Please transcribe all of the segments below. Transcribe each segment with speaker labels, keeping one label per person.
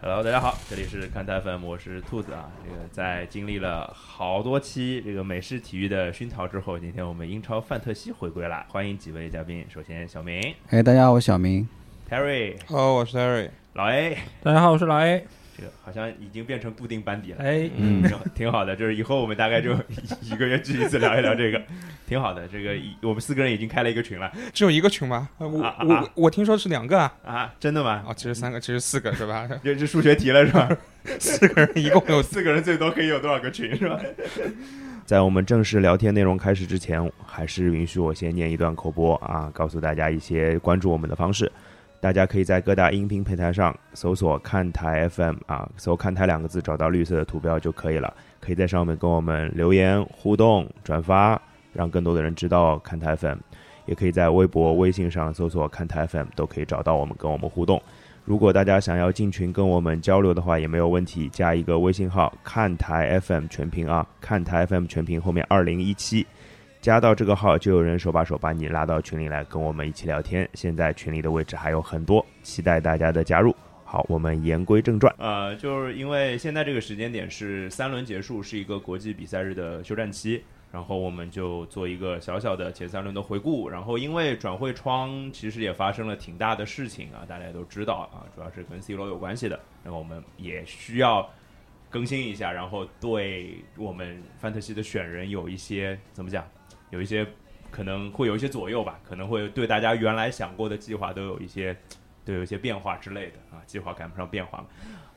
Speaker 1: Hello，大家好，这里是看台粉，我是兔子啊。这个在经历了好多期这个美式体育的熏陶之后，今天我们英超范特西回归啦，欢迎几位嘉宾。首先，小明、
Speaker 2: 哎，大家好，我小明。
Speaker 1: Terry、
Speaker 3: Hello，我是哦 Terry。
Speaker 1: 老 A，
Speaker 4: 大家好，我是老 A。
Speaker 1: 这个好像已经变成固定班底了，
Speaker 4: 哎，
Speaker 1: 嗯，挺好的。就是以后我们大概就 一个月聚一次，聊一聊这个，挺好的。这个已我们四个人已经开了一个群了
Speaker 3: 只有一个群吗？呃我
Speaker 1: 啊啊啊
Speaker 3: 我我听说是两个啊。
Speaker 1: 啊，真的吗？
Speaker 3: 哦，其实三个，其实四个是吧？
Speaker 1: 这是数学题了是吧？
Speaker 3: 四个人一共有
Speaker 1: 四个人最多可以有多少个群是吧？ 在我们正式聊天内容开始之前，还是允许我先念一段口播啊，告诉大家一些关注我们的方式。大家可以在各大音频平台上搜索“看台 FM” 啊，搜“看台”两个字，找到绿色的图标就可以了。可以在上面跟我们留言互动、转发，让更多的人知道看台 FM。也可以在微博、微信上搜索“看台 FM”，都可以找到我们，跟我们互动。如果大家想要进群跟我们交流的话，也没有问题，加一个微信号“看台 FM 全屏”啊，“看台 FM 全屏”后面二零一七，加到这个号就有人手把手把你拉到群里来跟我们一起聊天。现在群里的位置还有很多，期待大家的加入。好，我们言归正传。呃，就是因为现在这个时间点是三轮结束，是一个国际比赛日的休战期，然后我们就做一个小小的前三轮的回顾。然后因为转会窗其实也发生了挺大的事情啊，大家也都知道啊，主要是跟 C 罗有关系的。然后我们也需要更新一下，然后对我们范特西的选人有一些怎么讲，有一些可能会有一些左右吧，可能会对大家原来想过的计划都有一些都有一些变化之类的啊，计划赶不上变化嘛。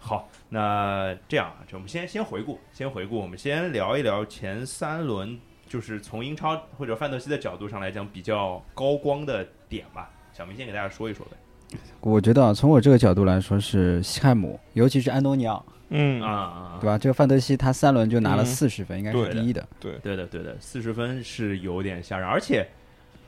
Speaker 1: 好，那这样啊，就我们先先回顾，先回顾，我们先聊一聊前三轮，就是从英超或者范特西的角度上来讲比较高光的点吧。小明先给大家说一说呗。
Speaker 2: 我觉得啊，从我这个角度来说是西汉姆，尤其是安东尼奥，
Speaker 3: 嗯
Speaker 1: 啊啊，
Speaker 2: 对吧？这个范德西他三轮就拿了
Speaker 3: 嗯
Speaker 2: 四十分，应该是
Speaker 3: 对
Speaker 2: 第一的。
Speaker 1: 对的，对的，四十分是有点吓人，而且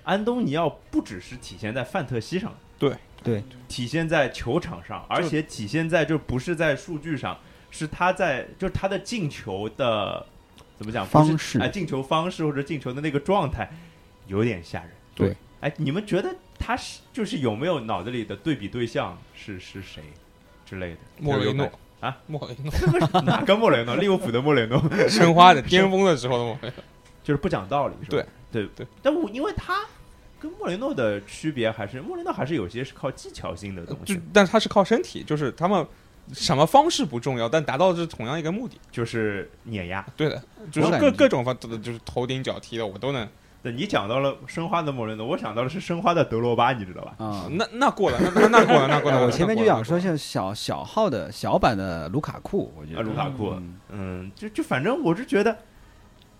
Speaker 1: 安东尼奥不只是体现在范特西上，
Speaker 3: 对
Speaker 2: 对，
Speaker 1: 体现在球场上，而且体现在就不是在数据上，是他在就是他的进球的怎么讲不是
Speaker 2: 方式
Speaker 1: 哎，进球方式或者进球的那个状态有点吓人。
Speaker 2: 对，
Speaker 1: 哎，你们觉得他是就是有没有脑子里的对比对象是是谁之类的？
Speaker 3: 莫雷诺
Speaker 1: 啊，
Speaker 3: 莫雷诺，
Speaker 1: 哪个莫雷诺？利物浦的莫雷诺。
Speaker 3: 申花的巅峰的时候的莫雷诺。
Speaker 1: 就是不讲道理，是吧？对对
Speaker 3: 对。
Speaker 1: 但我因为他跟莫雷诺的区别还是，莫雷诺还是有些是靠技巧性的东
Speaker 3: 就
Speaker 1: 西，
Speaker 3: 但他是靠身体，就是他们什么方式不重要，但达到的是同样一个目的。
Speaker 1: 就是碾压。
Speaker 3: 对的，就是
Speaker 2: 我感
Speaker 3: 各
Speaker 2: 觉
Speaker 3: 各种方，就是头顶脚踢的我都能。
Speaker 1: 对你讲到了申花的莫雷诺，我想到的是申花的德罗巴，你知道吧？
Speaker 2: 啊、
Speaker 3: 那那过了，那那那过了，那过
Speaker 2: 哎
Speaker 3: 了。
Speaker 2: 我前面就想说，
Speaker 3: 那过
Speaker 2: 像
Speaker 3: 了
Speaker 2: 小小号的小版的卢卡库，我觉
Speaker 1: 啊，
Speaker 2: 得
Speaker 1: 卢卡库，
Speaker 2: 嗯
Speaker 1: 嗯，就就反正我是觉得。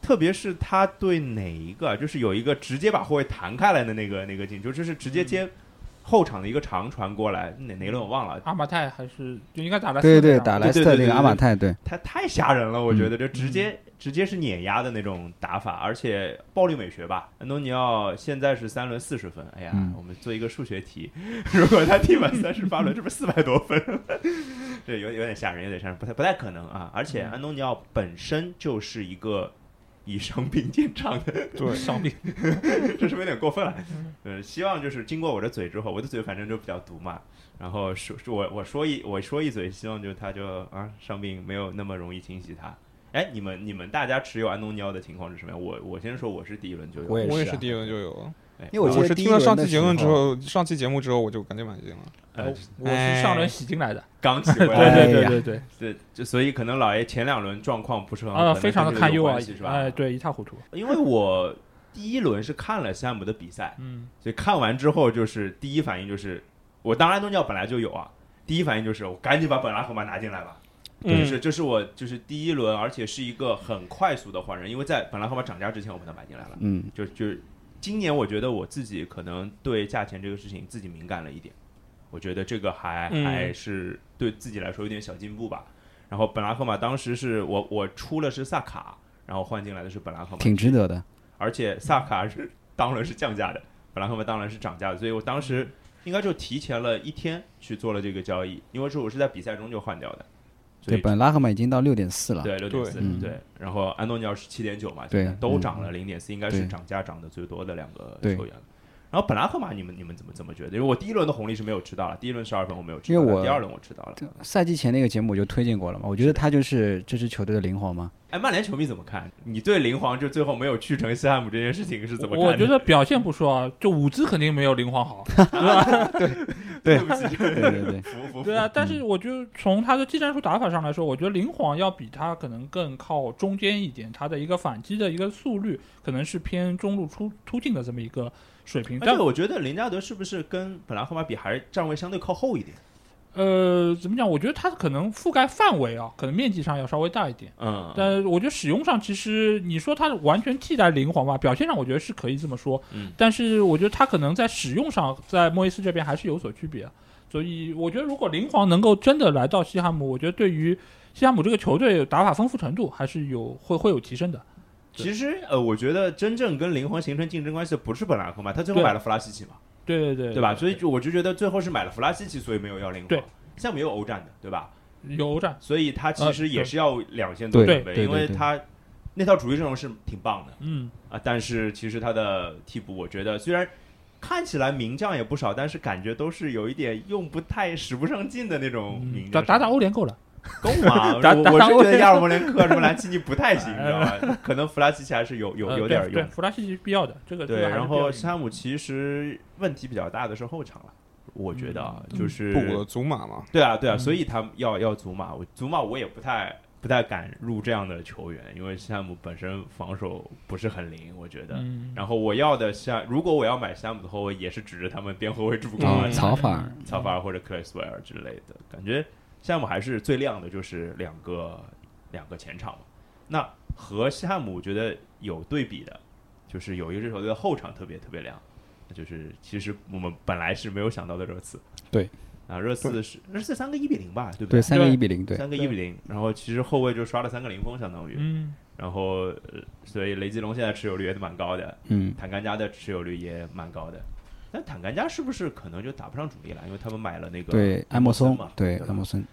Speaker 1: 特别是他对哪一个，啊就是有一个直接把后卫弹开来的那个那个进球，就是直接接后场的一个长传过来，哪哪轮我忘了，
Speaker 4: 阿马泰还是就应该打了
Speaker 2: 对对，打
Speaker 1: 来
Speaker 2: 莱斯
Speaker 1: 对对对
Speaker 2: 特那
Speaker 1: 对
Speaker 2: 个
Speaker 1: 对
Speaker 2: 阿马泰，对，
Speaker 1: 他太吓人了，我觉得这直接、直接是碾压的那种打法，而且暴力美学吧。安东尼奥现在是三轮四十分，哎呀，
Speaker 2: 嗯
Speaker 1: 我们做一个数学题， 如果他踢满三十八轮，这不是四百多分？ 对，有有点吓人，有点吓人，不太不太可能啊！而且安东尼奥本身就是一个以 伤病见长的
Speaker 3: 对伤病，
Speaker 1: 这 是不是有点过分了？
Speaker 4: 嗯
Speaker 1: 呃，希望就是经过我的嘴之后，我的嘴反正就比较毒嘛，然后说说我我说一我说一嘴，希望就他就啊伤病没有那么容易清洗他。哎，你们你们大家持有安东尼奥的情况是什么样？我我先说，我是第一轮就有，
Speaker 2: 我也
Speaker 3: 我也
Speaker 2: 是啊
Speaker 3: 是第一轮就有。
Speaker 1: 哎
Speaker 2: 因为我记
Speaker 3: 我
Speaker 2: 得
Speaker 3: 是
Speaker 2: 第一
Speaker 3: 听了
Speaker 2: 轮
Speaker 3: 上
Speaker 2: 的
Speaker 3: 期
Speaker 2: 时
Speaker 3: 节目之
Speaker 2: 候
Speaker 3: 后，上期节目之后我就感觉满意了。
Speaker 1: 呃
Speaker 4: 我是上轮洗进来的。
Speaker 1: 刚起回
Speaker 4: 对
Speaker 1: 来，
Speaker 4: 对
Speaker 2: 哎呀
Speaker 4: 对对对，
Speaker 1: 对，就所以可能老爷前两轮状况不是很好，
Speaker 4: 啊，
Speaker 1: 可能
Speaker 4: 非常的
Speaker 1: 跟这个
Speaker 4: 堪
Speaker 1: 有
Speaker 4: 忧啊
Speaker 1: 关系是，吧？
Speaker 4: 哎，，对，一塌糊涂。
Speaker 1: 因为我第一轮是看了西汉姆的比赛，
Speaker 4: 嗯，
Speaker 1: 所以看完之后就是第一反应就是，我当然安东尼奥本来就有啊，第一反应就是我赶紧把本拉赫马拿进来吧。就
Speaker 3: 嗯，
Speaker 1: 是这是我就是第一轮，而且是一个很快速的换人，因为在本来号码涨价之前我把它买进来了，
Speaker 2: 嗯，
Speaker 1: 就就是今年我觉得我自己可能对价钱这个事情自己敏感了一点，我觉得这个还、
Speaker 3: 嗯
Speaker 1: 还是对自己来说有点小进步吧。然后本拉赫马当时是我我出了是萨卡，然后换进来的是本拉赫马，
Speaker 2: 挺值得的。
Speaker 1: 而且萨卡是当轮是降价的， 本拉赫马当然是涨价的，所以我当时应该就提前了一天去做了这个交易，因为是我是在比赛中就换掉的，所
Speaker 2: 对，
Speaker 1: 以
Speaker 2: 本拉赫马已经到六点四了，
Speaker 1: 对，六点四，
Speaker 2: 嗯
Speaker 1: 对。然后安东尼奥是七点九嘛，
Speaker 2: 对嗯
Speaker 1: 现在都涨了零点四，应该是
Speaker 2: 对
Speaker 1: 涨价涨得最多的两个
Speaker 2: 对
Speaker 1: 球员了。然后本拉赫马，你们你们怎么怎么觉得？因为我第一轮的红利是没有吃到了，第一轮十二分我没有吃到，
Speaker 2: 因为我
Speaker 1: 但第二轮我吃到了。
Speaker 2: 赛季前那个节目我就推荐过了嘛，我觉得他就是这支球队的灵魂嘛。
Speaker 1: 哎，曼联球迷怎么看？你对林皇就最后没有去成西汉姆这件事情是怎么看的？
Speaker 4: 我觉得表现不说啊，就舞姿肯定没有林 皇好，
Speaker 1: 对不起，
Speaker 2: 对对对，
Speaker 1: 服服服
Speaker 4: 对啊。但是我觉得从他的技战术打法上来说，我觉得林皇要比他可能更靠中间一点，他的一个反击的一个速率可能是偏中路出突进的这么一个水平。
Speaker 1: 而
Speaker 4: 但
Speaker 1: 且我觉得林加德是不是跟本拉赫马比，还是站位相对靠后一点？
Speaker 4: 呃，怎么讲？我觉得他可能覆盖范围啊，可能面积上要稍微大一点。
Speaker 1: 嗯，
Speaker 4: 但我觉得使用上，其实你说它完全替代灵皇吧，表现上我觉得是可以这么说，
Speaker 1: 嗯
Speaker 4: 但是我觉得它可能在使用上，在莫伊斯这边还是有所区别，所以我觉得如果灵皇能够真的来到西汉姆，我觉得对于西汉姆这个球队打法丰富程度还是有会会有提升的。
Speaker 1: 其实呃，我觉得真正跟灵魂形成竞争关系的不是本拉赫马，他最后
Speaker 4: 对
Speaker 1: 买了弗拉西奇嘛，
Speaker 4: 对对对，
Speaker 1: 对吧？所以就我就觉得最后是买了弗拉西奇，所以没有要灵魂。
Speaker 4: 对，
Speaker 1: 项目也有欧战的，对吧？
Speaker 4: 有欧战，
Speaker 1: 所以他其
Speaker 4: 呃
Speaker 1: 实也是要两线
Speaker 2: 对
Speaker 1: 准备，
Speaker 2: 对
Speaker 1: 因为
Speaker 2: 对对
Speaker 1: 他那套主力阵容是挺棒的
Speaker 4: 嗯，
Speaker 1: 啊，但是其实他的替补，我觉得虽然。看起来名将也不少，但是感觉都是有一点用不太使不上劲的那种名
Speaker 4: 嗯
Speaker 1: 将。
Speaker 4: 打打打欧联够了，
Speaker 1: 够 吗？
Speaker 4: 打
Speaker 1: 我
Speaker 4: 打
Speaker 1: 我是
Speaker 4: 打
Speaker 1: 觉
Speaker 4: 我
Speaker 1: 得亚尔莫连 克什么兰奇尼不太行，你知道吧？可能弗拉奇奇还是有有
Speaker 4: 呃
Speaker 1: 有
Speaker 4: 对
Speaker 1: 点儿
Speaker 4: 对，
Speaker 1: 用。
Speaker 4: 弗拉西奇必要的这个这
Speaker 1: 对，
Speaker 4: 个还是
Speaker 1: 然
Speaker 4: 必要
Speaker 1: 后
Speaker 4: 的
Speaker 1: 山姆其实问题比较大的是后场了，我觉得啊
Speaker 4: 嗯
Speaker 1: 就是
Speaker 3: 布谷的祖马嘛，
Speaker 1: 对啊对啊，
Speaker 4: 嗯
Speaker 1: 所以他要要祖马，我祖马我也不太不太敢入这样的球员，因为山姆本身防守不是很灵，我觉得。
Speaker 4: 嗯，
Speaker 1: 然后我要的像，如果我要买山姆的后卫，也是指着他们边后卫助攻
Speaker 2: 啊
Speaker 1: 啊，
Speaker 2: 曹法尔
Speaker 1: 曹法尔或者克莱斯维尔之类的，感觉夏姆还是最亮的，就是两个两个前场嘛。那和夏姆我觉得有对比的，就是有一支球队的后场特别特别亮，那就是其实我们本来是没有想到的热刺。
Speaker 2: 对，
Speaker 1: 啊，热刺是热刺三个一比零吧，对不对？
Speaker 2: 对
Speaker 1: 啊
Speaker 2: 三个一比零，对
Speaker 1: 三个一比零，然后其实后卫就刷了三个零封，相当于，
Speaker 4: 嗯
Speaker 1: 然后呃所以雷吉隆现在持有率也蛮高的，
Speaker 2: 嗯，
Speaker 1: 坦甘加的持有率也蛮高的。但坦甘加是不是可能就打不上主力了？因为他们买了那个
Speaker 2: 对，埃默松
Speaker 1: 嘛，，
Speaker 2: 对
Speaker 1: 吧
Speaker 2: 埃默森，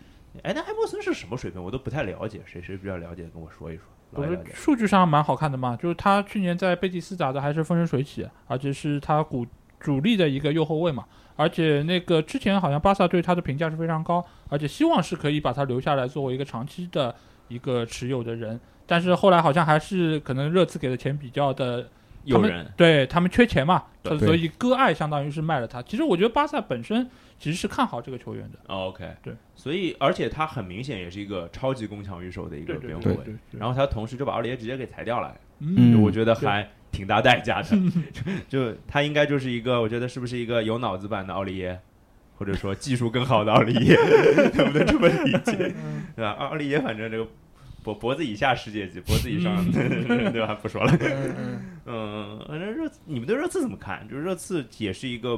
Speaker 1: 哎，那埃默森是什么水平？我都不太了解，谁谁比较了解，跟我说一说。
Speaker 4: 我
Speaker 1: 来
Speaker 4: 觉
Speaker 1: 了
Speaker 4: 得
Speaker 1: 解。
Speaker 4: 数据上蛮好看的嘛，就是他去年在贝蒂斯打的还是风生水起，而且是他主主力的一个右后卫嘛，而且那个之前好像巴萨对他的评价是非常高，而且希望是可以把他留下来作为一个长期的一个持有的人，但是后来好像还是可能热刺给的钱比较的，
Speaker 1: 有
Speaker 4: 他们
Speaker 1: 人，
Speaker 4: 对他们缺钱嘛，
Speaker 1: 对
Speaker 4: 所以割爱相当于是卖了他。其实我觉得巴萨本身其实是看好这个球员的，
Speaker 1: 哦 OK，
Speaker 4: 对，
Speaker 1: 所以而且他很明显也是一个超级攻强于守的一个
Speaker 4: 对
Speaker 1: 边
Speaker 4: 对
Speaker 1: 后
Speaker 4: 对
Speaker 1: 卫，
Speaker 4: 对，
Speaker 1: 然后他同时就把奥利耶直接给裁掉了，
Speaker 4: 嗯
Speaker 1: 我觉得还挺大代价的。就他应该就是一个，我觉得是不是一个有脑子版的奥利耶，或者说技术更好的奥利耶， 能不能这么理解？ 对吧？奥利耶反正这个脖脖子以下世界级，脖子以上、 对吧？不说了。
Speaker 4: 嗯嗯
Speaker 1: 嗯，反正热刺，你们对热刺怎么看？就是热刺也是一个，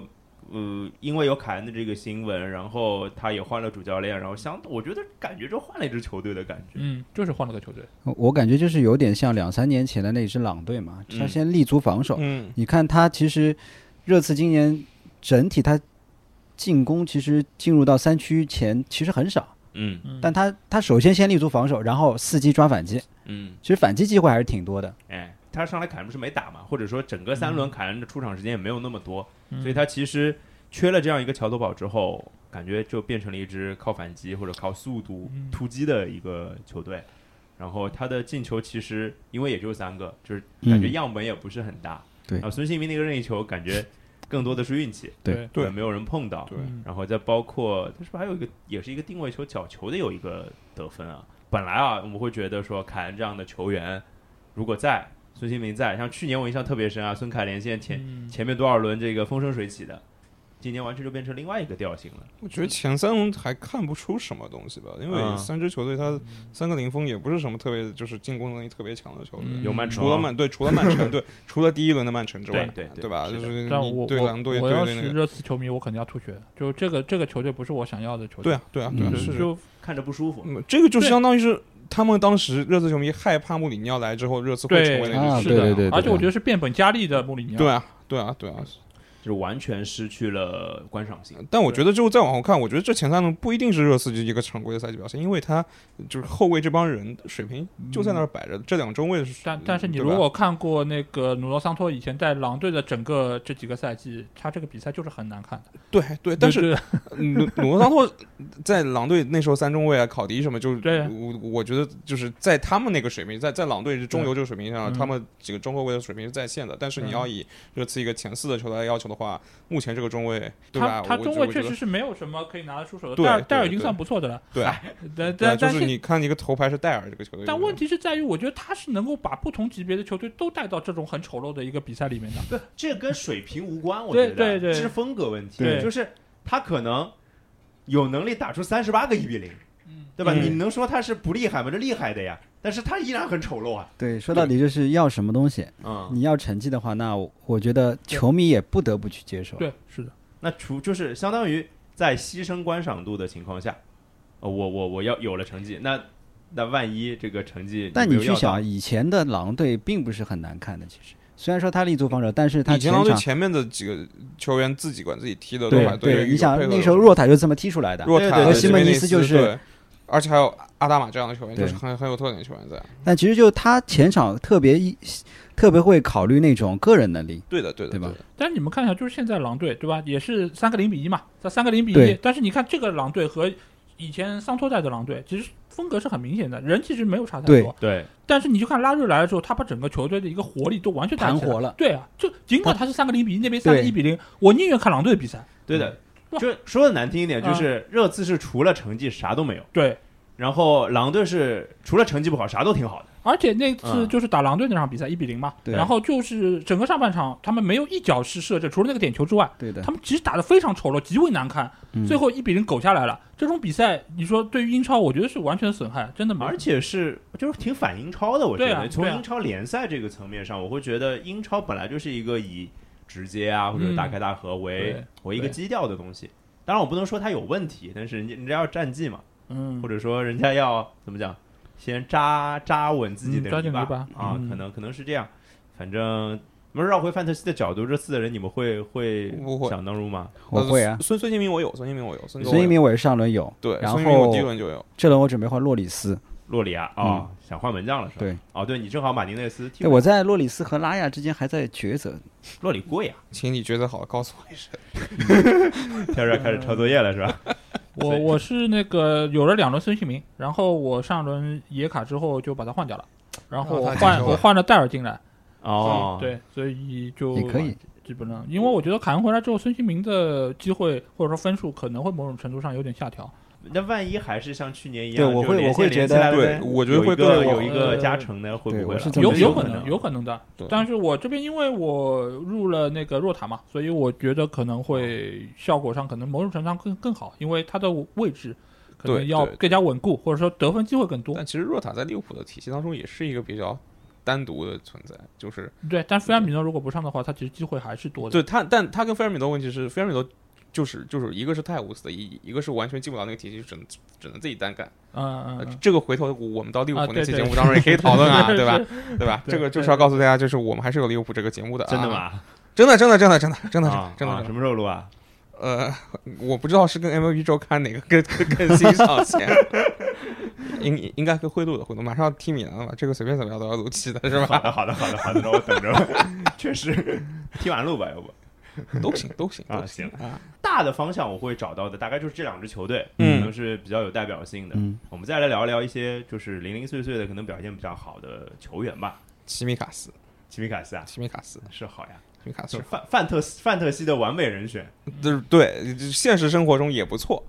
Speaker 1: 呃，因为有凯恩的这个新闻，然后他也换了主教练，然后相，我觉得感觉就换了一支球队的感觉。
Speaker 4: 嗯，就是换了个球队，
Speaker 2: 我我感觉就是有点像两三年前的那支狼队嘛，他
Speaker 1: 嗯
Speaker 2: 先立足防守，
Speaker 3: 嗯，
Speaker 2: 你看他其实热刺今年整体他进攻其实进入到三区前其实很少，
Speaker 1: 嗯
Speaker 4: 嗯
Speaker 2: 但他他首先先立足防守，然后伺机抓反击，
Speaker 1: 嗯，
Speaker 2: 其实反击机会还是挺多的。
Speaker 1: 哎，他上来凯恩不是没打嘛，或者说整个三轮凯恩的出场时间也没有那么多，
Speaker 4: 嗯
Speaker 1: 所以他其实缺了这样一个桥头堡之后，感觉就变成了一支靠反击或者靠速度
Speaker 4: 嗯
Speaker 1: 突击的一个球队。然后他的进球其实因为也就三个，就是
Speaker 2: 嗯
Speaker 1: 感觉样本也不是很大。
Speaker 2: 对
Speaker 1: 然后孙兴民那个任意球感觉更多的是运气，
Speaker 2: 对
Speaker 3: 对
Speaker 1: 没有人碰到。
Speaker 3: 对
Speaker 4: 嗯
Speaker 1: 然后再包括他是不是还有一个也是一个定位球角球的有一个得分啊？本来啊，我们会觉得说凯恩这样的球员如果在孙兴民在，像去年我印象特别深啊，孙凯连线前、
Speaker 4: 嗯
Speaker 1: 前面多少轮这个风生水起的，今年完全就变成另外一个调性了。
Speaker 3: 我觉得前三轮还看不出什么东西吧，因
Speaker 1: 嗯
Speaker 3: 为三支球队它三个零封也不是什么特别就是进攻能力特别强的球队，
Speaker 4: 嗯
Speaker 1: 有曼城
Speaker 3: 除了曼对，除了曼城对，除了第一轮的曼城之外，
Speaker 1: 对对对
Speaker 3: 吧？
Speaker 1: 是
Speaker 3: 就
Speaker 1: 的
Speaker 3: 是
Speaker 4: 但我
Speaker 3: 你对狼队
Speaker 4: 我
Speaker 3: 对
Speaker 4: 我要
Speaker 3: 对
Speaker 4: 是
Speaker 3: 那个，
Speaker 4: 热刺球迷，我肯定要吐血。就这个这个球队不是我想要的
Speaker 3: 对
Speaker 4: 球队。
Speaker 3: 啊对啊对啊，
Speaker 2: 嗯
Speaker 4: 就是就
Speaker 1: 看着不舒服。
Speaker 3: 嗯，这个就
Speaker 4: 对
Speaker 3: 相当于是他们当时热刺球迷害怕穆里尼奥来之后，热刺会
Speaker 4: 对
Speaker 3: 成为
Speaker 2: 啊
Speaker 3: 那支球
Speaker 4: 是
Speaker 3: 队
Speaker 4: 的
Speaker 2: 对对对
Speaker 4: 而且我觉得是变本加厉的穆里尼奥。
Speaker 3: 对啊，对啊，对啊，
Speaker 1: 就是完全失去了观赏性。
Speaker 3: 但我觉得，就再往后看，我觉得这前三轮不一定是热刺就一个常规的赛季表现，因为他就是后卫这帮人水平就在那儿摆着，这两中卫是，
Speaker 4: 但但是你
Speaker 3: 对吧
Speaker 4: 如果看过那个努罗桑托以前在狼队的整个这几个赛季，他这个比赛就是很难看的。
Speaker 3: 对对，但 是
Speaker 4: 对
Speaker 3: 努努诺桑托在狼队那时候三中卫啊，考迪什么，就是
Speaker 4: 对
Speaker 3: 我我觉得就是在他们那个水平，在在狼队中游这个水平上，
Speaker 4: 嗯
Speaker 3: 他们几个中后卫的水平是在线的。但是你
Speaker 4: 嗯
Speaker 3: 要以热刺一个前四的球队来要求的话，目前这个中卫对
Speaker 4: 他
Speaker 3: 吧？
Speaker 4: 他
Speaker 3: 我
Speaker 4: 中
Speaker 3: 我
Speaker 4: 卫
Speaker 3: 觉
Speaker 4: 确
Speaker 3: 得
Speaker 4: 实是没有什么可以拿得出手的，
Speaker 3: 对
Speaker 4: 戴尔
Speaker 3: 对
Speaker 4: 戴尔已经
Speaker 3: 对
Speaker 4: 算不错的了。
Speaker 3: 对
Speaker 4: 但
Speaker 3: 对啊，
Speaker 4: 但
Speaker 3: 就
Speaker 4: 但
Speaker 3: 是你看一个头牌是戴尔这个球队，
Speaker 4: 但问题是在于，我觉得他是能够把不同级别的球队都带到这种很丑陋的一个比赛里面的。
Speaker 1: 这跟水平无关，我觉
Speaker 4: 对
Speaker 1: 得
Speaker 4: 对对
Speaker 1: 这是风格问题，
Speaker 4: 对
Speaker 1: 就是他可能有能力打出三十八个一比零，对吧？
Speaker 4: 嗯
Speaker 1: 你能说他是不厉害吗？这厉害的呀，但是他依然很丑陋啊，
Speaker 2: 对，说到底就是要什么东西，
Speaker 1: 嗯，
Speaker 2: 你要成绩的话，那我我觉得球迷也不得不去接受。
Speaker 4: 对，是的，
Speaker 1: 那除就是相当于在牺牲观赏度的情况下，呃我我我要有了成绩，那那万一这个成绩
Speaker 2: 但
Speaker 1: 没
Speaker 2: 你
Speaker 1: 有
Speaker 2: 去
Speaker 1: 要到
Speaker 2: 想，以前的狼队并不是很难看的，其实虽然说他立足防守，但是他
Speaker 3: 以前
Speaker 2: 前
Speaker 3: 狼队
Speaker 2: 场
Speaker 3: 前面的几个球员自己管自己踢的，
Speaker 2: 对
Speaker 3: 吧？
Speaker 2: 对，你想那时候
Speaker 3: 弱。
Speaker 2: 若塔就是这么踢出来的，
Speaker 3: 若
Speaker 1: 对
Speaker 3: 塔
Speaker 1: 对
Speaker 3: 和
Speaker 1: 对
Speaker 3: 西
Speaker 1: 西
Speaker 2: 门
Speaker 3: 内
Speaker 2: 尼斯就是
Speaker 3: 对，而且还有阿达玛这样的球员，
Speaker 2: 对
Speaker 3: 就是很很有特点的球员在。
Speaker 2: 但其实就他前场特别一特别会考虑那种个人能力，
Speaker 3: 对的，对的，
Speaker 2: 对吧
Speaker 3: 的？
Speaker 4: 但你们看一下，就是现在狼队对吧，也是三个零比一嘛，在三个零比一
Speaker 2: 对。
Speaker 4: 但是你看这个狼队和以前桑托带的狼队，其实风格是很明显的，人其实没有差太
Speaker 2: 对
Speaker 4: 多。
Speaker 1: 对
Speaker 4: 但是你就看拉瑞来了之后，他把整个球队的一个活力都完全带
Speaker 2: 盘
Speaker 4: 起来
Speaker 2: 活了。
Speaker 4: 对啊，就尽管他是三个零比一，那边三个一比零，我宁愿看狼队的比赛。
Speaker 1: 对的，
Speaker 2: 嗯
Speaker 4: 哇
Speaker 1: 就说的难听一点，
Speaker 4: 嗯
Speaker 1: 就是热刺是除了成绩啥都没有，
Speaker 4: 对，
Speaker 1: 然后狼队是除了成绩不好啥都挺好的。
Speaker 4: 而且那次
Speaker 1: 嗯
Speaker 4: 就是打狼队那场比赛一比零嘛，
Speaker 2: 对
Speaker 4: 然后就是整个上半场他们没有一脚是射正，除了那个点球之外，
Speaker 2: 对的
Speaker 4: 他，们其实打得非常丑陋，极为难看，
Speaker 2: 嗯
Speaker 4: 最后一比零狗下来了。这种比赛，你说对于英超，我觉得是完全损害，真的没有。
Speaker 1: 而且是就是挺反英超的，我觉
Speaker 4: 嗯对
Speaker 1: 得、
Speaker 4: 啊
Speaker 1: 从
Speaker 4: 对啊
Speaker 1: 英超联赛这个层面上，我会觉得英超本来就是一个以直接啊或者
Speaker 4: 嗯
Speaker 1: 大开大合为、
Speaker 4: 对
Speaker 1: 为一个
Speaker 4: 对
Speaker 1: 基调的东西。当然我不能说它有问题，但是人家人家要战绩嘛，
Speaker 4: 嗯
Speaker 1: 或，者说人家要怎么讲，先扎扎稳自己
Speaker 4: 嗯
Speaker 1: 的
Speaker 4: 抓紧
Speaker 1: 吧
Speaker 4: 篱笆
Speaker 1: 啊，
Speaker 4: 嗯
Speaker 1: 可能可能是这样。反正我们绕回范特西的角度，这四个人你们会会
Speaker 3: 不会
Speaker 1: 想当入吗？
Speaker 2: 我会啊
Speaker 3: 呃。孙孙兴民我有，孙兴民我有，孙
Speaker 2: 孙
Speaker 3: 兴
Speaker 2: 兴
Speaker 3: 民
Speaker 2: 民我是上轮有，
Speaker 3: 对，
Speaker 2: 然
Speaker 3: 孙兴民我
Speaker 2: 后
Speaker 3: 第一轮就有。
Speaker 2: 这轮我准备换洛里斯。
Speaker 1: 洛里亚啊、哦想换门将了是吧？
Speaker 2: 嗯对，
Speaker 1: 哦，对你正好马丁内斯替
Speaker 2: 对，我在洛里斯和拉亚之间还在抉择。
Speaker 1: 洛里贵啊，
Speaker 3: 请你觉得好，告诉我一声。
Speaker 1: 现在开始抄作业了是吧？所
Speaker 4: 我
Speaker 1: 以
Speaker 4: 我是那个有了两轮孙兴民，然后我上轮野卡之后就把他换掉了，然后
Speaker 3: 哦
Speaker 4: 我
Speaker 3: 他进
Speaker 4: 换
Speaker 3: 球
Speaker 4: 我
Speaker 3: 了
Speaker 4: 换了戴尔进来，
Speaker 1: 哦，
Speaker 4: 嗯对，所以就
Speaker 2: 也可以，
Speaker 4: 基本上，因为我觉得凯恩回来之后，孙兴民的机会或者说分数可能会某种程度上有点下调。
Speaker 1: 那万一还是像去年一样，
Speaker 2: 对我会我会觉得
Speaker 3: 对我觉得会
Speaker 1: 更
Speaker 3: 更
Speaker 1: 有
Speaker 3: 好
Speaker 1: 一个加成的，会啊不
Speaker 2: 呃对
Speaker 1: 会
Speaker 2: 我
Speaker 1: 了？
Speaker 2: 是这么
Speaker 4: 有
Speaker 2: 觉
Speaker 4: 有
Speaker 2: 得
Speaker 4: 可能，有可能的
Speaker 3: 对。
Speaker 4: 但是我这边因为我入了那个若塔嘛，所以我觉得可能
Speaker 3: 哦
Speaker 4: 会效果上可能某种程度上更更好，因为他的位置可能
Speaker 3: 对
Speaker 4: 要
Speaker 3: 对
Speaker 4: 更加稳固，或者说得分机会更多。
Speaker 3: 但其实若塔在利物浦的体系当中也是一个比较单独的存在，就是
Speaker 4: 对，但菲尔米诺如果不上的话，他其实机会还是多的。
Speaker 3: 对他，但他跟菲尔米诺问题是，菲尔米诺就是就是一个是太无私的，一一个是完全进不了那个体系，只能只能自己单干。
Speaker 4: 嗯嗯
Speaker 3: 呃
Speaker 4: 嗯，
Speaker 3: 这个回头我们到利物
Speaker 4: 啊
Speaker 3: 浦那
Speaker 4: 对
Speaker 3: 期
Speaker 4: 对
Speaker 3: 节目当中也可以讨论啊，
Speaker 4: 是
Speaker 3: 对吧
Speaker 4: 是？
Speaker 3: 对吧？
Speaker 4: 对
Speaker 3: 这个就是
Speaker 4: 对
Speaker 3: 要告诉大家，就是我们还是有利物浦这个节目的啊，
Speaker 1: 真的？ 吗？
Speaker 3: 真的，真的，真的，真的，真的，
Speaker 1: 啊
Speaker 3: 真的，真的
Speaker 1: 啊
Speaker 3: 真的
Speaker 1: 什。么时候录啊？
Speaker 3: 呃，我不知道是跟 MLB 周刊哪个更更更新上线， 应应该会录的，会录。马上要踢米兰了吧？这个随便怎么样都要录期的是
Speaker 1: 好
Speaker 3: 吧？
Speaker 1: 的，好的，好的，好的，那我等着吧。确实，踢完录吧，要不
Speaker 3: 都行，都行
Speaker 1: 啊
Speaker 3: 都行啊。
Speaker 1: 大的方向我会找到的，大概就是这两支球队，
Speaker 3: 嗯
Speaker 1: 可能是比较有代表性的。
Speaker 2: 嗯，
Speaker 1: 我们再来聊一聊一些就是零零碎碎的，可能表现比较好的球员吧。
Speaker 3: 奇米卡斯，
Speaker 1: 奇米卡斯啊，
Speaker 3: 奇米卡斯，
Speaker 1: 是好呀，
Speaker 3: 奇米卡斯
Speaker 1: 是，范范特斯范特西的完美人选。
Speaker 3: 对对，现实生活中也不错。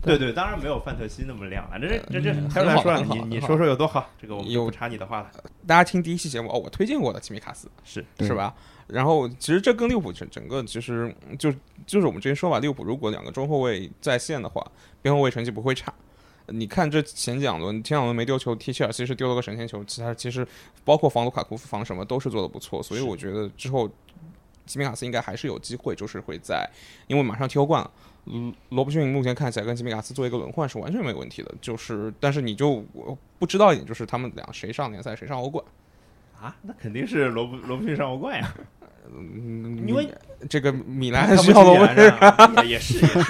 Speaker 1: 对对，当然没有范特西那么亮了。这这这这，
Speaker 3: 嗯
Speaker 1: 开来说了，啊
Speaker 3: 很好
Speaker 1: 你
Speaker 3: 很
Speaker 1: 你
Speaker 3: 好
Speaker 1: 说说有多好？这个我们就
Speaker 3: 有
Speaker 1: 不插你的话了。
Speaker 3: 大家听第一期节目哦，我推荐过的奇米卡斯，
Speaker 1: 是
Speaker 2: 对
Speaker 3: 是吧？然后其实这跟利物浦整整个其实嗯就就是我们之前说吧，利物浦如果两个中后卫在线的话，边后卫成绩不会差。你看这前两轮，前两轮没丢球，踢切尔西是丢了个神仙球，其他其实包括防卢卡库、防什么都是做的不错，所以我觉得之后吉米卡斯应该还是有机会，就是会在因为马上踢欧冠了，罗罗伯逊目前看起来跟吉米卡斯做一个轮换是完全没有问题的，就是但是你就我不知道一点，就是他们俩谁上联赛谁上欧冠。
Speaker 1: 啊，那肯定是罗布罗布逊上欧冠呀。
Speaker 3: 嗯，
Speaker 1: 因为
Speaker 3: 这个米兰
Speaker 1: 看
Speaker 3: 还
Speaker 1: 不
Speaker 3: 需
Speaker 1: 起
Speaker 3: 要
Speaker 1: 米
Speaker 3: 我
Speaker 1: 兰啊，也也是，也是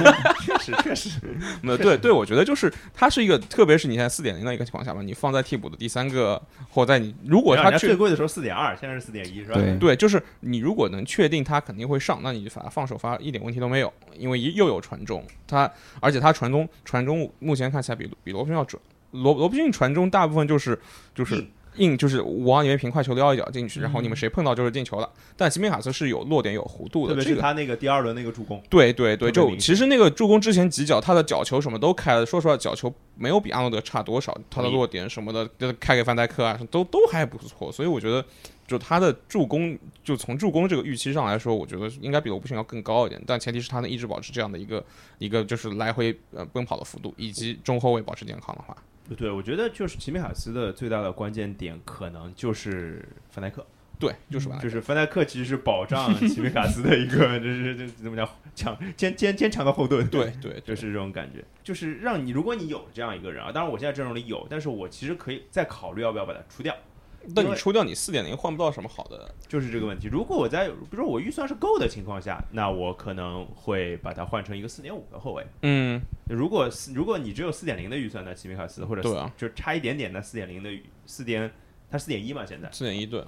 Speaker 1: 确实确实，
Speaker 3: 没有对对，我觉得就是它是一个，特别是你现在四点零的一个情况下吧，你放在替补的第三个，或在你如果
Speaker 1: 然后
Speaker 3: 他
Speaker 1: 人家最
Speaker 3: 确
Speaker 1: 贵的时候四点二，现在是四点一，是吧？
Speaker 2: 对
Speaker 3: 对，就是你如果能确定他肯定会上，那你就把他放首发一点问题都没有，因为一又有传中，他而且他传中传中目前看起来比比罗宾要准，罗罗宾传中大部分就是就是
Speaker 1: 硬。
Speaker 3: 硬就是我往里面平快球撩一脚进去，然后你
Speaker 4: 嗯
Speaker 3: 们谁碰到就是进球了。但吉米卡斯是有落点有弧度
Speaker 1: 特
Speaker 3: 的，
Speaker 1: 别
Speaker 3: 这
Speaker 1: 是
Speaker 3: 个
Speaker 1: 他那个第二轮那个助攻，
Speaker 3: 对对对，
Speaker 1: 特别
Speaker 3: 就
Speaker 1: 明显
Speaker 3: 其实那个助攻之前几脚，他的角球什么都开了，说实话，角球没有比阿诺德差多少，他的落点什么的，就是开给范戴克啊，都都还不错，所以我觉得。就他的助攻，就从助攻这个预期上来说，我觉得应该比罗布逊要更高一点，但前提是他能一直保持这样的一个一个就是来回呃奔跑的幅度，以及中后卫保持健康的话，
Speaker 1: 对，我觉得就是齐米卡斯的最大的关键点可能就是范戴克，
Speaker 3: 啊对，就是吧，
Speaker 1: 就是范戴克其实是保障齐米卡斯的一个，就是就是怎么讲，强坚坚坚强的后盾，
Speaker 3: 对，对，
Speaker 1: 就是这种感觉，就是让你如果你有这样一个人啊，当然我现在阵容里有，但是我其实可以再考虑要不要把他除掉，
Speaker 3: 但你除掉你四点零换不到什么好的，
Speaker 1: 就是这个问题。如果我在比如说我预算是够的情况下，那我可能会把它换成一个四点五的后卫。
Speaker 3: 嗯，
Speaker 1: 如果四如果你只有四点零的预算，那齐米卡斯或者
Speaker 3: 对啊
Speaker 1: 就差一点点的四点零的四点，他四点一嘛，现在
Speaker 3: 四点一对，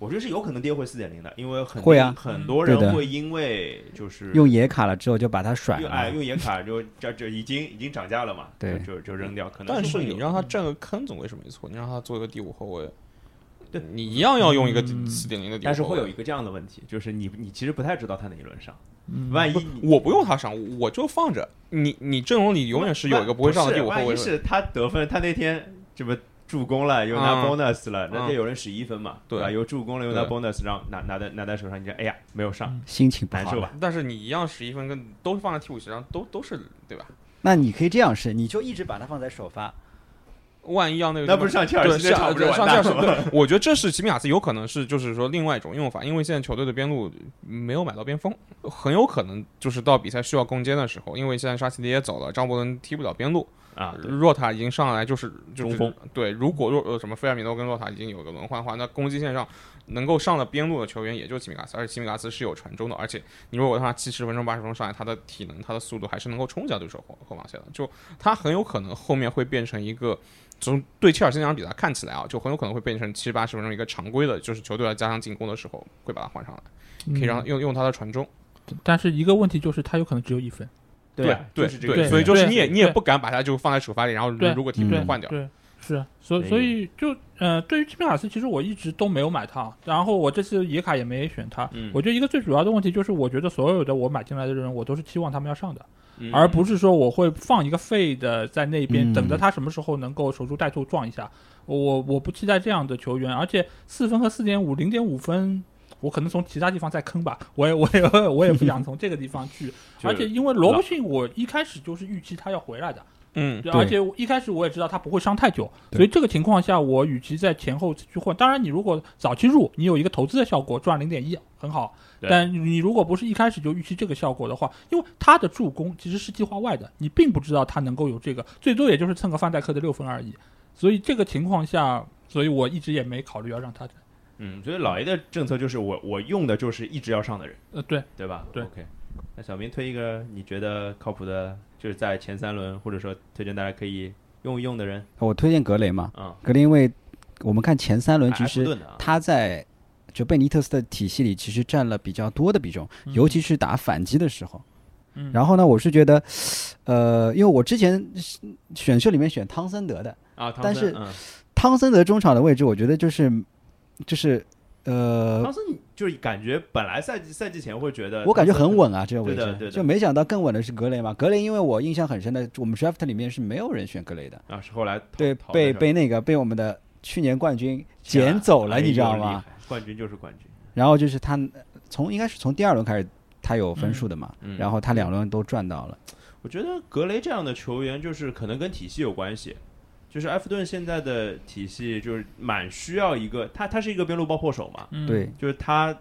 Speaker 1: 我觉得是有可能跌回四点零的，因为很
Speaker 2: 会啊
Speaker 1: 很多
Speaker 2: 对
Speaker 1: 人
Speaker 2: 的
Speaker 1: 会因为就是
Speaker 2: 用野卡了之后就把它甩
Speaker 1: 用哎
Speaker 2: 了，
Speaker 1: 用野卡就这这已经已经涨价了嘛，
Speaker 2: 对
Speaker 1: 就就就扔掉，可能
Speaker 3: 但是
Speaker 1: 会有嗯
Speaker 3: 你让他占个坑总归是没错，你让他做一个第五后卫，对你一样要用一个四点零的第
Speaker 1: 嗯
Speaker 3: 五后卫，
Speaker 1: 但是会有一个这样的问题，就是你你其实不太知道他哪一轮上，
Speaker 4: 嗯
Speaker 1: 万一你
Speaker 3: 我不用他上，我就放着你，你阵容里永远是有一个不会上的第五后卫
Speaker 1: 万一
Speaker 3: 的。
Speaker 1: 是他得分，他那天这不助攻了，又拿
Speaker 3: 嗯
Speaker 1: bonus 了，那
Speaker 3: 嗯
Speaker 1: 得有人十一分嘛，
Speaker 3: 对
Speaker 1: 吧？又助攻了，又拿
Speaker 3: 对
Speaker 1: bonus，让拿拿在拿在手上，你这哎呀没有上，
Speaker 2: 心情不
Speaker 1: 难
Speaker 2: 好
Speaker 1: 受
Speaker 2: 了。
Speaker 1: 吧？
Speaker 3: 但是你一样十一分跟都放在替补席上，都都是对吧？
Speaker 2: 那你可以这样试，你就一直把它放在首发，
Speaker 3: 万一要那个
Speaker 1: 那不是上切尔
Speaker 3: 对
Speaker 1: 西这
Speaker 3: 上
Speaker 1: 场不是完
Speaker 3: 上切
Speaker 1: 蛋
Speaker 3: 尔西
Speaker 1: 了吗？
Speaker 3: 对，我觉得这是吉米亚斯有可能是就是说另外一种用法，因为现在球队的边路没有买到边锋，很有可能就是到比赛需要攻坚的时候，因为现在沙奇迪也走了，张伯伦踢不了边路，
Speaker 1: 啊，对
Speaker 3: 若塔已经上来就是就是
Speaker 1: 中锋
Speaker 3: 对，如果若呃什么菲尔米诺跟若塔已经有个轮换的话，那攻击线上能够上了边路的球员也就齐米卡斯，而且齐米卡斯是有传中的，而且你如果让他七十分钟八十分钟上来，他的体能他的速度还是能够冲击到对手后后防线的，就他很有可能后面会变成一个。从对切尔西那场比赛看起来啊，就很有可能会变成七八十分钟一个常规的，就是球队来加上进攻的时候会把他换上来，
Speaker 1: 嗯
Speaker 3: 可以让他用用他的传中。
Speaker 4: 嗯但是一个问题就是他有可能只有一分，
Speaker 1: 啊
Speaker 3: 对
Speaker 1: 就是这个
Speaker 3: 对，
Speaker 1: 原因，
Speaker 3: 所以就是
Speaker 4: 对
Speaker 3: 你也你也
Speaker 4: 对
Speaker 3: 不敢把他就放在首发里，然后
Speaker 4: 对
Speaker 3: 如果替补
Speaker 2: 嗯
Speaker 3: 换掉，
Speaker 4: 对，是，啊所以
Speaker 1: 对
Speaker 4: 所以就呃，对于基本卡斯，其实我一直都没有买他，然后我这次野卡也没选他。
Speaker 1: 嗯
Speaker 4: 我觉得一个最主要的问题就是，我觉得所有的我买进来的人，我都是期望他们要上的，
Speaker 1: 嗯
Speaker 4: 而不是说我会放一个废的在那边，
Speaker 2: 嗯
Speaker 4: 等着他什么时候能够守株待兔撞一下。我我不期待这样的球员，而且四分和四点五、零点五分，我可能从其他地方再坑吧。我也我也 我也不想从这个地方去，
Speaker 1: 就
Speaker 4: 而且因为罗伯逊，我一开始就是预期他要回来的，
Speaker 3: 嗯，
Speaker 4: 对，
Speaker 2: 对
Speaker 4: 而且我一开始我也知道他不会伤太久，
Speaker 2: 对
Speaker 4: 所以这个情况下，我与其在前后去换，当然你如果早期入，你有一个投资的效果，赚零点一很好。
Speaker 1: 对
Speaker 4: 但你如果不是一开始就预期这个效果的话，因为他的助攻其实是计划外的，你并不知道他能够有这个，最多也就是蹭个范戴克的六分而已。所以这个情况下，所以我一直也没考虑要让他。
Speaker 1: 嗯，所以老爷的政策就是我我用的就是一直要上的人，
Speaker 4: 呃，对，
Speaker 1: 对吧？
Speaker 4: 对
Speaker 1: OK，那小明推一个你觉得靠谱的，就是在前三轮或者说推荐大家可以用一用的人
Speaker 2: 我推荐格雷嘛，
Speaker 1: 啊，
Speaker 2: 格雷因为我们看前三轮
Speaker 1: 埃
Speaker 2: 其
Speaker 1: 弗
Speaker 2: 实
Speaker 1: 顿的啊，
Speaker 2: 他在就贝尼特斯的体系里其实占了比较多的比重，
Speaker 4: 嗯
Speaker 2: 尤其是打反击的时候。
Speaker 4: 嗯
Speaker 2: 然后呢，我是觉得，呃，因为我之前是选秀里面选汤森德的，
Speaker 1: 啊，汤
Speaker 2: 但
Speaker 1: 森
Speaker 2: 是
Speaker 1: 嗯
Speaker 2: 汤森德中场的位置，我觉得就是就是呃
Speaker 1: 汤，森就是感觉本来赛季赛季前会觉得
Speaker 2: 我感觉
Speaker 1: 汤森
Speaker 2: 很稳啊，这个位
Speaker 1: 对的对
Speaker 2: 置，
Speaker 1: 的
Speaker 2: 就没想到更稳的是格雷嘛。格雷因为我印象很深的，我们 draft 里面是没有人选格雷的，
Speaker 1: 啊，是后来淘
Speaker 2: 对，
Speaker 1: 淘汰
Speaker 2: 被
Speaker 1: 上
Speaker 2: 被那个被我们的去年冠军
Speaker 1: 去
Speaker 2: 捡走了，
Speaker 1: 哎
Speaker 2: 你知道
Speaker 1: 呦
Speaker 2: 吗？？
Speaker 1: 厉害冠军就是冠军，
Speaker 2: 然后就是他呃从应该是从第二轮开始，他有分数的嘛，
Speaker 1: 嗯嗯
Speaker 2: 然后他两轮都赚到了。
Speaker 1: 我觉得格雷这样的球员，就是可能跟体系有关系。就是埃弗顿现在的体系，就是蛮需要一个他，他是一个边路爆破手嘛，
Speaker 4: 嗯，
Speaker 2: 对，
Speaker 1: 就是他，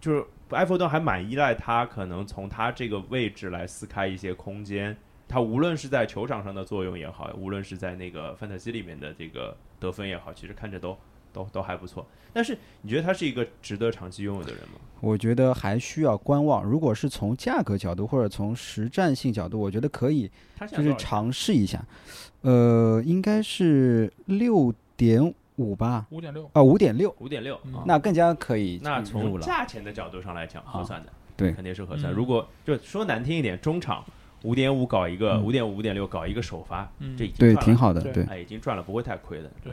Speaker 1: 就是埃弗顿还蛮依赖他，可能从他这个位置来撕开一些空间。他无论是在球场上的作用也好，无论是在那个范特西里面的这个得分也好，其实看着都都都还不错。但是你觉得他是一个值得长期拥有的人吗？
Speaker 2: 我觉得还需要观望。如果是从价格角度或者从实战性角度，我觉得可以
Speaker 1: 他现
Speaker 2: 就
Speaker 1: 在多
Speaker 2: 是
Speaker 1: 少钱
Speaker 2: 尝试一下。呃，应该是六点五吧，
Speaker 4: 五点六，
Speaker 2: 啊，五点六，
Speaker 1: 五点六，
Speaker 4: 嗯
Speaker 1: 啊
Speaker 2: 那更加可以
Speaker 1: 那
Speaker 2: 入
Speaker 1: 从
Speaker 2: 了。
Speaker 1: 价钱的角度上来讲，
Speaker 2: 啊
Speaker 1: 合算的，
Speaker 2: 对
Speaker 1: 肯定是合算。
Speaker 4: 嗯
Speaker 1: 如果就说难听一点，中场五点五搞一个，
Speaker 2: 嗯
Speaker 1: 五点五五点六搞一个首发，
Speaker 4: 嗯
Speaker 1: 这已经
Speaker 2: 对，
Speaker 1: 赚了
Speaker 2: 挺好的，
Speaker 4: 对
Speaker 2: 对，
Speaker 1: 哎，已经赚了，不会太亏的。
Speaker 4: 对，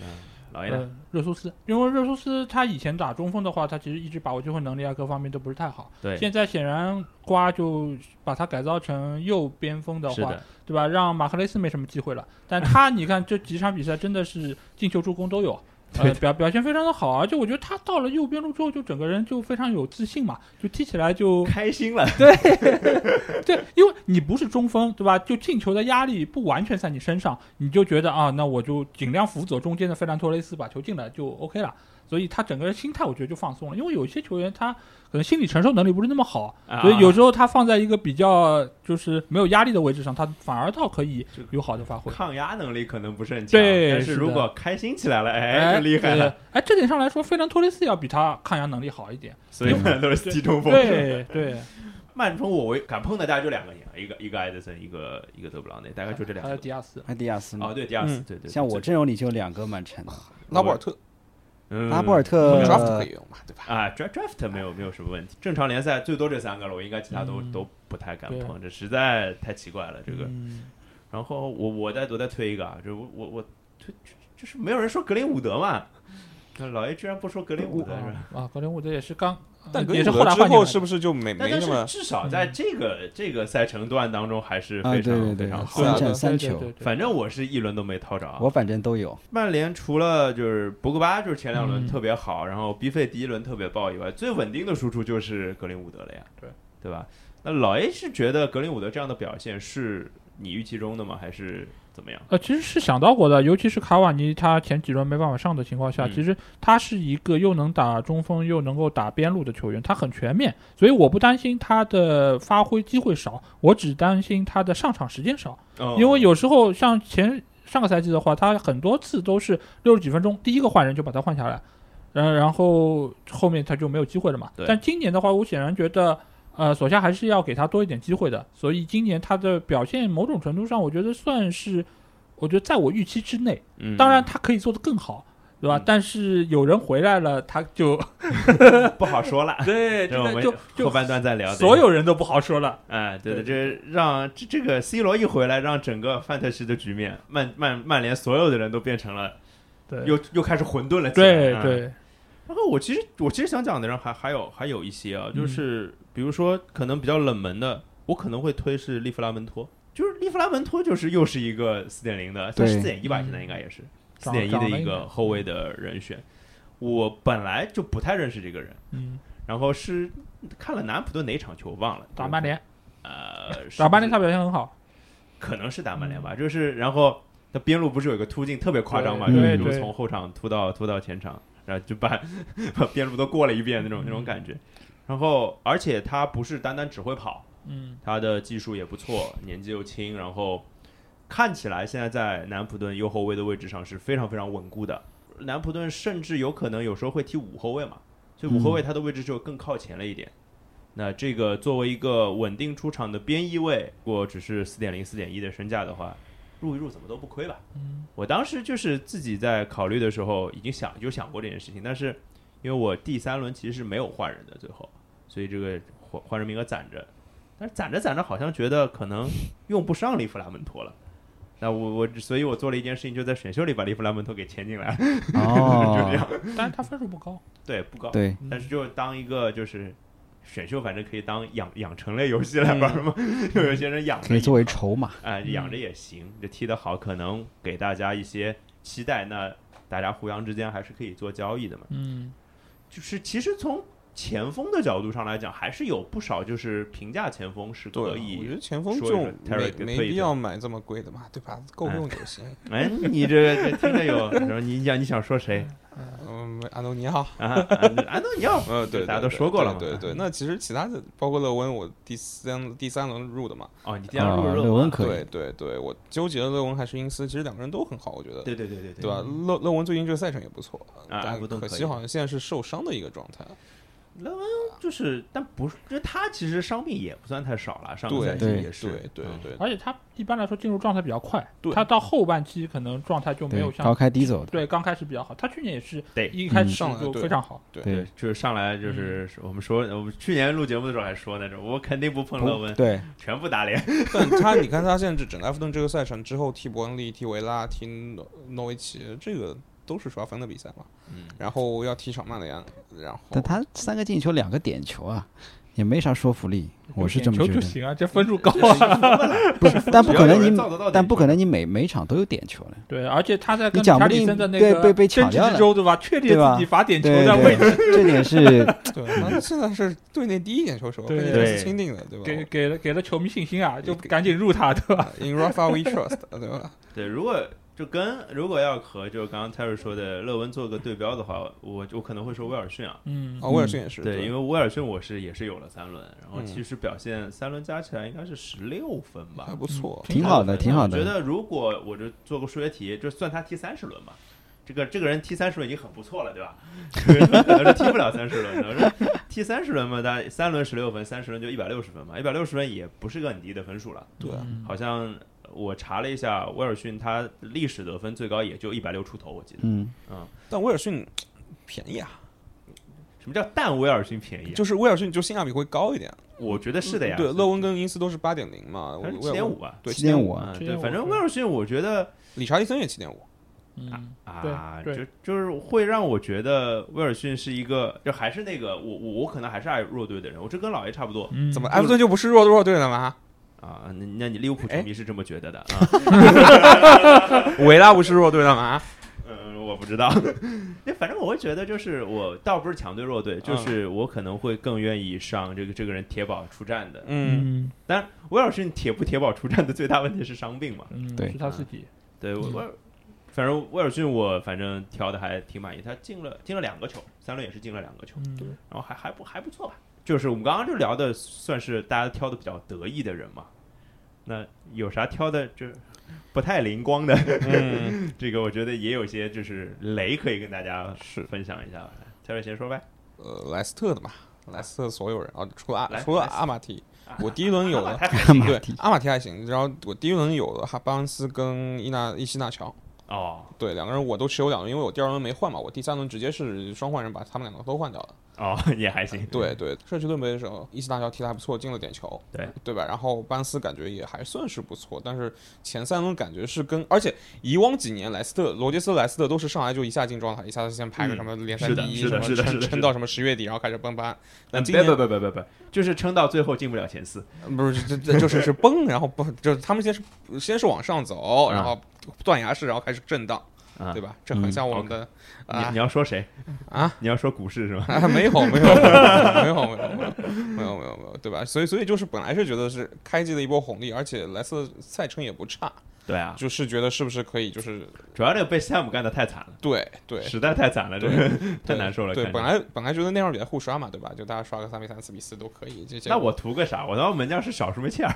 Speaker 1: 嗯，老爷呢？
Speaker 4: 呃，热苏斯，因为热苏斯他以前打中锋的话，他其实一直把握机会能力啊，各方面都不是太好。
Speaker 1: 对，
Speaker 4: 现在显然瓜就把他改造成右边锋的
Speaker 1: 是
Speaker 4: 话，
Speaker 1: 的，
Speaker 4: 对吧？让马克雷斯没什么机会了。但他你看这几场比赛真的是进球助 攻都有，
Speaker 1: 对
Speaker 4: 呃，表表现非常的好，而且我觉得他到了右边路之后，就整个人就非常有自信嘛，就踢起来 就
Speaker 1: 开心了，
Speaker 4: 对，因为你不是中锋，对吧？就进球的压力不完全在你身上，你就觉得啊，那我就尽量辅佐中间的费兰托雷斯把球进来就 OK 了。所以他整个人心态，我觉得就放松了。因为有一些球员他可能心理承受能力不是那么好，
Speaker 1: 啊
Speaker 4: 所以有时候他放在一个比较就是没有压力的位置上，他反而倒可以
Speaker 1: 这个
Speaker 4: 有好的发挥。
Speaker 1: 抗压能力可能不是很强，
Speaker 4: 对
Speaker 1: 但
Speaker 4: 是
Speaker 1: 是
Speaker 4: 的
Speaker 1: 如果开心起来了，哎，
Speaker 4: 哎，
Speaker 1: 就厉害了。
Speaker 4: 对。哎，这点上来说，费兰托雷斯要比他抗压能力好一点。
Speaker 1: 所以看都是踢中锋。，
Speaker 4: 对 对，
Speaker 1: 慢冲我唯敢碰的大概就两个人，一个一个埃德森，一个一个德布劳内，大概哎就这两
Speaker 4: 还有
Speaker 1: 个。
Speaker 4: 迪亚斯，
Speaker 2: 埃迪亚斯嘛
Speaker 1: 哦，对，第二次，
Speaker 3: 嗯
Speaker 1: 对对，对
Speaker 2: 像我阵容里就两个曼城的，
Speaker 3: 拉波尔特、
Speaker 1: 嗯
Speaker 2: 拉波尔特、
Speaker 3: draft 可以用嘛，对吧？
Speaker 1: 啊，draft draft 没有没有什么问题，正常联赛最多这三个了，我应该其他都、
Speaker 4: 嗯
Speaker 1: 都不太敢
Speaker 4: 对
Speaker 1: 碰，这实在太奇怪了这个。
Speaker 4: 嗯
Speaker 1: 然后我我再我再推一个啊，就我我我推就就是没有人说格林伍德嘛，那老爷居然不说格林伍德是吧？
Speaker 4: 啊，格林伍德也是刚，呃
Speaker 3: 但格
Speaker 4: 也
Speaker 3: 林
Speaker 4: 是
Speaker 3: 伍
Speaker 4: 后
Speaker 3: 德
Speaker 4: 来
Speaker 3: 之
Speaker 4: 换进
Speaker 3: 后
Speaker 4: 来
Speaker 3: 是
Speaker 4: 的。
Speaker 3: 不是就没
Speaker 1: 但
Speaker 3: 没
Speaker 1: 但
Speaker 3: 那
Speaker 1: 是
Speaker 3: 么？
Speaker 1: 至少在这个这个赛程段当中还是
Speaker 2: 嗯啊
Speaker 1: 非常、
Speaker 2: 对对对
Speaker 1: 非常好
Speaker 3: 是
Speaker 1: 的。
Speaker 2: 三战
Speaker 3: 啊
Speaker 4: 对
Speaker 2: 三
Speaker 4: 对
Speaker 2: 球，
Speaker 4: 对对
Speaker 1: 反正我是一轮都没掏着啊。
Speaker 2: 我反正都有。
Speaker 1: 曼联除了就是博格巴，就是前两轮
Speaker 4: 嗯
Speaker 1: 特别好，然后 B 费第一轮特别爆以外，最稳定的输出就是格林伍德了呀，
Speaker 4: 对
Speaker 1: 对吧？那老 A 是觉得格林伍德这样的表现是你预期中的吗？还是怎么样？
Speaker 4: 呃，其实是想到过的，尤其是卡瓦尼他前几轮没办法上的情况下，
Speaker 1: 嗯
Speaker 4: 其实他是一个又能打中锋又能够打边路的球员，他很全面，所以我不担心他的发挥机会少，我只担心他的上场时间少。
Speaker 1: 哦
Speaker 4: 因为有时候像前上个赛季的话，他很多次都是六十几分钟，第一个换人就把他换下来，然然后后面他就没有机会了嘛
Speaker 1: 对。
Speaker 4: 但今年的话，我显然觉得，呃，索夏还是要给他多一点机会的，所以今年他的表现某种程度上，我觉得算是，我觉得在我预期之内。
Speaker 1: 嗯
Speaker 4: 当然，他可以做得更好。对吧
Speaker 1: 嗯？
Speaker 4: 但是有人回来了，他 就，
Speaker 1: 不好说了
Speaker 4: 对，
Speaker 1: 这我
Speaker 4: 真的
Speaker 1: 们
Speaker 4: 就
Speaker 1: 后
Speaker 4: 就
Speaker 1: 半段再聊。
Speaker 4: 所有人都不好说了。
Speaker 1: 哎，对的，这让这这个 C 罗一回来，让整个范特西的局面，曼曼曼联所有的人都变成了
Speaker 4: 对，
Speaker 1: 又又开始混沌了起来。
Speaker 4: 对
Speaker 1: 哎
Speaker 4: 对，
Speaker 1: 然后我其实我其实想讲的人还还有还有一些啊，
Speaker 4: 嗯
Speaker 1: 就是比如说可能比较冷门的，我可能会推是利弗拉门托，就是利弗拉门托就是又是一个四点零的，
Speaker 2: 对
Speaker 1: 四点一吧，
Speaker 4: 嗯
Speaker 1: 现在应该也是四
Speaker 4: 涨
Speaker 1: 点一
Speaker 4: 涨
Speaker 1: 的
Speaker 4: 了
Speaker 1: 一
Speaker 4: 一
Speaker 1: 个
Speaker 4: 点
Speaker 1: 后卫的人选。我本来就不太认识这个人，
Speaker 4: 嗯，
Speaker 1: 然后是看了南普顿哪场球忘了，
Speaker 4: 打曼联，
Speaker 1: 呃，是
Speaker 4: 打曼联
Speaker 1: 不
Speaker 4: 他
Speaker 1: 是
Speaker 4: 表现很好，
Speaker 1: 可能是打曼联吧，就是然后他边路不是有一个突进特别夸张嘛，就
Speaker 4: 对
Speaker 1: 一路
Speaker 4: 对对
Speaker 1: 从后场突到突到前场，然后就把 把边路都过了一遍那种那种感觉。然后而且他不是单单只会跑，
Speaker 4: 嗯，
Speaker 1: 他的技术也不错，年纪又轻，然后看起来现在在南普顿右后卫的位置上是非常非常稳固的。南普顿甚至有可能有时候会踢五后卫嘛，所以五后卫他的位置就更靠前了一点。那这个作为一个稳定出场的边翼位，如果只是四点零、四点一的身价的话，入一入怎么都不亏吧。
Speaker 4: 嗯
Speaker 1: 我当时就是自己在考虑的时候，已经想就想过这件事情，但是因为我第三轮其实是没有换人的，最后，所以这个换换人名额攒着，但是攒着攒着好像觉得可能用不上利弗拉门托了。那我我所以，我做了一件事情，就在选秀里把利弗拉门托给签进来， 就这样
Speaker 2: 哦，。
Speaker 4: 但是他分数不高，嗯
Speaker 1: 对，不高，
Speaker 2: 对，
Speaker 1: 但是就当一个就是选秀，反正可以当养养成类游戏来玩嘛。就有些人养着
Speaker 2: 嗯可以作
Speaker 1: 也
Speaker 2: 为
Speaker 1: 好
Speaker 2: 筹码。
Speaker 1: 啊、
Speaker 4: 嗯
Speaker 1: 养着也行，就踢得好，可能给大家一些期待，那大家互相之间还是可以做交易的嘛。
Speaker 4: 嗯
Speaker 1: 就是其实从前锋的角度上来讲，还是有不少就是平价前锋是
Speaker 3: 对，啊
Speaker 1: 可
Speaker 3: 我觉
Speaker 1: 以
Speaker 3: 得。前锋
Speaker 1: 说
Speaker 3: 就
Speaker 1: 一说
Speaker 3: 没
Speaker 1: Tarek
Speaker 3: 没
Speaker 1: 退一
Speaker 3: 必
Speaker 1: 下
Speaker 3: 要买这么贵的嘛，对吧？够
Speaker 1: 哎
Speaker 3: 用就行。
Speaker 1: 哎，你这个这听着 有，然后你想你想说谁
Speaker 3: 嗯，安东尼 哈，
Speaker 1: 啊？安安东尼 奥，
Speaker 3: 呃，对，
Speaker 1: 大家
Speaker 3: 对
Speaker 1: 都说过了嘛哎
Speaker 3: 对对对，那其实其他的包括勒温，我第三第三轮入的嘛，
Speaker 1: 哦，你这样入
Speaker 2: 啊
Speaker 1: 热
Speaker 2: 勒温
Speaker 1: 门，
Speaker 2: 可以
Speaker 3: 对对对，我纠结了勒温还是因斯，其实两个人都很好，我觉得。
Speaker 1: 对对对对
Speaker 3: 对啊吧？勒勒文最近这个赛程也不错，
Speaker 1: 啊埃
Speaker 3: 但
Speaker 1: 弗顿
Speaker 3: 可
Speaker 1: 可
Speaker 3: 惜
Speaker 1: 以
Speaker 3: 好像现在是受伤的一个状态。
Speaker 1: 就是，但不是，就他其实伤病也不算太少了，上个
Speaker 3: 对
Speaker 1: 赛季
Speaker 2: 对
Speaker 1: 也是，
Speaker 3: 对对
Speaker 1: 嗯
Speaker 3: 对，
Speaker 4: 而且他一般来说进入状态比较快
Speaker 3: 对，
Speaker 4: 他到后半期可能状态就没有
Speaker 2: 对，
Speaker 4: 像
Speaker 2: 高开低走的，
Speaker 4: 对刚开始比较好，他去年也是
Speaker 1: 对
Speaker 4: 一开始
Speaker 3: 上来
Speaker 4: 就
Speaker 3: 对
Speaker 4: 非常好，
Speaker 3: 对
Speaker 2: 对，
Speaker 1: 就是上来就是
Speaker 3: 嗯
Speaker 1: 我们说，我们去年录节目的时候还说那种，我肯定不碰勒温，
Speaker 2: 对，
Speaker 1: 全部打 脸。
Speaker 3: 但他你看他现在整个埃弗顿这个赛程之后，踢伯恩利、踢维拉、踢诺诺维奇，这个都是刷分的比赛嘛。
Speaker 1: 嗯
Speaker 3: 然后要踢场曼联，然后
Speaker 2: 但他三个进球两个点球啊，也没啥说服力，我是这么
Speaker 4: 有
Speaker 2: 觉
Speaker 4: 点
Speaker 2: 得
Speaker 4: 球就。行啊，这分数高 啊。
Speaker 2: 不是，但不可能
Speaker 1: 只要有人
Speaker 2: 你
Speaker 1: 造得到点球
Speaker 2: 但不可能你每每场都有点球的，
Speaker 4: 对，而且他在跟
Speaker 2: 你讲不
Speaker 4: 查
Speaker 2: 定
Speaker 4: 理森的那
Speaker 2: 对
Speaker 4: 个
Speaker 2: 被被
Speaker 4: 争
Speaker 2: 抢
Speaker 4: 执
Speaker 2: 掉
Speaker 4: 之
Speaker 2: 了
Speaker 4: 中，对吧？确定
Speaker 2: 对吧
Speaker 4: 自己罚点球
Speaker 2: 对
Speaker 4: 在位置，
Speaker 2: 对，这点是
Speaker 3: 对，他现在是队内第一点球手，
Speaker 4: 对
Speaker 3: 被尼克斯钦定的，对吧？
Speaker 4: 给给了给了球迷信心啊，就赶紧入他， 对吧？
Speaker 3: 啊 In Rafa we trust，对吧？
Speaker 1: 对，如果就跟如果要和就是刚刚 Terry 说的勒温做个对标的话，我我可能会说威尔逊啊，
Speaker 4: 嗯
Speaker 3: 啊，威尔逊也是，
Speaker 1: 对，因
Speaker 3: 为
Speaker 1: 为威尔逊我是也是有了三轮，然后
Speaker 3: 嗯
Speaker 1: 其实表现三轮加起来应该是十六分吧
Speaker 3: 还，不错。
Speaker 2: 挺好的，
Speaker 1: 16分
Speaker 2: 挺好
Speaker 1: 我觉得
Speaker 2: 的。
Speaker 1: 如果我就做个数学题，就算他踢三十轮吧。这个这个人踢三十轮已经很不错了，对吧？就是可能是踢不了三十轮，可能是踢三十轮嘛，大家三轮十六分，三十轮就一百六十分嘛，一百六十分也不是个很低的分数了。
Speaker 3: 对，啊
Speaker 4: 嗯
Speaker 1: 好像我查了一下，威尔逊他历史得分最高也就一百六出头，我记得。
Speaker 2: 嗯，
Speaker 1: 嗯，
Speaker 3: 但威尔逊便宜啊，
Speaker 1: 什么叫但威尔逊便宜啊？
Speaker 3: 就是威尔逊就性价比会高一点。
Speaker 1: 我觉得是的呀。
Speaker 3: 对，勒温跟因斯都是八点零嘛，
Speaker 1: 他是
Speaker 3: 威
Speaker 1: 七
Speaker 3: 尔
Speaker 1: 点五，吧？
Speaker 3: 对，
Speaker 2: 七点
Speaker 3: 五，
Speaker 2: 五啊，
Speaker 1: 嗯，
Speaker 4: 7.5
Speaker 1: 对，反正
Speaker 4: 是
Speaker 1: 威尔逊，我觉得
Speaker 3: 理查利森也七点五，
Speaker 4: 嗯，
Speaker 1: 啊，
Speaker 4: 对
Speaker 1: 就
Speaker 4: 对
Speaker 1: 就是会让我觉得威尔逊是一个，就还是那个我我我可能还是爱弱队的人，我这跟老爷差不多
Speaker 4: 嗯
Speaker 3: 怎么埃弗顿就不是弱弱队了吗？
Speaker 1: 啊。那那你利物浦
Speaker 4: 哎
Speaker 1: 球迷是这么觉得 的啊？
Speaker 3: 维拉不是弱队了吗？
Speaker 1: 嗯，我不知道。 那反正我会觉得，就是我倒不是强队弱队，
Speaker 4: 嗯
Speaker 1: 就是我可能会更愿意上这个这个人铁保出战的。
Speaker 3: 嗯，
Speaker 4: 嗯
Speaker 1: 当然，威尔逊铁不铁保出战的最大问题是伤病嘛。
Speaker 4: 嗯，
Speaker 2: 对
Speaker 4: 是他自己，
Speaker 1: 对，我
Speaker 4: 嗯
Speaker 1: 我反正威尔逊我反正挑的还挺满意，他进了进了两个球，三轮也是进了两个球，
Speaker 4: 嗯，
Speaker 1: 然后还还不还不错吧。就是我们刚刚就聊的，算是大家挑的比较得意的人嘛。那有啥挑的就不太灵光的？
Speaker 3: 嗯
Speaker 1: 这个我觉得也有些就是雷可以跟大家
Speaker 3: 是
Speaker 1: 分享一下吧。泰瑞先说呗。
Speaker 3: 呃，莱斯特的嘛，莱斯特所有人啊，除了
Speaker 1: 莱
Speaker 3: 阿除了
Speaker 1: 莱斯
Speaker 3: 阿马蒂，我第一轮有的，对
Speaker 2: 蒂
Speaker 3: 阿马蒂还行，然后我第一轮有的哈巴恩斯跟伊纳伊西纳乔，
Speaker 1: 哦
Speaker 3: 对两个人我都持有两轮，因为我第二轮没换嘛，我第三轮直接是双换人把他们两个都换掉了。
Speaker 1: 哦，也还行。
Speaker 3: 对对，社区盾杯的时候，伊西纳乔踢的还不错，进了点球，
Speaker 1: 对
Speaker 3: 对吧？然后班斯感觉也还算是不错，但是前三轮感觉是跟，而且以往几年莱斯特、罗杰斯、莱斯特都是上来就一下进状态，一下子先排个
Speaker 1: 嗯
Speaker 3: 什么联赛
Speaker 1: 是
Speaker 3: 第
Speaker 1: 的
Speaker 3: 一，
Speaker 1: 是的
Speaker 3: 什
Speaker 1: 是的
Speaker 3: 么
Speaker 1: 是
Speaker 3: 撑
Speaker 1: 的是
Speaker 3: 撑到什么十月底，然后开始崩班。但
Speaker 1: 嗯，
Speaker 3: 今
Speaker 1: 别
Speaker 3: 年
Speaker 1: 别别别别别，就是撑到最后进不了前四。
Speaker 3: 不是这这就是是崩，然后崩，就是他们先是先是往上走，
Speaker 1: 啊
Speaker 3: 然后断崖式，然后开始震荡，
Speaker 1: 啊
Speaker 3: 对吧？这很像我们的
Speaker 1: 你
Speaker 3: 啊
Speaker 1: 你要说谁？
Speaker 3: 啊。
Speaker 1: 你要说股市 是吧？
Speaker 3: 啊， 没有没有没有没有没有没有没有没有没有，对吧？所以所以就是本来是觉得是开季的一波红利，而且莱斯特赛程也不差，
Speaker 1: 对啊，
Speaker 3: 就是觉得是不是可以就是
Speaker 1: 主要这个被西汉姆干的太惨了，
Speaker 3: 对对
Speaker 1: 实在太惨了，这
Speaker 3: 对
Speaker 1: 个太
Speaker 3: 对
Speaker 1: 难受了。
Speaker 3: 对，
Speaker 1: 看着
Speaker 3: 本来本来觉得那场比赛互刷嘛，对吧？就大家刷个三比三、四比四都可以。这
Speaker 1: 那我图个啥？我当门将是小数梅 切尔，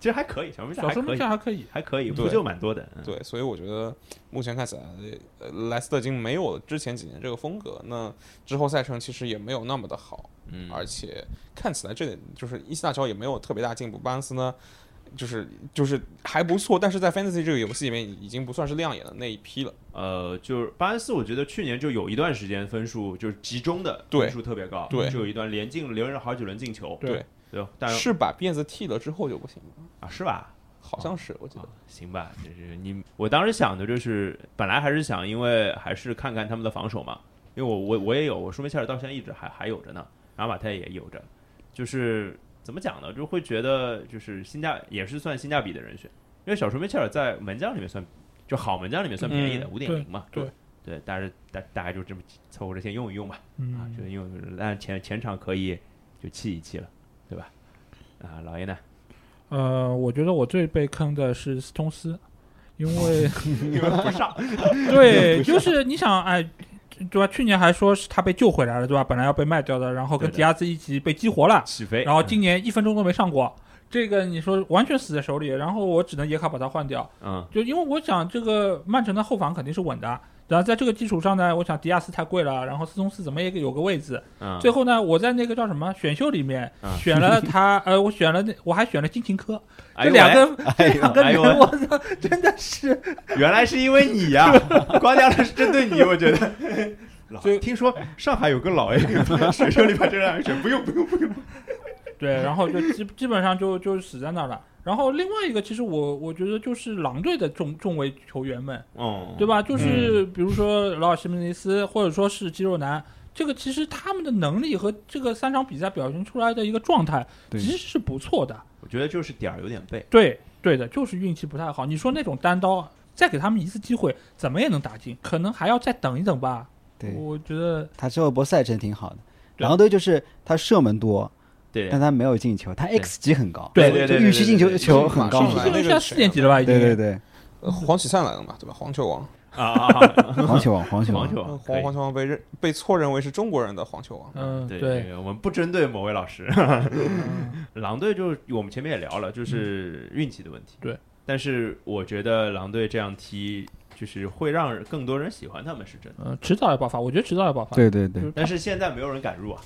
Speaker 1: 其实还可以，小数梅切尔还可
Speaker 4: 小说名
Speaker 1: 以
Speaker 4: 下，还可以，
Speaker 1: 还可以，
Speaker 3: 对
Speaker 1: 补救蛮多的。嗯
Speaker 3: 对，所以我觉得目前看起来，呃莱斯特已经没有之前几年这个风格，那之后赛程其实也没有那么的好，
Speaker 1: 嗯
Speaker 3: 而且看起来这点就是伊斯纳乔也没有特别大进步，巴恩斯呢。就是就是还不错，但是在 Fantasy 这个游戏里面已经不算是亮眼的那一批了。
Speaker 1: 呃，就是巴恩斯，我觉得去年就有一段时间分数就是集中的
Speaker 3: 对
Speaker 1: 分数特别高，
Speaker 3: 对
Speaker 1: 就有一段连进连了好几轮进球，
Speaker 4: 对
Speaker 3: 对
Speaker 1: 对吧，但
Speaker 3: 是把辫子剃了之后就不行了，
Speaker 1: 啊是吧？
Speaker 3: 好像是我记
Speaker 1: 啊
Speaker 3: 得。，
Speaker 1: 行吧，就是你，我当时想的就是，本来还是想，因为还是看看他们的防守嘛，因为我我我也有，我舒梅切尔到现在一直还还有着呢，然后马泰也有着，就是怎么讲呢，就会觉得就是性价也是算性价比的人选，因为小舒梅切尔在门将里面算就好门将里面算便宜的
Speaker 3: 嗯
Speaker 1: 五点零嘛，
Speaker 4: 对
Speaker 1: 对对，但是大大家就这么凑合着先用一用吧，啊，就
Speaker 4: 嗯，
Speaker 1: 用一用，但是前前场可以就弃一弃了，对吧？啊，老爷呢？
Speaker 4: 呃，我觉得我最被坑的是斯通斯，因为
Speaker 1: 因为哦不上，
Speaker 4: 对，就是你想，哎，对吧？去年还说是他被救回来了，对吧？本来要被卖掉的，然后跟
Speaker 1: 对的
Speaker 4: 迪亚兹一起被激活了，
Speaker 1: 起飞，
Speaker 4: 然后今年一分钟都没上过。这个你说完全死在手里，然后我只能野卡把他换掉，
Speaker 1: 嗯，
Speaker 4: 就因为我想这个曼城的后防肯定是稳的，然后在这个基础上呢，我想迪亚斯太贵了，然后斯通斯怎么也有个位置，
Speaker 1: 嗯，
Speaker 4: 最后呢，我在那个叫什么选秀里面
Speaker 1: 啊
Speaker 4: 选了他，呃，我选了那我还选了金琴科，
Speaker 1: 哎
Speaker 4: 这
Speaker 1: 呦喂
Speaker 4: 两个
Speaker 1: 哎
Speaker 4: 这
Speaker 1: 呦
Speaker 4: 两个
Speaker 1: 哎呦
Speaker 4: 人，
Speaker 1: 喂
Speaker 4: 我操，真的是
Speaker 1: 原来是因为你呀、瓜迪奥拉是针对你，我觉得。老
Speaker 4: 就
Speaker 1: 听说上海有个老 A 学生里把这两人选，不用不用不用。
Speaker 4: 对，然后就基 基本上就就死在那儿了。然后另外一个，其实我我觉得就是狼队的重重围球员们，
Speaker 1: 哦
Speaker 4: 对？吧？就是比如说劳尔·西门尼斯，或者说是肌肉男，这个其实他们的能力和这个三场比赛表现出来的一个状态，其
Speaker 2: 对
Speaker 4: 实是不错的。
Speaker 1: 我觉得就是点儿有点背。
Speaker 4: 对对的，就是运气不太好。你说那种单刀，再给他们一次机会，怎么也能打进，可能还要再等一等吧。
Speaker 2: 对
Speaker 4: 我觉得
Speaker 2: 他之后博赛真挺好的。
Speaker 4: 对
Speaker 2: 狼队就是他射门多，
Speaker 1: 对
Speaker 2: 但他没有进球，他 X 级很高，
Speaker 4: 对
Speaker 1: 对
Speaker 2: 就
Speaker 1: 对
Speaker 2: 预期进球
Speaker 1: 对对对
Speaker 2: 球很高
Speaker 3: 上
Speaker 4: 预
Speaker 3: 来
Speaker 4: 期
Speaker 1: 哎
Speaker 3: 了那
Speaker 4: 进球
Speaker 3: 个
Speaker 4: 现在
Speaker 3: 谁
Speaker 4: 四点几了吧？已经。
Speaker 2: 对对对，
Speaker 3: 呃黄喜灿来了嘛，对吧？黄球王，
Speaker 1: 啊啊啊！
Speaker 2: 黄球王，黄球
Speaker 1: 黄
Speaker 2: 王，
Speaker 1: 球
Speaker 3: 呃
Speaker 1: 啊，可
Speaker 3: 黄
Speaker 1: 以
Speaker 3: 黄球王被认被错认为是中国人的黄球王，
Speaker 4: 嗯，
Speaker 1: 对
Speaker 4: 对，
Speaker 1: 我们不针对某位老师。
Speaker 4: 嗯
Speaker 1: 狼队就是我们前面也聊了，就是运气的问题。
Speaker 4: 对，
Speaker 1: 但是我觉得狼队这样踢，就是会让更多人喜欢他们，是真的。
Speaker 4: 呃，迟早要爆发，我觉得迟早要爆发。
Speaker 2: 对对
Speaker 4: 就
Speaker 2: 对
Speaker 4: 是，
Speaker 1: 但是现在没有人敢入啊，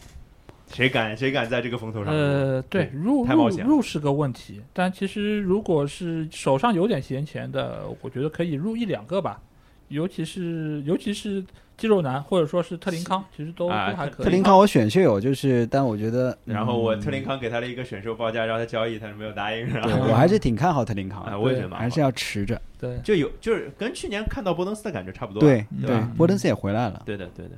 Speaker 1: 谁敢谁敢在这个风头上入？
Speaker 4: 呃，对，入
Speaker 1: 太冒
Speaker 4: 入
Speaker 1: 险了
Speaker 4: 入是个问题，但其实如果是手上有点闲钱的，我觉得可以入一两个吧，尤其是尤其是肌肉男或者说是特林康，其实都、
Speaker 1: 啊
Speaker 4: 都还可以。
Speaker 2: 特林康我选秀有，就是但我觉得，
Speaker 1: 然后我
Speaker 2: 嗯
Speaker 1: 特林康给他了一个选秀报价，让他交易，他是没有答应。然
Speaker 2: 对
Speaker 1: 后
Speaker 2: 我还是挺看好特林康
Speaker 1: 啊，
Speaker 2: 的，
Speaker 1: 我也觉得蛮好
Speaker 2: 还是要持着。
Speaker 4: 对，
Speaker 1: 就有就是跟去年看到波登斯的感觉差不多。
Speaker 2: 对
Speaker 4: 对
Speaker 2: 对
Speaker 4: 吧，
Speaker 2: 波登斯也回来了。
Speaker 1: 对的对的。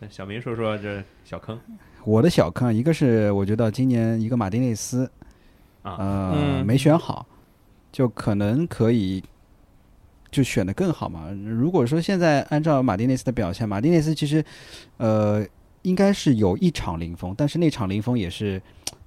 Speaker 1: 那小明说说这小坑
Speaker 2: 我的小坑，一个是我觉得今年一个马丁内斯，
Speaker 1: 啊
Speaker 2: 呃，
Speaker 3: 嗯
Speaker 2: 没选好，就可能可以就选的更好嘛。如果说现在按照马丁内斯的表现，马丁内斯其实呃应该是有一场零封，但是那场零封也是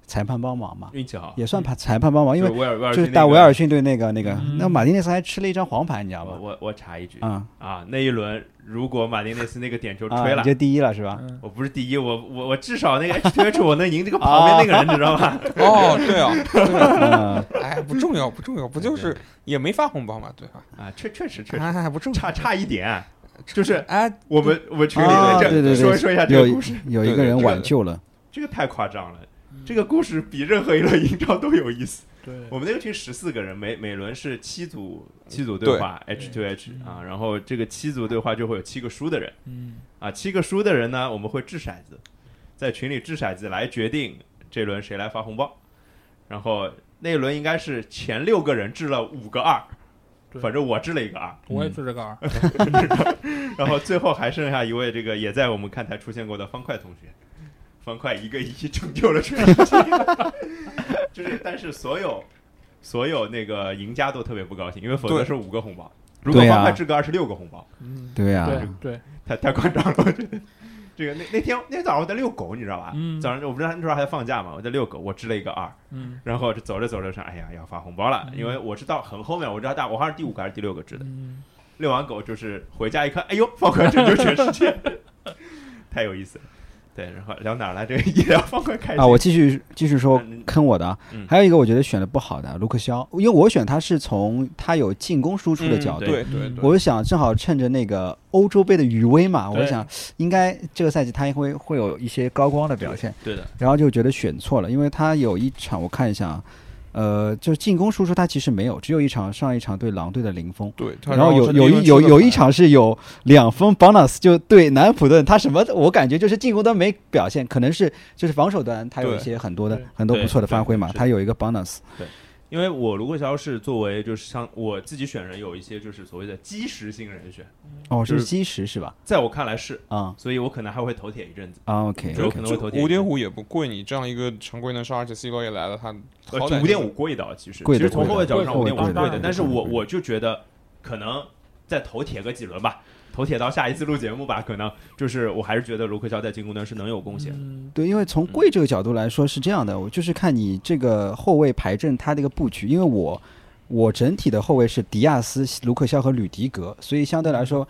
Speaker 2: 裁判帮忙嘛，
Speaker 1: 运气好，
Speaker 2: 也算判裁判帮忙，因为
Speaker 1: 嗯就威尔威尔
Speaker 2: 就
Speaker 1: 逊
Speaker 2: 是
Speaker 1: 那
Speaker 2: 打
Speaker 1: 个
Speaker 2: 维尔逊队那个那个，
Speaker 4: 嗯
Speaker 2: 那马丁内斯还吃了一张黄牌，你知道
Speaker 1: 我
Speaker 2: 吗？
Speaker 1: 我我插一句
Speaker 2: 啊
Speaker 1: 啊，那一轮如果马丁内斯那个点球
Speaker 2: 啊，
Speaker 1: 吹了
Speaker 2: 你就，第一了是 吧？
Speaker 4: 嗯，
Speaker 1: 我不是第一，我我我至少那个 HH 我能赢这个旁边那个人，你知道吗？
Speaker 3: 哦，对啊，对啊，
Speaker 2: 嗯，
Speaker 3: 哎，不重要，不重要，不就是也没发红包嘛，对吧？
Speaker 1: 啊，确确实确实
Speaker 3: 哎，不重要，
Speaker 1: 差差一点，就是
Speaker 3: 哎，
Speaker 1: 我们我们群里
Speaker 2: 啊
Speaker 1: 的这
Speaker 2: 对对对
Speaker 1: 说说一下这
Speaker 2: 有
Speaker 1: 个故事，
Speaker 2: 有一个人挽救了，
Speaker 1: 这个太夸张了。这个故事比任何一轮英超都有意思。
Speaker 4: 对，
Speaker 1: 我们那个群十四个人，每每轮是七组七组
Speaker 3: 对
Speaker 1: 话 H to H 啊，然后这个七组对话就会有七个输的人
Speaker 4: 嗯，
Speaker 1: 啊，七个输的人呢，我们会掷骰子，在群里掷骰子来决定这轮谁来发红包。然后那一轮应该是前六个人掷了五个二，
Speaker 4: 对
Speaker 1: 反正我掷了一个二，
Speaker 4: 我
Speaker 2: 嗯
Speaker 4: 也是这 个二，
Speaker 1: 然后最后还剩下一位这个也在我们看台出现过的方块同学，方块一个一拯救了全世界， 就是但是所有所有那个赢家都特别不高兴，因为否则
Speaker 3: 对
Speaker 1: 是五个红包，如果
Speaker 2: 对啊
Speaker 1: 方块掷个二十六个红包，
Speaker 4: 嗯，
Speaker 2: 对啊呀、
Speaker 4: 对对，
Speaker 1: 太太夸张了， 我觉得。这个那那天那天早上我在遛狗，你知道吧？
Speaker 4: 嗯
Speaker 1: 早上我不是那时候还在放假嘛，我在遛狗，我掷了一个二，
Speaker 4: 嗯
Speaker 1: 然后就走着走着想，哎呀要发红包了，
Speaker 4: 嗯
Speaker 1: 因为我知道很后面，我知道大我好像是第五个还是第六个掷的，
Speaker 4: 嗯，
Speaker 1: 遛完狗就是回家一看，哎呦，方块拯救全世界， 太有意思了。对，然后聊哪儿来？ 这个医疗方块开心
Speaker 2: 啊，我继续继续说
Speaker 1: 嗯
Speaker 2: 坑我的啊，
Speaker 1: 嗯
Speaker 2: 还有一个我觉得选的不好的卢克肖，因为我选他是从他有进攻输
Speaker 1: 嗯
Speaker 2: 出的角度，
Speaker 3: 对对对，
Speaker 2: 我就想正好趁着那个欧洲杯的余威嘛，我
Speaker 4: 对
Speaker 2: 想应该这个赛季他应该会有一些高光的表现，
Speaker 1: 对的，
Speaker 2: 然后就觉得选错了，因为他有一场我看一下啊，呃，就是进攻输出他其实没有，只有一场上一场对狼队的零封。
Speaker 3: 对，他
Speaker 2: 然后有
Speaker 3: 是
Speaker 2: 有
Speaker 3: 利用
Speaker 2: 一有
Speaker 3: 这个
Speaker 2: 有一
Speaker 3: 牌
Speaker 2: 场是有两分 bonus 就对南普顿，他什么我感觉就是进攻端没表现，可能是就是防守端他有一
Speaker 3: 对
Speaker 2: 些很多的
Speaker 4: 对
Speaker 2: 很多不错的
Speaker 1: 对
Speaker 2: 发挥嘛，
Speaker 1: 是的
Speaker 2: 他有一个 bonus，
Speaker 1: 因为我卢克肖是作为就是像我自己选人有一些就是所谓的基石性人选，
Speaker 2: 哦
Speaker 1: 就是
Speaker 2: 是基石是吧？
Speaker 1: 在我看来是，
Speaker 2: 啊
Speaker 1: 所以我可能还会头铁一阵子，呃
Speaker 2: 啊
Speaker 3: 嗯
Speaker 2: OK，
Speaker 1: 有可能会头铁
Speaker 3: 五点，五也不贵，你这样一个常规能杀，而且 C 罗也来了，他好歹
Speaker 1: 五点五贵的，啊其实
Speaker 2: 贵
Speaker 1: 其
Speaker 2: 的
Speaker 1: 实从后卫角度上五
Speaker 4: 贵
Speaker 1: 点
Speaker 4: 的
Speaker 1: 五是
Speaker 4: 贵的
Speaker 1: 贵
Speaker 4: 贵
Speaker 1: 的
Speaker 4: 的，
Speaker 1: 但是我
Speaker 2: 贵的
Speaker 1: 我就觉得可能再头铁个几轮吧，头铁到下一次录节目吧，可能就是我还是觉得卢克肖在进攻端是能有贡献的。
Speaker 4: 嗯，
Speaker 2: 对，因为从贵这个角度来说是这样的，我就是看你这个后卫排阵他的一个布局，因为我我整体的后卫是迪亚斯、卢克肖和吕迪格，所以相对来说，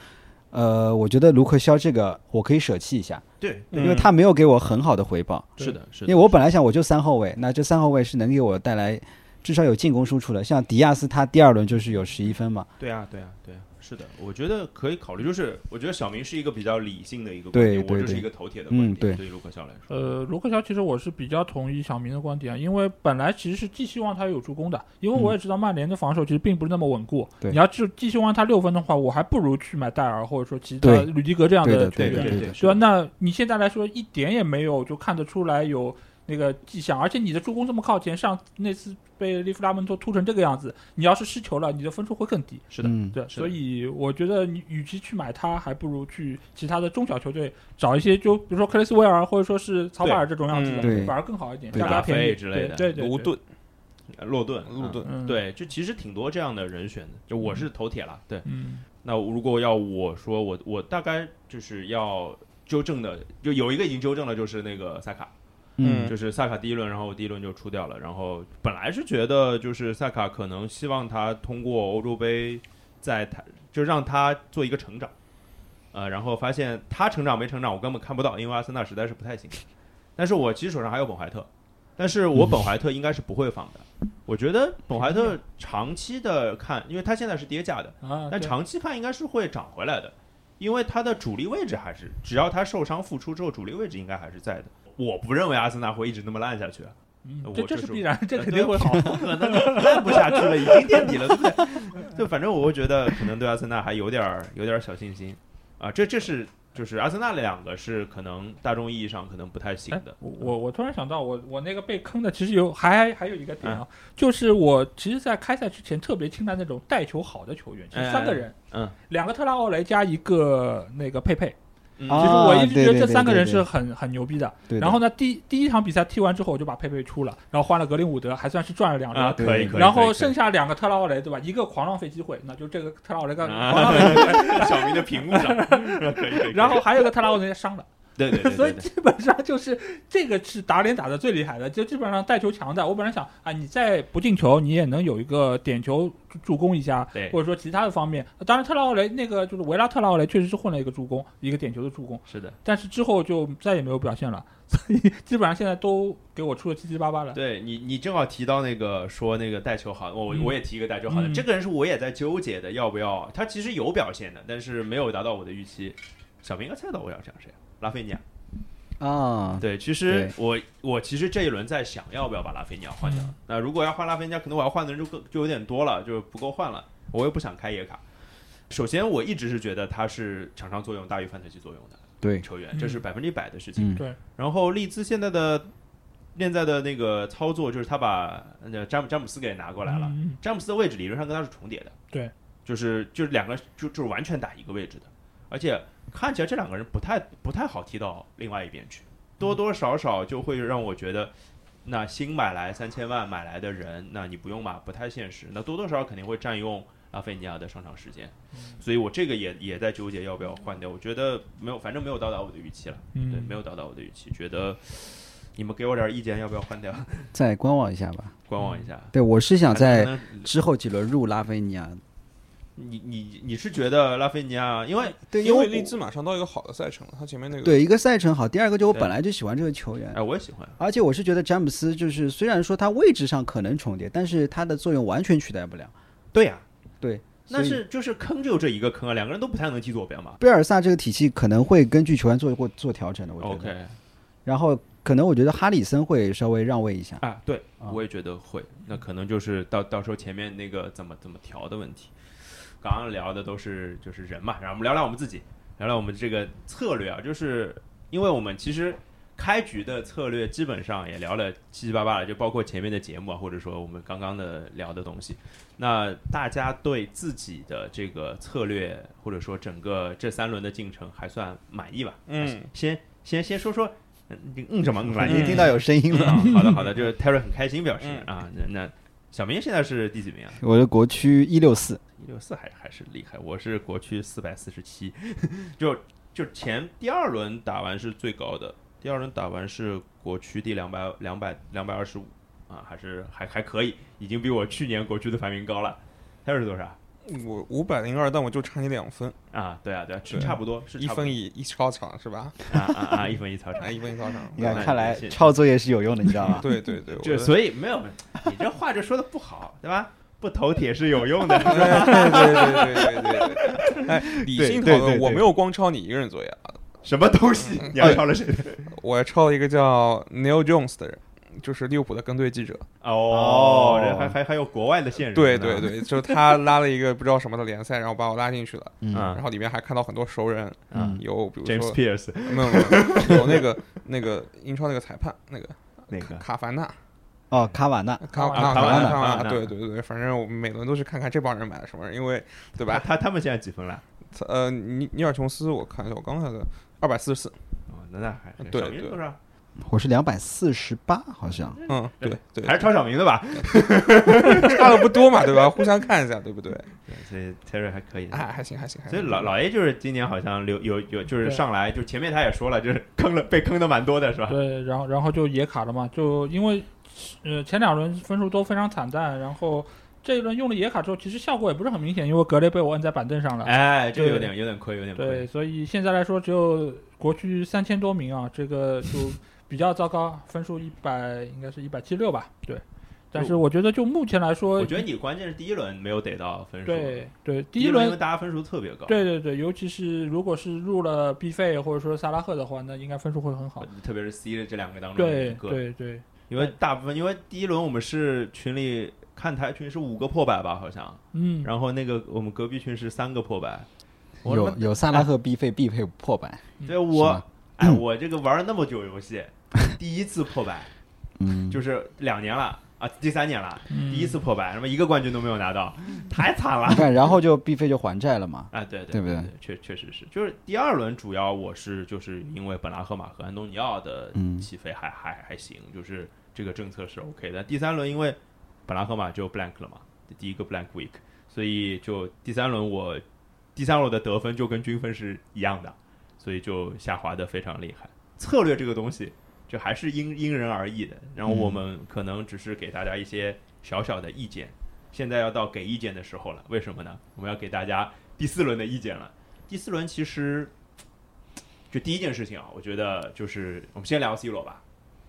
Speaker 2: 呃，我觉得卢克肖这个我可以舍弃一下，
Speaker 1: 对，嗯
Speaker 2: 因为他没有给我很好的回报，
Speaker 1: 是的，是
Speaker 2: 因为我本来想我就三后卫，那这三后卫是能给我带来至少有进攻输出的，像迪亚斯他第二轮就是有十一分嘛，
Speaker 1: 对啊，对啊，对啊，是的，我觉得可以考虑。就是我觉得小明是一个比较理性的一个观
Speaker 2: 对
Speaker 1: 点，我
Speaker 2: 对
Speaker 1: 就是
Speaker 2: 对
Speaker 1: 一个头铁的
Speaker 2: 嗯
Speaker 1: 观点。
Speaker 2: 对
Speaker 1: 对于卢克肖来说，
Speaker 4: 呃，卢克肖其实我是比较同意小明的观点，啊因为本来其实是寄希望他有助攻的，因为我也知道曼联的防守其实并不是那么稳固。
Speaker 2: 嗯对
Speaker 4: 你要寄寄希望他六分的话，我还不如去买戴尔或者说其他
Speaker 2: 对
Speaker 4: 吕迪格这样
Speaker 2: 对的，
Speaker 4: 球
Speaker 2: 对
Speaker 4: 员
Speaker 2: 的，。
Speaker 1: 对
Speaker 2: 对
Speaker 1: 对
Speaker 2: 的，
Speaker 1: 是
Speaker 4: 啊对吧？啊那你现在来说一点也没有，就看得出来有那个迹象，而且你的助攻这么靠前，上那次被利弗拉门托突成这个样子，你要是失球了，你的分数会更低。
Speaker 1: 是的，
Speaker 2: 嗯，
Speaker 4: 对，
Speaker 1: 是的
Speaker 4: 所以我觉得你与其去买他，还不如去其他的中小球队找一些，就比如说克雷斯威尔或者说是曹法尔这种样子的，
Speaker 3: 嗯
Speaker 2: 对
Speaker 4: 反而更好一点，
Speaker 2: 对
Speaker 4: 价
Speaker 1: 达
Speaker 4: 格便
Speaker 1: 菲
Speaker 4: 宜
Speaker 1: 之类的
Speaker 4: 对对，对
Speaker 3: 卢，顿，
Speaker 1: 呃洛顿，
Speaker 3: 卢
Speaker 1: 啊
Speaker 3: 顿，
Speaker 4: 嗯，
Speaker 1: 对，就其实挺多这样的人选的。就
Speaker 2: 嗯
Speaker 1: 我是头铁了，对。
Speaker 4: 嗯，
Speaker 1: 那如果要我说，我我大概就是要纠正的，就有一个已经纠正了，就是那个萨卡。
Speaker 2: 嗯，
Speaker 1: 就是萨卡第一轮，然后我第一轮就出掉了。然后本来是觉得就是萨卡可能希望他通过欧洲杯在他就让他做一个成长，呃，然后发现他成长没成长，我根本看不到，因为阿森纳实在是不太行。但是我其实手上还有本怀特，但是我本怀特应该是不会放的。我觉得本怀特长期的看，因为他现在是跌价的，
Speaker 4: 啊，
Speaker 1: 但
Speaker 4: 对
Speaker 1: 长期看应该是会涨回来的，因为他的主力位置还是，只要他受伤复出之后，主力位置应该还是在的。我不认为阿森纳会一直那么烂下去，啊
Speaker 4: 嗯
Speaker 1: 我
Speaker 4: 这
Speaker 1: 就
Speaker 4: 这
Speaker 1: 是呃是
Speaker 4: 必然，这肯定会好。
Speaker 1: 不可能烂不下去了，已经垫底了，对不对？ 就反正我会觉得，可能对阿森纳还有点儿有点儿小信心啊。这这是就是阿森纳两个是可能大众意义上可能不太行
Speaker 4: 哎
Speaker 1: 的，
Speaker 4: 我 我我突然想到我，我那个被坑的，其实有还还有一个点啊，就是我其实，在开赛之前特别青睐那种带球好的球员，其
Speaker 1: 哎哎
Speaker 4: 实三个人，
Speaker 1: 嗯，
Speaker 4: 两个特拉奥雷加一个那个佩佩，
Speaker 1: 嗯
Speaker 4: 其实
Speaker 2: 啊
Speaker 4: 我一直觉得
Speaker 2: 对
Speaker 4: 这
Speaker 2: 对
Speaker 4: 三个人
Speaker 2: 对
Speaker 4: 是
Speaker 2: 对
Speaker 4: 很很牛逼的。
Speaker 2: 对的，
Speaker 4: 然后呢，第第一场比赛踢完之后，我就把佩佩出了，然后换了格林伍德，还算是赚了两
Speaker 1: 啊，
Speaker 4: 轮。
Speaker 1: 可以可以。
Speaker 4: 然
Speaker 1: 可
Speaker 4: 后
Speaker 1: 以
Speaker 4: 剩下两个特拉奥雷，对吧？一个狂浪费机会，那就这个特拉 奥雷干
Speaker 1: 啊
Speaker 4: 狂浪费机会。
Speaker 1: 小明的屏幕上， 可以可以。
Speaker 4: 然后还有一个特拉奥雷伤了，
Speaker 1: 对对对
Speaker 4: 所
Speaker 1: 对
Speaker 4: 以
Speaker 1: 对，
Speaker 4: 基本上就是这个是打脸打的最厉害的，就基本上带球强的。我本来想啊，你再不进球，你也能有一个点球助攻一下，
Speaker 1: 对
Speaker 4: 或者说其他的方面。呃当然，特拉奥雷那个就是维拉特拉奥雷确实是混了一个助攻，一个点球的助攻。
Speaker 1: 是的。
Speaker 4: 但是之后就再也没有表现了，所以基本上现在都给我出的七七八八了。
Speaker 1: 对你，你正好提到那个说那个带球好，我、
Speaker 4: 嗯
Speaker 1: 我也提一个带球好的，
Speaker 4: 嗯
Speaker 1: 这个人是我也在纠结的，要不要？他其实有表现的，但是没有达到我的预期。小明应该猜到我要讲谁，拉菲尼亚。
Speaker 2: 啊，
Speaker 1: 对，其实我我其实这一轮在想要不要把拉菲尼亚换掉。
Speaker 4: 嗯
Speaker 1: 那如果要换拉菲尼亚，可能我要换的人就更就有点多了，就不够换了。我又不想开野卡。首先，我一直是觉得他是场上作用大于范特西作用的
Speaker 2: 对，
Speaker 1: 球员，
Speaker 4: 嗯
Speaker 1: 这是百分之百的事情。
Speaker 2: 嗯，
Speaker 4: 对，
Speaker 1: 然后利兹现在的现在的那个操作就是他把呃詹姆詹姆斯给拿过来了，
Speaker 4: 嗯
Speaker 1: 詹姆斯的位置理论上跟他是重叠的，
Speaker 4: 对，
Speaker 1: 就是就是两个就就是完全打一个位置的，而且看起来这两个人不太不太好踢到另外一边去，多多少少就会让我觉得。那新买来三千万买来的人，那你不用吧，不太现实。那多多少少肯定会占用拉菲尼亚的上场时间，
Speaker 4: 嗯
Speaker 1: 所以我这个也也在纠结要不要换掉。我觉得没有，反正没有到达我的预期了。
Speaker 4: 嗯，
Speaker 1: 对，没有达到我的预期，觉得你们给我点意见，要不要换掉？
Speaker 2: 再观望一下吧。
Speaker 1: 观望一下。
Speaker 2: 对，嗯我是想
Speaker 1: 还
Speaker 2: 在
Speaker 1: 能
Speaker 2: 之后几轮入拉菲尼亚，
Speaker 1: 你你你是觉得拉菲尼亚，因为
Speaker 2: 对，
Speaker 3: 因
Speaker 2: 我
Speaker 3: 为利兹马上到一个好的赛程了，他前面那个
Speaker 2: 对一个赛程好，第二个就我
Speaker 1: 对
Speaker 2: 本来就喜欢这个球员
Speaker 1: 哎，，我也喜欢，
Speaker 2: 而且我是觉得詹姆斯就是虽然说他位置上可能重叠，但是他的作用完全取代不了。
Speaker 1: 对呀、
Speaker 2: 对，
Speaker 1: 但
Speaker 2: 所以
Speaker 1: 是就是坑就这一个坑啊，两个人都不太能踢左边嘛。
Speaker 2: 贝尔萨这个体系可能会根据球员做过做调整的，我觉得。
Speaker 1: OK
Speaker 2: 然后可能我觉得哈里森会稍微让位一下。
Speaker 1: 啊，对，
Speaker 2: 啊
Speaker 1: 我也觉得会，那可能就是到到时候前面那个怎么怎么调的问题。刚刚聊的都是就是人嘛，然后我们聊聊我们自己，聊聊我们这个策略啊，就是因为我们其实开局的策略基本上也聊了七七八八了，就包括前面的节目啊，或者说我们刚刚的聊的东西。那大家对自己的这个策略，或者说整个这三轮的进程还算满意吧？
Speaker 3: 嗯，
Speaker 1: 先先先说说，嗯，你嗯什么嗯来？
Speaker 2: 已经听到有声音了。
Speaker 1: 啊，好的好的，就是 Terry 很开心表示啊，那那小明现在是第几名啊？
Speaker 2: 我的国区一六四，
Speaker 1: 一六六四还还是厉害，我是国区四百四十七， 就就前第二轮打完是最高的，第二轮打完是国区第两百两百两百二十五啊，还是还还可以，已经比我去年国区的排名高了。他又是多少
Speaker 3: 我嗯五百零二，但我就差你两分，
Speaker 1: 啊？对啊，对啊，是
Speaker 3: 对
Speaker 1: 差不多，是
Speaker 3: 一
Speaker 1: 差不多
Speaker 3: 分一一操场是吧？
Speaker 1: 啊啊啊，一分一操场
Speaker 3: 哎，。一分一操 场。
Speaker 2: 你看，
Speaker 1: 那
Speaker 2: 看来
Speaker 1: 谢谢
Speaker 2: 抄作业是有用的，你知道吗？
Speaker 3: 对对对，我
Speaker 1: 这
Speaker 3: 的
Speaker 1: 所以没有，你这话就说的不好，对吧？不头铁是有用的。
Speaker 3: 对对对对对对对，哎，理性讨
Speaker 1: 对对对对
Speaker 3: 论，我没有光抄你一个人作业啊，
Speaker 1: 什么东西？
Speaker 3: 嗯
Speaker 1: 你要抄了谁 的？
Speaker 3: 我还抄了一个叫 Neil Jones 的人，就是利物浦的跟队记者。
Speaker 1: 哦，这还还还有国外的线人。
Speaker 3: 对对，对，就是他拉了一个不知道什么的联赛，然后把我拉进去了，
Speaker 1: 啊
Speaker 3: 然后里面还看到很多熟人，
Speaker 2: 嗯
Speaker 3: 有比如
Speaker 1: ，James
Speaker 3: 说
Speaker 1: Pierce
Speaker 3: 没有没有有那个那个英超那个裁判那个。
Speaker 1: 那个
Speaker 3: 卡凡纳，
Speaker 2: 哦，卡瓦纳，
Speaker 3: 卡
Speaker 4: 卡
Speaker 3: 卡
Speaker 1: 卡
Speaker 3: 凡
Speaker 1: 凡
Speaker 3: 纳，
Speaker 1: 纳
Speaker 3: 卡
Speaker 1: 卡凡纳
Speaker 3: 对对对，反正我们每轮都去看看这帮人买了什么，因为对
Speaker 1: 吧？
Speaker 3: 吧？
Speaker 1: 他他们现在几分了？
Speaker 3: 呃，尼尼尔琼斯，我看一下，我刚看的二百四十四，
Speaker 1: 哦，那那还
Speaker 3: 对
Speaker 1: 小明
Speaker 3: 对
Speaker 1: 多少？
Speaker 2: 我是两百四十八，好像。
Speaker 3: 嗯，对对，
Speaker 1: 还是抄小明的吧？
Speaker 3: 差的不多嘛，对吧？互相看一下，对不对？
Speaker 1: 对所以 Terry 还可以。
Speaker 3: 哎，还行还行还
Speaker 1: 所
Speaker 3: 行。
Speaker 1: 以老老 A 就是今年好像留有有就是
Speaker 4: 对
Speaker 1: 上来就前面他也说了，就是坑了被坑的蛮多的是吧？
Speaker 4: 对，然后然后就野卡了嘛，就因为呃前两轮分数都非常惨淡，然后这一轮用了野卡之后，其实效果也不是很明显，因为格雷被我摁在板凳上了。
Speaker 1: 哎，这个有点有点亏，有点
Speaker 4: 对，
Speaker 1: 亏。
Speaker 4: 所以现在来说只有国区三千多名啊，这个 就比较糟糕，分数一百应该是一百七六吧，对。但是我觉得就目前来说，
Speaker 1: 我觉得你关键是第一轮没有逮到分数，
Speaker 4: 对对第
Speaker 1: 第
Speaker 4: 一
Speaker 1: 轮因
Speaker 4: 轮
Speaker 1: 为大家分数特别高，
Speaker 4: 对对对，尤其是如果是入了 B 费或者说萨拉赫的话，那应该分数会很好。
Speaker 1: 呃特别是 C 的这两个当中的
Speaker 4: 对
Speaker 1: 一个，
Speaker 4: 对对，
Speaker 1: 因为大部分因为第一轮我们是群里看台群是五个破百吧，好像，
Speaker 4: 嗯，
Speaker 1: 然后那个我们隔壁群是三个破百，我他
Speaker 2: 有
Speaker 1: 妈
Speaker 2: 有萨拉赫必费必配破 百，
Speaker 1: 对我
Speaker 2: 吗，
Speaker 1: 哎，我这个玩了那么久游戏，第一次破百
Speaker 2: 嗯，
Speaker 1: 就是两年了啊，第三年了，
Speaker 4: 嗯
Speaker 1: 第一次破百，什么一个冠军都没有拿到，太惨了
Speaker 2: 你。看，然后就必费就还债了嘛，
Speaker 1: 啊，对
Speaker 2: 对
Speaker 1: 对
Speaker 2: 不对
Speaker 1: 对，确确实是，就是第二轮主要我是就是因为本拉赫马和安东尼奥的
Speaker 2: 嗯
Speaker 1: 起飞还还还行，就是这个政策是 OK 的。第三轮因为本拉赫马就 blank 了嘛，第一个 blank week，所以就第三轮我第三轮的得分就跟均分是一样的，所以就下滑的非常厉害。策略这个东西就还是因因人而异的，然后
Speaker 2: 嗯
Speaker 1: 我们可能只是给大家一些小小的意见。现在要到给意见的时候了，为什么呢？我们要给大家第四轮的意见了。第四轮其实就第一件事情啊，我觉得就是我们先聊 C 罗吧，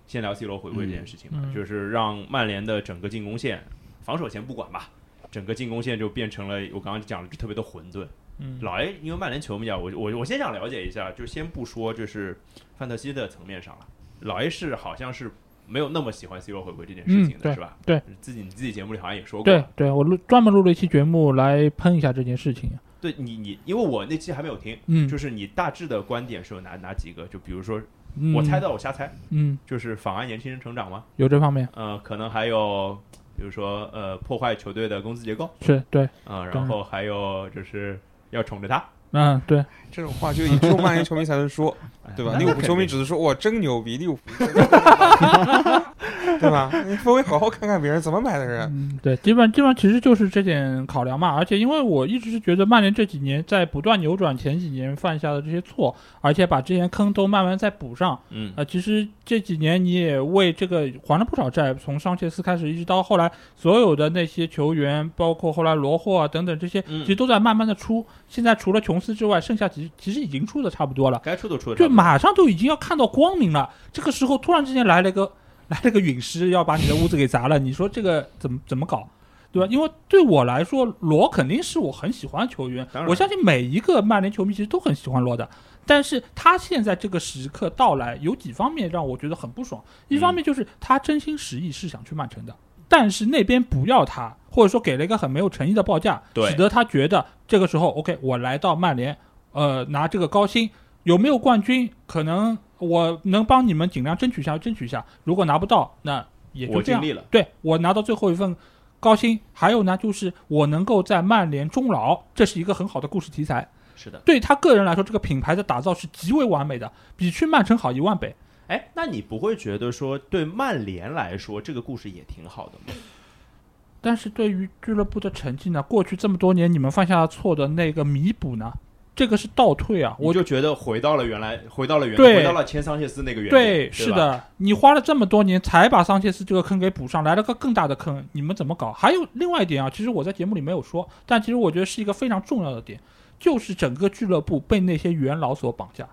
Speaker 1: 先聊 C 罗回归这件事情吧，
Speaker 4: 嗯嗯
Speaker 1: 就是让曼联的整个进攻线，防守先不管吧，整个进攻线就变成了我刚刚讲的就特别的混沌。
Speaker 4: 嗯
Speaker 1: 老 A，因为曼联球迷啊，我我我先想了解一下，就先不说就是范特西的层面上了，老 A 是好像是没有那么喜欢 C 罗回归这件事情的，
Speaker 4: 嗯对
Speaker 1: 是吧？
Speaker 4: 对，
Speaker 1: 自己你自己节目里好像也说过，
Speaker 4: 对对，我录专门录了一期节目来喷一下这件事情。
Speaker 1: 对你你，因为我那期还没有听，
Speaker 4: 嗯，
Speaker 1: 就是你大致的观点是有哪哪几个？就比如说，
Speaker 4: 嗯
Speaker 1: 我猜到，我瞎猜，
Speaker 4: 嗯，
Speaker 1: 就是妨碍年轻人成长吗？
Speaker 4: 有这方面
Speaker 1: 呃，可能还有，比如说呃，破坏球队的工资结构
Speaker 4: 是对，
Speaker 1: 啊、
Speaker 4: 当
Speaker 1: 然
Speaker 4: 然
Speaker 1: 后还有就是要宠着他，
Speaker 4: 嗯对，
Speaker 3: 这种话就只有曼联球迷才能说，对吧？
Speaker 1: 那
Speaker 3: 利物浦球迷只是说哇，真牛逼，利物浦， 对吧？你稍微好好看看别人怎么买的人，啊
Speaker 4: 嗯对，基本基本上其实就是这点考量嘛。而且因为我一直是觉得曼联这几年在不断扭转前几年犯下的这些错，而且把之前坑都慢慢在补上。
Speaker 1: 嗯
Speaker 4: 啊，其实这几年你也为这个还了不少债，从桑切斯开始，一直到后来所有的那些球员，包括后来罗霍啊等等这些，
Speaker 1: 嗯
Speaker 4: 其实都在慢慢的出。现在除了琼斯之外，剩下其实其实已经出的差不多了，
Speaker 1: 该出都出了，
Speaker 4: 就马上就已经要看到光明了。这个时候突然之间来了个 来了个陨石，要把你的屋子给砸了，你说这个怎么怎么搞？对吧？因为对我来说，罗肯定是我很喜欢的球员
Speaker 1: 当，然
Speaker 4: 我相信每一个曼联球迷其实都很喜欢罗的。但是他现在这个时刻到来，有几方面让我觉得很不爽。一方面就是他真心实意是想去曼城的，但是那边不要他，或者说给了一个很没有诚意的报价，
Speaker 1: 对
Speaker 4: 使得他觉得这个时候 OK，我来到曼联，呃，拿这个高薪，有没有冠军，可能我能帮你们尽量争取一下，争取一下。如果拿不到，那也就
Speaker 1: 我
Speaker 4: 这样
Speaker 1: 尽。力了，
Speaker 4: 对我拿到最后一份高薪，还有呢，就是我能够在曼联终老，这是一个很好的故事题材。
Speaker 1: 是的。
Speaker 4: 对他个人来说，这个品牌的打造是极为完美的，比去曼城好一万倍。
Speaker 1: 哎，那你不会觉得说对曼联来说这个故事也挺好的吗？
Speaker 4: 但是对于俱乐部的成绩呢，过去这么多年你们犯下的错的那个弥补呢，这个是倒退啊。
Speaker 1: 我
Speaker 4: 我
Speaker 1: 就觉得回到了原来，回到了原，
Speaker 4: 对
Speaker 1: 回到了前桑切斯那个原点，对，
Speaker 4: 是。的，你花了这么多年才把桑切斯这个坑给补上，来了个更大的坑，你们怎么搞？还有另外一点啊，其实我在节目里没有说，但其实我觉得是一个非常重要的点，就是整个俱乐部被那些元老所绑架，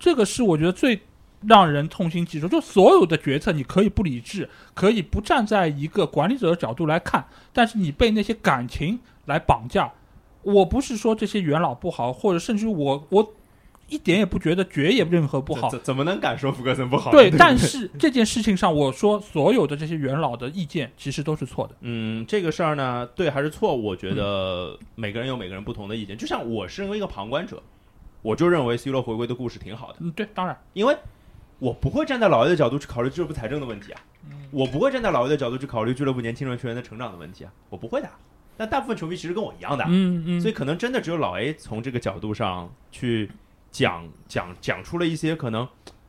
Speaker 4: 这个是我觉得最让人痛心疾首。就所有的决策，你可以不理智，可以不站在一个管理者的角度来看，但是你被那些感情来绑架。我不是说这些元老不好，或者甚至于我我一点也不觉得爵爷任何不好，
Speaker 1: 怎怎么能敢说福格森不好呢？
Speaker 4: 对，
Speaker 1: 不
Speaker 4: 但是这件事情上，我说所有的这些元老的意见其实都是错的。
Speaker 1: 嗯，这个事儿呢，对还是错，我觉得每个人有每个人不同的意见。就像我身为一个旁观者，我就认为 C 罗回归的故事挺好的，
Speaker 4: 嗯，对，当然，
Speaker 1: 因为我不会站在老爷的角度去考虑俱乐部财政的问题啊，
Speaker 4: 嗯
Speaker 1: 我不会站在老爷的角度去考虑俱乐部年轻人球员的成长的问题啊，我不会的。但大部分球迷其实跟我一样的，
Speaker 4: 嗯嗯，
Speaker 1: 所以可能真的只有老 A 从这个角度上去讲讲讲出了一些可能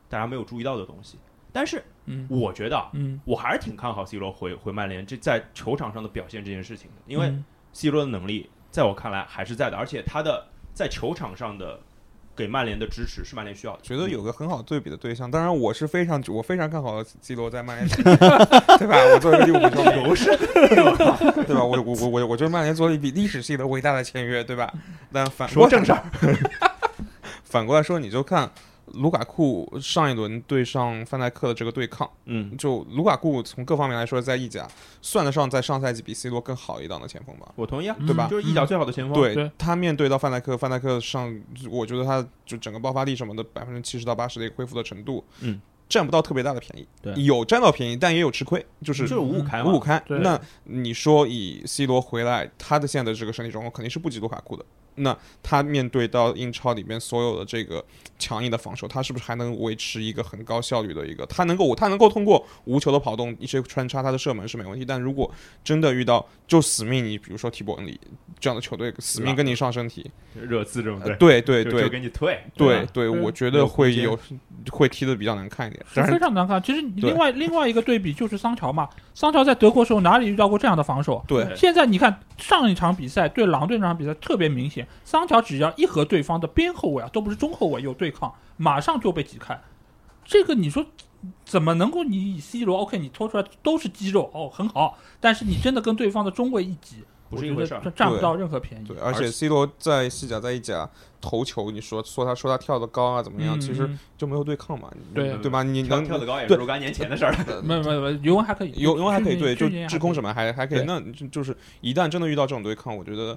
Speaker 1: 大家没有注意到的东西。但是
Speaker 4: 嗯
Speaker 1: 我觉得啊，
Speaker 4: 嗯，
Speaker 1: 我还是挺看好 C 罗回回曼联这在球场上的表现这件事情的，因为
Speaker 4: 嗯
Speaker 1: C 罗的能力在我看来还是在的，而且他的在球场上的给曼联的支持是曼联需要的。
Speaker 3: 觉得有个很好对比的对象。当然，我是非常我非常看好 C 罗在曼联， 对吧？我作为一个利物浦球迷，
Speaker 1: 不是
Speaker 3: 对吧？我我我我我觉得曼联做了一笔历史性的伟大的签约，对吧？但反
Speaker 1: 说
Speaker 3: 过
Speaker 1: 正事儿，
Speaker 3: 反过来说，你就看卢卡库上一轮对上范戴克的这个对抗，
Speaker 1: 嗯，
Speaker 3: 就卢卡库从各方面来说，在意甲算得上在上赛季比 C 罗更好一档的前锋吧。
Speaker 1: 我同意啊，
Speaker 3: 对吧
Speaker 1: 就是意甲最好的前锋，，
Speaker 3: 对
Speaker 4: 对
Speaker 3: 他面对到范戴克，范戴克上，我觉得他就整个爆发力什么的，百分之七十到八十的一个恢复的程度，
Speaker 1: 嗯，
Speaker 3: 占不到特别大的便宜，
Speaker 1: 对
Speaker 3: 有占到便宜，但也有吃亏，就是
Speaker 1: 就是五五开嘛，
Speaker 3: 五五开。
Speaker 4: 对
Speaker 3: 那你说以 C 罗回来，他的现在的这个身体状况肯定是不及卢卡库的。那他面对到英超里面所有的这个强硬的防守，他是不是还能维持一个很高效率的一个？他能够，他能够通过无球的跑动、一些穿插他的射门是没问题。但如果真的遇到就死命你，比如说提伯恩里这样的球队，死命跟你上身体，
Speaker 1: 热刺这种
Speaker 3: 呃
Speaker 1: 队，
Speaker 3: 对对
Speaker 1: 就
Speaker 3: 对
Speaker 1: 就给你退，
Speaker 3: 对
Speaker 1: 吧
Speaker 3: 对，
Speaker 4: 嗯
Speaker 3: 我觉
Speaker 1: 没有
Speaker 3: 得
Speaker 1: 空
Speaker 3: 会
Speaker 1: 间
Speaker 3: 有会踢的比较难看一点。
Speaker 4: 是
Speaker 3: 但
Speaker 4: 非
Speaker 3: 是
Speaker 4: 常难看。其实你
Speaker 3: 对
Speaker 4: 另外另外一个对比就是桑乔嘛，桑乔在德国时候哪里遇到过这样的防守？
Speaker 3: 对
Speaker 4: 现在你看上一场比赛对狼队那场比赛特别明显，桑乔只要一和对方的边后卫啊，都不是中后卫有对抗，马上就被挤开。这个你说怎么能够你以 C 罗 OK 你拖出来都是肌肉哦很好，但是你真的跟对方的中卫一挤，
Speaker 1: 不是
Speaker 4: 我
Speaker 1: 一
Speaker 4: 觉
Speaker 1: 回
Speaker 4: 得
Speaker 1: 事儿
Speaker 4: 占占不
Speaker 3: 对
Speaker 4: 到任何便宜。
Speaker 3: 对，
Speaker 1: 而
Speaker 3: 而且 C 罗在西甲在意甲头球，你说说他说他跳得高啊怎么样，
Speaker 4: 嗯
Speaker 3: 其实
Speaker 4: 嗯
Speaker 3: 就没有对抗嘛，你
Speaker 4: 对
Speaker 3: 对吧？你
Speaker 1: 跳
Speaker 3: 能呃
Speaker 1: 跳得高也是
Speaker 3: 对
Speaker 1: 若干年前的事儿了。
Speaker 4: 没有没有没有，尤文还可以，
Speaker 3: 有因为还可以
Speaker 4: 去
Speaker 3: 对，
Speaker 4: 年
Speaker 3: 就
Speaker 4: 去年还
Speaker 3: 制空什
Speaker 4: 么
Speaker 3: 么还还可以，
Speaker 4: 对
Speaker 3: 那就就是一旦真的遇到这种对抗，我觉得。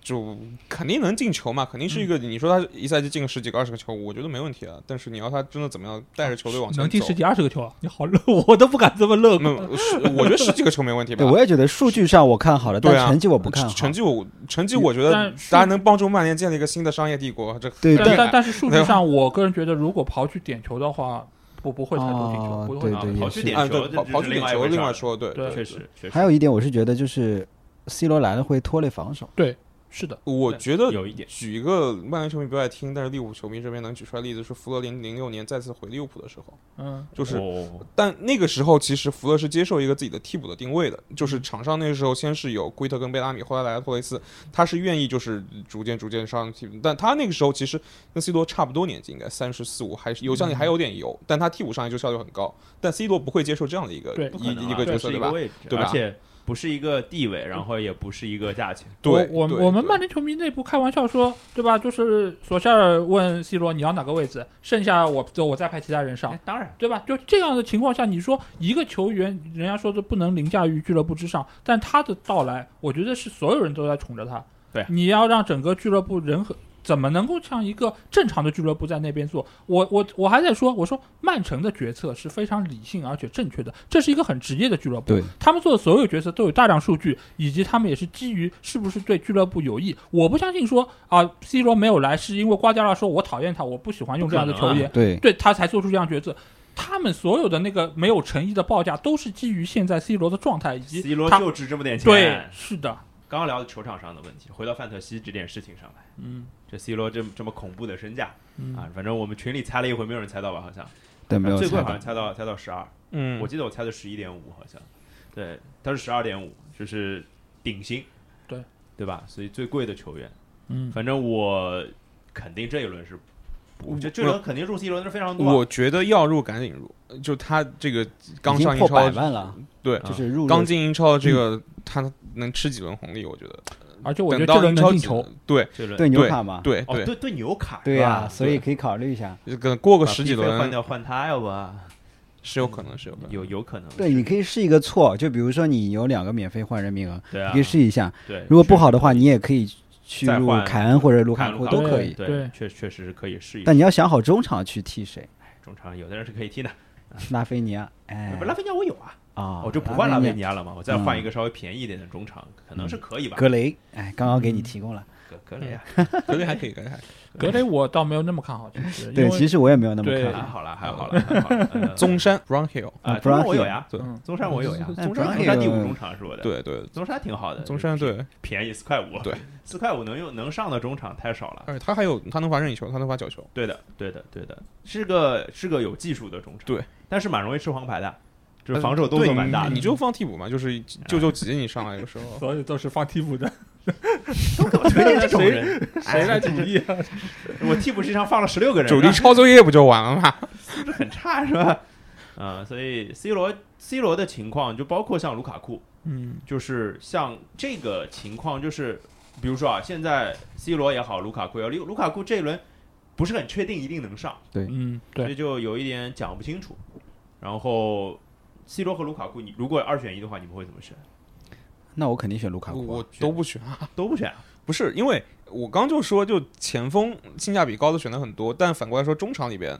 Speaker 3: 就肯定能进球嘛，肯定是一个。
Speaker 4: 嗯
Speaker 3: 你说他一赛季进个十几个、二十个球，我觉得没问题啊。但是你要他真的怎么样带着球队往前
Speaker 4: 能
Speaker 3: 走
Speaker 4: 进，十几二十个球啊，你好乐，我都不敢这么乐观。
Speaker 3: 那是我觉得十几个球没问题吧
Speaker 2: 对，。我也觉得数据上我看好了，
Speaker 3: 对啊
Speaker 2: 但成绩我不看好。
Speaker 3: 成绩我成绩我觉得
Speaker 4: 但是
Speaker 3: 大家能帮助曼联建立一个新的商业帝国，这
Speaker 2: 对
Speaker 4: 但
Speaker 3: 对
Speaker 4: 但但是数
Speaker 3: 对
Speaker 4: 据上，我个人觉得，如果刨去点球的话，不不会太多进球，
Speaker 2: 哦
Speaker 4: 不
Speaker 2: 对
Speaker 4: 会。
Speaker 1: 啊
Speaker 2: 对
Speaker 1: 跑
Speaker 2: 也
Speaker 1: 去
Speaker 2: 是
Speaker 1: 点
Speaker 3: 啊
Speaker 1: 球
Speaker 3: 对，
Speaker 1: 这
Speaker 3: 跑跑
Speaker 1: 这
Speaker 3: 去
Speaker 1: 是
Speaker 3: 点
Speaker 1: 一
Speaker 3: 球
Speaker 1: 回事
Speaker 3: 另
Speaker 1: 儿
Speaker 3: 外说，对
Speaker 4: 对
Speaker 1: 确实，确实
Speaker 2: 还有一点，我是觉得就是 C 罗来了会拖累防守。
Speaker 4: 是的，
Speaker 3: 我觉得
Speaker 1: 有一点，
Speaker 3: 举一个曼联球迷不爱听，但是利物浦球迷这边能举出来例子是弗勒零零六年再次回利物浦的时候，
Speaker 4: 嗯，
Speaker 3: 就是，
Speaker 1: 哦
Speaker 3: 但那个时候其实弗勒是接受一个自己的替补的定位的，就是场上那个时候先是有圭特跟贝拉米，后来来了托雷斯，他是愿意就是逐渐逐渐上替补，但他那个时候其实跟 C 罗差不多年纪，应该三十四五，还是有将近还有点油，但他替补上来就效率很高，但 C 罗不会接受这样的一个
Speaker 4: 对
Speaker 1: 不可
Speaker 3: 一
Speaker 1: 能啊
Speaker 3: 一个角
Speaker 1: 这
Speaker 3: 色
Speaker 1: 是一
Speaker 3: 对
Speaker 1: 个
Speaker 3: 吧？
Speaker 1: 位置，
Speaker 3: 对吧
Speaker 1: 而且不是一个地位，然后也不是一个价钱。
Speaker 3: 对，
Speaker 4: 我
Speaker 3: 对
Speaker 4: 我我们
Speaker 3: 对
Speaker 4: 曼联球迷内部开玩笑说，对吧？就是索夏尔问 C 罗你要哪个位置，剩下我就我再派其他人上
Speaker 1: 哎，，当然，
Speaker 4: 对吧？就这样的情况下，你说一个球员，人家说的不能凌驾于俱乐部之上，但他的到来，我觉得是所有人都在宠着他。
Speaker 1: 对
Speaker 4: 你要让整个俱乐部人和怎么能够像一个正常的俱乐部在那边做？我我我还在说，我说曼城的决策是非常理性而且正确的，这是一个很职业的俱乐部。
Speaker 2: 对，
Speaker 4: 他们做的所有决策都有大量数据，以及他们也是基于是不是对俱乐部有益。我不相信说啊，C 罗没有来是因为瓜迪奥拉说我讨厌他，我不喜欢用这样的
Speaker 1: 不可能
Speaker 4: 球
Speaker 1: 啊
Speaker 4: 员，
Speaker 2: 对，
Speaker 4: 对他才做出这样决策。他们所有的那个没有诚意的报价，都是基于现在 C 罗的状态以及
Speaker 1: C 罗
Speaker 4: 他
Speaker 1: 就值这么点钱。
Speaker 4: 对，是的，
Speaker 1: 刚刚聊的球场上的问题，回到范特西这件事情上来，
Speaker 4: 嗯
Speaker 1: 这 C 罗这么这么恐怖的身价
Speaker 4: 嗯
Speaker 1: 啊，反正我们群里猜了一回，没有人猜到吧？好像
Speaker 2: 对，没有
Speaker 1: 最
Speaker 2: 猜
Speaker 1: 贵好像
Speaker 2: 到。
Speaker 1: 猜到猜到十二，
Speaker 3: 嗯
Speaker 1: 我，记得我猜的十一点五好像。对，他是十二点五，就是顶薪，
Speaker 4: 对
Speaker 1: 对吧？所以最贵的球员，
Speaker 4: 嗯，
Speaker 1: 反正我肯定这一轮是不，我觉得这一轮肯定入 C 轮的非常多啊、
Speaker 3: 我觉得要入赶紧入，呃就他这个刚
Speaker 2: 已经
Speaker 3: 上英
Speaker 2: 破百
Speaker 3: 超，
Speaker 2: 万了，
Speaker 3: 对，啊
Speaker 2: 就是入
Speaker 3: 刚进英超的这个他能吃几轮红利，我觉得。
Speaker 4: 而且我觉
Speaker 3: 等
Speaker 4: 得这
Speaker 3: 到
Speaker 4: 轮
Speaker 3: 英
Speaker 4: 能
Speaker 3: 超
Speaker 4: 进
Speaker 3: 几
Speaker 4: 球，
Speaker 3: 对
Speaker 1: 这一轮
Speaker 2: 对纽卡嘛，
Speaker 3: 对
Speaker 1: 哦
Speaker 3: 哎对，
Speaker 1: 对对纽卡
Speaker 2: 对
Speaker 1: 呀、
Speaker 2: 呀，所以可以考虑一下。
Speaker 3: 这个过个
Speaker 1: 把
Speaker 3: 十几
Speaker 1: P 费换
Speaker 3: 轮
Speaker 1: 掉换他，要不
Speaker 3: 是有可能，嗯是有可能。
Speaker 1: 有有可能
Speaker 2: 对，你可以试一个错，就比如说你有两个免费换人名额，
Speaker 1: 对
Speaker 2: 你
Speaker 1: 啊
Speaker 2: 可以，试一下。
Speaker 1: 对，
Speaker 2: 如果不好的话，你也可以去
Speaker 1: 再
Speaker 2: 入
Speaker 1: 换
Speaker 2: 凯恩或者卢卡
Speaker 1: 看
Speaker 2: 库
Speaker 1: 卡
Speaker 2: 都
Speaker 1: 库
Speaker 2: 可以，
Speaker 1: 对，
Speaker 4: 对
Speaker 1: 确确实是可以试一试。
Speaker 2: 但你要想好中场去踢谁，
Speaker 1: 中场有的人是可以踢的，
Speaker 2: 拉菲尼亚，哎
Speaker 1: 嗯不，拉菲尼亚我有啊，
Speaker 2: 啊，
Speaker 1: 我就不换拉
Speaker 2: 菲
Speaker 1: 菲
Speaker 2: 亚
Speaker 1: 尼亚了嘛，我再换一个稍微便宜一点的中场，可能是可以吧。
Speaker 2: 格雷，哎，刚刚给你提供了。
Speaker 1: 格格雷啊，
Speaker 3: 格雷还可以，格雷还可以。
Speaker 4: 格雷我倒没有那么看好，其
Speaker 1: 嗯
Speaker 4: 实因
Speaker 2: 对，
Speaker 4: 为
Speaker 2: 其实我也没有那么
Speaker 4: 对
Speaker 1: 还
Speaker 2: 看。
Speaker 1: 啊好啦，还好啦，还好啦。呃
Speaker 3: 宗山 Brown Hill，
Speaker 1: 啊，
Speaker 2: 啊
Speaker 1: 中山
Speaker 2: Brown
Speaker 1: 我有呀，
Speaker 3: 对
Speaker 4: 嗯。
Speaker 1: 中山我有呀，
Speaker 2: 哎
Speaker 1: 中山
Speaker 2: Brown
Speaker 1: 中山第
Speaker 2: Hill
Speaker 1: 五中场是我的，，
Speaker 3: 对对，
Speaker 1: 中山挺好的，
Speaker 3: 宗山
Speaker 1: 便
Speaker 3: 对，
Speaker 1: 便宜四块五，
Speaker 3: 对，哎
Speaker 1: 四块五能用能上的中场太少了。
Speaker 3: 而且他还有他能罚任意球，他能罚角球，
Speaker 1: 对的，对的，对的，是个是个有技术的中场，
Speaker 3: 对，
Speaker 1: 但是蛮容易吃黄牌的，就是
Speaker 3: 呃
Speaker 1: 防守动
Speaker 3: 对哎
Speaker 1: 作蛮大的
Speaker 3: 你，就放替补嘛，就是救救急你上来有时 候
Speaker 4: 所以都是放替补的，
Speaker 1: 我推荐这哎种人，
Speaker 4: 谁来主力啊？
Speaker 1: 我替补席上放了十六个人，啊
Speaker 3: 主力抄作业不就完了吗？
Speaker 1: 很差是吧？啊、所以 C 罗 C 罗的情况就包括像卢卡库，
Speaker 4: 嗯，
Speaker 1: 就是像这个情况，就是比如说啊，现在 C 罗也好，卢卡库也好，卢卢卡库这一轮不是很确定一定能上，
Speaker 4: 嗯，
Speaker 1: 所以
Speaker 4: 对，
Speaker 1: 就有一点讲不清楚。然后 C 罗和卢卡库，你如果二选一的话，你们会怎么选？
Speaker 2: 那我肯定选卢卡库
Speaker 3: 我
Speaker 2: 啊。
Speaker 3: 都不选，
Speaker 1: 都不选啊？
Speaker 3: 不是因为我刚就说，就前锋性价比高的选的很多，但反过来说，中场里边，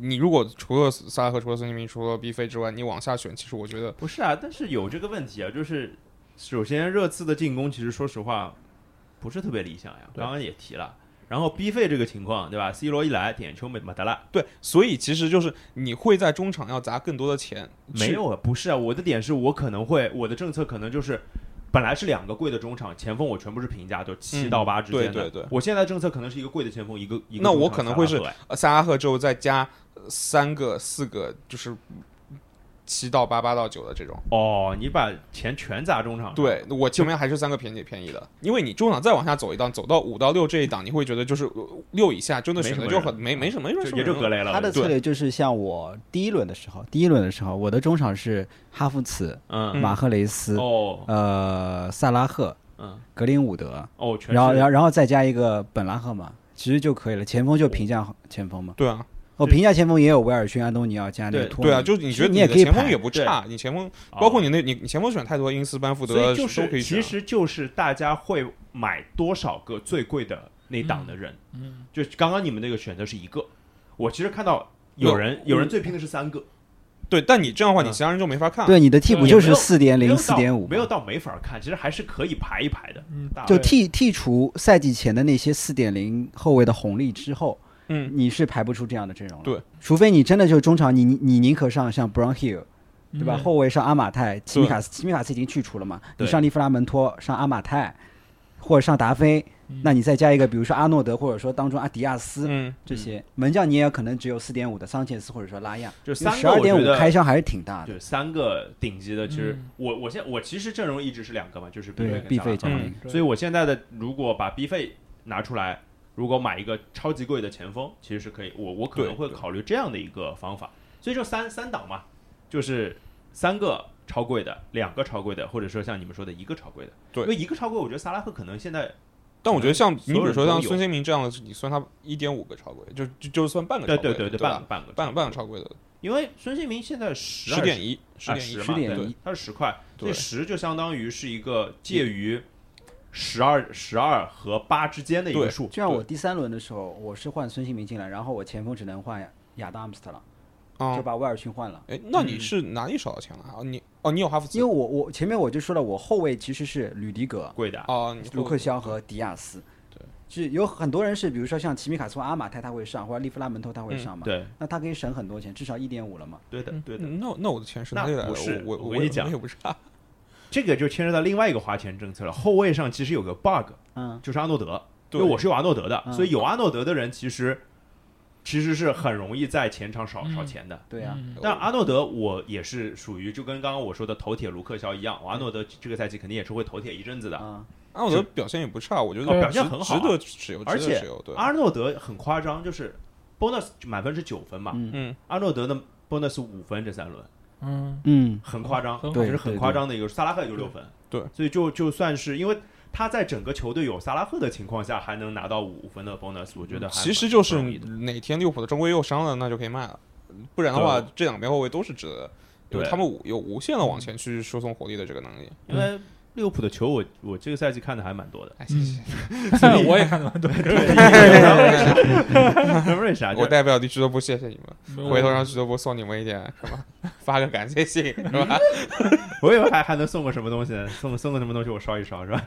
Speaker 3: 你如果除了萨拉赫、除了孙兴民、除了 B 费之外，你往下选，其实我觉得
Speaker 1: 不是啊，但是有这个问题啊，就是首先热刺的进攻其实说实话不是特别理想呀，
Speaker 3: 对
Speaker 1: 刚刚也提了。然后 B 费这个情况，对吧？C 罗一来点球没马德拉，
Speaker 3: 对，所以其实就是你会在中场要砸更多的钱，
Speaker 1: 没有啊，不是啊，我的点是我可能会我的政策可能就是，本来是两个贵的中场，前锋我全部是平价，就七
Speaker 3: 嗯
Speaker 1: 到八之间的。
Speaker 3: 对对对
Speaker 1: 我现在政策可能是一个贵的前锋，一个一个
Speaker 3: 那
Speaker 1: 中
Speaker 3: 我
Speaker 1: 场
Speaker 3: 可能
Speaker 1: 萨拉
Speaker 3: 会是
Speaker 1: 赫哎
Speaker 3: 呃萨拉赫之后再加呃三个、四个，就是七到八、八到九的这种。
Speaker 1: 哦，你把钱全砸中场上，
Speaker 3: 对，我前面还是三个便宜便宜的，因为你中场再往下走一档，走到五到六这一档，你会觉得就是呃六以下真的
Speaker 1: 没
Speaker 3: 选
Speaker 1: 什
Speaker 3: 择
Speaker 1: 么
Speaker 3: 就
Speaker 1: 人
Speaker 3: 很没没什么，没什
Speaker 1: 就，
Speaker 3: 么
Speaker 1: 也就
Speaker 3: 人
Speaker 1: 格
Speaker 3: 了
Speaker 1: 雷了。
Speaker 2: 他的
Speaker 1: 对
Speaker 2: 策略就是像我第一轮的时候，第一轮的时候，我的中场是哈弗茨、
Speaker 1: 嗯
Speaker 2: 马赫雷斯、
Speaker 1: 哦
Speaker 2: 呃萨拉赫、
Speaker 1: 嗯
Speaker 2: 格林伍德，
Speaker 1: 哦，全
Speaker 2: 然后然
Speaker 1: 后
Speaker 2: 后然后再加一个本拉赫嘛，其实就可以了。前锋就评价前锋嘛，
Speaker 3: 对啊，
Speaker 2: 哦，评价前锋也有维尔逊、安东尼奥加那
Speaker 1: 对
Speaker 2: 个托尼，
Speaker 3: 对啊，就是你觉得
Speaker 2: 你
Speaker 3: 你
Speaker 2: 也
Speaker 3: 的
Speaker 2: 可以
Speaker 3: 前锋
Speaker 2: 排
Speaker 3: 也不
Speaker 1: 对啊
Speaker 3: 差，你前锋包括你那，你你前锋选太多，因斯、班福
Speaker 1: 所
Speaker 3: 德
Speaker 1: 以就
Speaker 3: 都可
Speaker 1: 是
Speaker 3: 以
Speaker 1: 其
Speaker 3: 选。啊
Speaker 1: 实就是大家会买多少个最贵的那档的人，
Speaker 4: 嗯，
Speaker 1: 就刚刚你们那个选择是一个，我其实看到有人有
Speaker 3: 嗯
Speaker 1: 人最拼的是三个。
Speaker 3: 对，但你这样的
Speaker 1: 嗯
Speaker 3: 话，你其他人就没法看了。
Speaker 2: 对你的替补
Speaker 4: 对
Speaker 2: 就是四点
Speaker 1: 没有
Speaker 2: 零、
Speaker 1: 到
Speaker 2: 四点五，
Speaker 1: 没有到没法看，其实还是可以排一排的。
Speaker 4: 嗯
Speaker 1: 大
Speaker 2: 就
Speaker 1: 概
Speaker 2: 剔剔除赛季前的那些四点零后卫的红利之后，
Speaker 3: 嗯，
Speaker 2: 你是排不出这样的阵容了。
Speaker 3: 对，
Speaker 2: 除非你真的就中场，你你你宁可上像 Brown Hill，对吧？
Speaker 4: 嗯
Speaker 2: 后卫上阿马泰，齐米卡斯，齐米卡斯已经去除了嘛？你
Speaker 1: 对
Speaker 2: 上利弗拉门托，上阿马泰，或者上达菲，
Speaker 4: 嗯
Speaker 2: 那你再加一个，比如说阿诺德，或者说当中阿迪亚斯。
Speaker 3: 嗯，
Speaker 2: 这些门将你也有可能只有四点五的桑切斯或者说拉亚，
Speaker 1: 就三
Speaker 2: 十
Speaker 1: 个
Speaker 2: 二
Speaker 1: 我觉
Speaker 2: 点五
Speaker 1: 得
Speaker 2: 开销还是挺大的。
Speaker 1: 就三个顶级的，其实
Speaker 4: 嗯
Speaker 1: 我我现我其实阵容一直是两个嘛，就是
Speaker 2: 对
Speaker 1: 必
Speaker 2: 必
Speaker 1: 费
Speaker 2: 费
Speaker 1: 跟萨
Speaker 2: 加
Speaker 1: 拉赫
Speaker 3: 嗯
Speaker 2: 上一个
Speaker 1: 所以我现在的如果把 B 费拿出来，如果买一个超级贵的前锋，其实是可以，我我可能
Speaker 3: 对
Speaker 1: 会考虑这样的一个方法。所以就三三档嘛，就是三个超贵的，两个超贵的，或者说像你们说的一个超贵的。
Speaker 3: 对
Speaker 1: 因为一个超贵，我觉得萨拉赫可能现在
Speaker 3: 但我觉得像你
Speaker 1: 嗯所
Speaker 3: 比
Speaker 1: 有
Speaker 3: 如
Speaker 1: 人
Speaker 3: 说
Speaker 1: 都
Speaker 3: 像
Speaker 1: 有
Speaker 3: 孙兴民这样的，你算他一点五个超贵，就就就算半个
Speaker 1: 对
Speaker 3: 超贵
Speaker 1: 对
Speaker 3: 的，
Speaker 1: 对
Speaker 3: 对吧，
Speaker 1: 半半个
Speaker 3: 半半个超贵的，
Speaker 1: 因为孙兴民现在十
Speaker 3: 十点一，十
Speaker 1: 啊
Speaker 3: 点一，
Speaker 1: 十
Speaker 2: 10
Speaker 1: 嘛，
Speaker 2: 点
Speaker 1: 对
Speaker 2: 一，
Speaker 1: 它是十块，所
Speaker 3: 对
Speaker 1: 以十就相当于是一个介于十二、十二和八之间的一个
Speaker 3: 对
Speaker 1: 数。
Speaker 2: 就像我第三轮的时候，我是换孙兴民进来，然后我前锋只能换亚当阿姆斯特朗，
Speaker 3: 啊
Speaker 2: 就。把威尔逊换了。
Speaker 3: 哎，那
Speaker 1: 嗯
Speaker 3: 你是哪里少了钱了？啊，你哦，你有哈弗茨
Speaker 2: 因为我我前面我就说了，我后卫其实是吕迪格、
Speaker 1: 贵的啊，
Speaker 3: 哦，你
Speaker 2: 卢克肖和迪亚斯。
Speaker 3: 对，
Speaker 2: 是有很多人是，比如说像齐米卡斯、阿马泰他会上，或者利弗拉门托他会上嘛。
Speaker 1: 嗯对
Speaker 2: 那他可以省很多钱，至少一点五了嘛。
Speaker 1: 对的
Speaker 3: 哦嗯
Speaker 1: 对的。
Speaker 3: 那那我的钱是
Speaker 1: 那
Speaker 3: 哪里来的？
Speaker 1: 不是
Speaker 3: 我
Speaker 1: 我
Speaker 3: 我
Speaker 1: 跟你
Speaker 3: 也
Speaker 1: 讲
Speaker 3: 我也不差。
Speaker 1: 这个就牵扯到另外一个花钱政策了。后卫上其实有个 bug，
Speaker 2: 嗯，
Speaker 1: 就是阿诺德，因
Speaker 3: 对
Speaker 1: 为我是有阿诺德的，
Speaker 2: 嗯
Speaker 1: 所以有阿诺德的人其实其实是很容易在前场少少
Speaker 4: 嗯
Speaker 1: 钱的。
Speaker 2: 对啊呀、
Speaker 4: 嗯
Speaker 1: 但阿诺德，我也是属于就跟刚刚我说的头铁卢克肖一样，我阿诺德这个赛季肯定也是会头铁一阵子的。
Speaker 2: 啊，
Speaker 3: 阿诺德表现也不差，我觉得
Speaker 4: 对
Speaker 1: 表现很好啊
Speaker 3: 值得持有，值
Speaker 1: 而
Speaker 3: 得
Speaker 1: 且
Speaker 3: 持有。对，
Speaker 1: 阿诺德很夸张，就是 bonus 满分是九分嘛，
Speaker 2: 嗯
Speaker 3: 嗯，
Speaker 1: 阿诺德的 bonus 五分这三轮
Speaker 4: 嗯，
Speaker 2: 嗯，
Speaker 1: 很夸张，
Speaker 4: 很
Speaker 1: 就
Speaker 4: 好
Speaker 1: 是很夸张的一个。萨拉赫也就六分，
Speaker 3: 对，
Speaker 1: 所以就就算是因为他在整个球队有萨拉赫的情况下，还能拿到五分的 bonus，我觉得还
Speaker 3: 其实就
Speaker 1: 蛮
Speaker 3: 是
Speaker 1: 不容易的
Speaker 3: 哪天利物浦的中规又伤了，那就可以卖了，不然的话，这两边后卫都是值得，因为
Speaker 1: 对
Speaker 3: 他们无有无限的往前去输送火力的这个能力。，
Speaker 1: 因为利物浦的球我我这个赛季看的还蛮多的
Speaker 3: 哎，谢谢，
Speaker 4: 我也看得蛮多。
Speaker 1: 为啥？啊就
Speaker 3: 我代表俱乐部谢谢你们，
Speaker 4: 没有
Speaker 3: 回头让俱乐部送你们一点什么， 发个感谢信是吧？
Speaker 1: 我以为还还能送个什么东西呢，送送个什么东西我烧一烧是吧？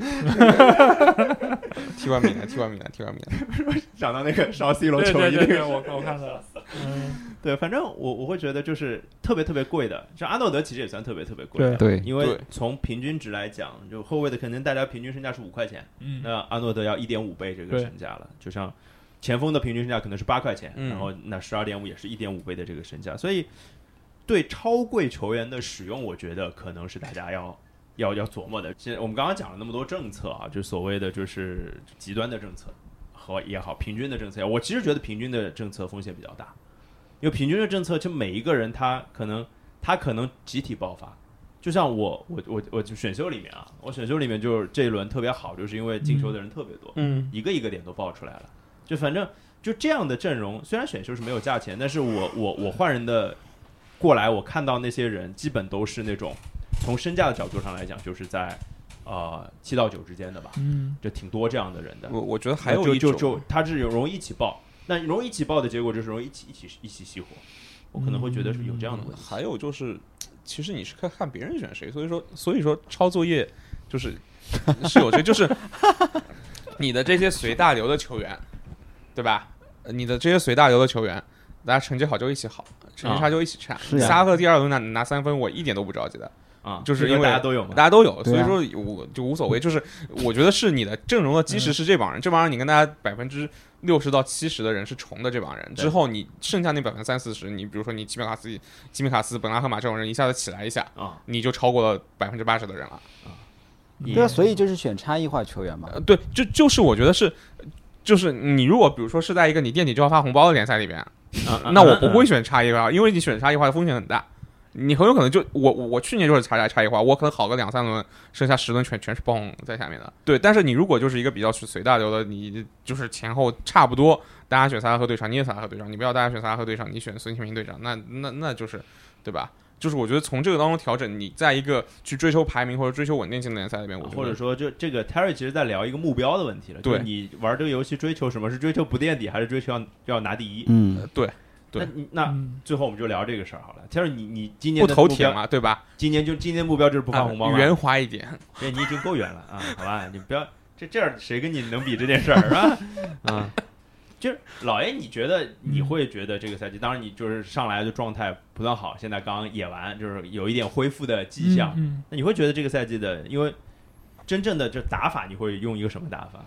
Speaker 3: 替换米兰，替换米兰，替换米兰。
Speaker 1: 想到那个烧 C 罗
Speaker 4: 对
Speaker 1: 球
Speaker 4: 对
Speaker 1: 衣
Speaker 4: 对
Speaker 1: 那
Speaker 4: 对，
Speaker 1: 个，
Speaker 4: 我我看到了。嗯，
Speaker 1: 对，反正我我会觉得就是特别特别贵的，像阿诺德其实也算特别特别贵的，
Speaker 2: 对
Speaker 1: 因为
Speaker 3: 对
Speaker 1: 从平均值来讲，就后卫的可能大家平均身价是五块钱，
Speaker 4: 嗯，
Speaker 1: 那阿诺德要一点五倍这个
Speaker 4: 对
Speaker 1: 身价了，就像前锋的平均身价可能是八块钱，
Speaker 3: 嗯
Speaker 1: 然后那十二点五也是一点五倍的这个身价，所以对超贵球员的使用，我觉得可能是大家要。要要琢磨的，现在我们刚刚讲了那么多政策啊，就所谓的就是极端的政策和也好，平均的政策也好，我其实觉得平均的政策风险比较大，因为平均的政策，就每一个人他可能他可能集体爆发，就像我我我我就选秀里面啊，我选秀里面就是这一轮特别好，就是因为进球的人特别多，
Speaker 3: 嗯，
Speaker 1: 一个一个点都爆出来了。就反正就这样的阵容，虽然选秀是没有价钱，但是我我我换人的过来，我看到那些人基本都是那种从身价的角度上来讲，就是在呃七到九之间的吧，
Speaker 4: 嗯，
Speaker 1: 就挺多这样的人的。
Speaker 3: 我我觉得还有
Speaker 1: 就
Speaker 3: 一
Speaker 1: 就
Speaker 3: 种，
Speaker 1: 就他是有容易一起爆，那容易一起爆的结果就是容易一起一起一起熄火。我可能会觉得是有这样的问题。
Speaker 3: 嗯还有就是，其实你是看看别人选谁，所以说所以说抄作业就是 是有这，就是 你的这些随大流的球员，对吧？呃你的这些随大流的球员，大家成绩好就一起好，成绩
Speaker 1: 啊
Speaker 3: 差就一起差。
Speaker 2: 是呀
Speaker 3: 萨拉赫第二轮拿拿三分，我一点都不着急的，
Speaker 1: 啊，
Speaker 3: 嗯就是
Speaker 1: 因
Speaker 3: 因为
Speaker 1: 大家都有嘛
Speaker 3: 大。家都有，所
Speaker 2: 对
Speaker 3: 以
Speaker 2: 啊
Speaker 3: 说我就无所谓。就是我觉得是你的阵容的基
Speaker 2: 嗯
Speaker 3: 石是这帮人，这帮人你跟大家百分之六十到七十的人是重的这帮人，
Speaker 1: 对
Speaker 3: 之后你剩下那百分之三四十，你比如说你吉米卡斯、吉米卡斯、本拉赫马这种人一下子起来一下，
Speaker 1: 啊，嗯
Speaker 3: 你就超过了百分之八十的人了。
Speaker 2: 对啊，所以就是选差异化球员嘛
Speaker 3: 呃，，对，就就是我觉得是，就是你如果比如说是在一个你垫底就要发红包的联赛里边，
Speaker 1: 啊
Speaker 3: 那我不会选差异化，因为你选差异化的风险很大。你很有可能就我我我去年就是差差差异化，我可能好个两三轮，剩下十轮全全是爆红在下面的。对，但是你如果就是一个比较随大流的，你就是前后差不多，大家选萨拉赫队长，你也萨拉赫队长，你不要大家选萨拉赫队长，你选孙兴民队长，那那那就是对吧？就是我觉得从这个当中调整，你在一个去追求排名或者追求稳定性的联赛里面，我觉得
Speaker 1: 啊或者说，就这个 Terry 其实在聊一个目标的问题了，就是
Speaker 3: 对
Speaker 1: 你玩这个游戏追求什么是追求不垫底，还是追求要要拿第一？
Speaker 2: 嗯，
Speaker 3: 对，对
Speaker 1: 那你那
Speaker 4: 嗯
Speaker 1: 最后我们就聊这个事儿好了。Terry，你你今年
Speaker 3: 不
Speaker 1: 的
Speaker 3: 头
Speaker 1: 目
Speaker 3: 铁
Speaker 1: 标，
Speaker 3: 嘛，对吧？
Speaker 1: 今年就今年目标就是不发红包
Speaker 3: 啊
Speaker 1: 吗？
Speaker 3: 圆滑一点，
Speaker 1: 对，你已经够远了啊，好吧，你不要这这样，谁跟你能比这件事儿是吧？
Speaker 3: 嗯
Speaker 1: 啊， 就是老爷，你觉得你会觉得这个赛季，当然你就是上来的状态不算好，现在刚演完，就是有一点恢复的迹象。
Speaker 4: 嗯，
Speaker 1: 那你会觉得这个赛季的，因为真正的就打法，你会用一个什么打法，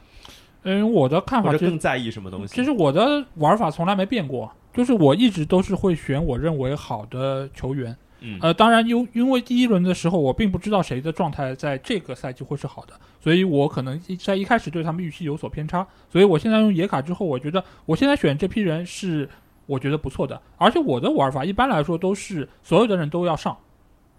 Speaker 4: 嗯，因为我的看
Speaker 1: 或
Speaker 4: 法
Speaker 1: 者
Speaker 4: 其实
Speaker 1: 更在意什么东西？
Speaker 4: 其实我的玩法从来没变过，就是我一直都是会选我认为好的球员。
Speaker 1: 嗯
Speaker 4: 呃，当然，因因为第一轮的时候，我并不知道谁的状态在这个赛季会是好的，所以我可能一在一开始对他们预期有所偏差。所以我现在用野卡之后，我觉得我现在选这批人是我觉得不错的，而且我的玩法一般来说都是所有的人都要上，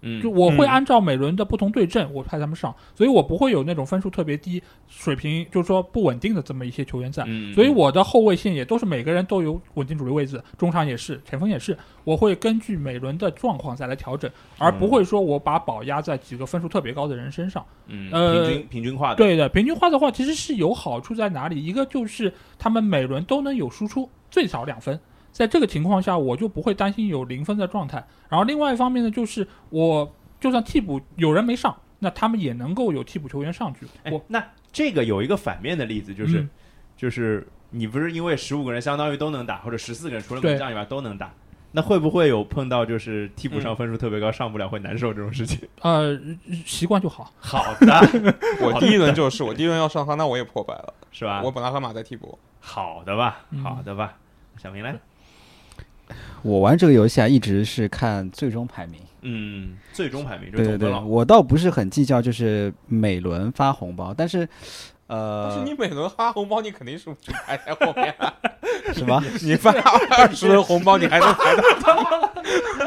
Speaker 1: 嗯
Speaker 4: 就我会
Speaker 3: 嗯
Speaker 4: 按照每轮的不同对阵，我派他们上，所以我不会有那种分数特别低、水平就是说不稳定的这么一些球员在。
Speaker 1: 嗯，
Speaker 4: 所以我的后卫线也都是每个人都有稳定主力位置，中场也是，前锋也是，我会根据每轮的状况再来调整，而不会说我把宝压在几个分数特别高的人身上。
Speaker 1: 嗯
Speaker 4: 呃
Speaker 1: 平均平均化的
Speaker 4: 对的，平均化的话其实是有好处在哪里？一个就是他们每轮都能有输出，最少两分。在这个情况下，我就不会担心有零分的状态。然后另外一方面呢，就是我就算替补有人没上，那他们也能够有替补球员上去。
Speaker 1: 哎
Speaker 4: 我，
Speaker 1: 那这个有一个反面的例子，就是、
Speaker 4: 嗯
Speaker 1: 就是你不是因为十五个人相当于都能打，或者十四个人除了
Speaker 4: 对
Speaker 1: 门将以外都能打，那会不会有碰到就是替
Speaker 2: 嗯
Speaker 1: 补上分数特别高、上不了会难受这种事情？
Speaker 4: 呃习惯就好。
Speaker 1: 好 的，
Speaker 3: 我第一轮就是我第一轮要上他，那我也破百了。
Speaker 1: 是吧
Speaker 3: 我？本拉赫马在替补，
Speaker 1: 好的吧，
Speaker 4: 嗯
Speaker 1: 好的吧，小明来，
Speaker 2: 我玩这个游戏啊，一直是看最终排名。
Speaker 1: 嗯，最终排名就
Speaker 2: 对
Speaker 1: 是总分
Speaker 2: 对对，
Speaker 1: 了。
Speaker 2: 我倒不是很计较，就是每轮发红包，但是，
Speaker 3: 但是
Speaker 2: 呃
Speaker 3: 你，每轮发红包，你肯定是不是排在后面啊？
Speaker 2: 什 么？
Speaker 3: 你 发二十轮红包，你还能排到？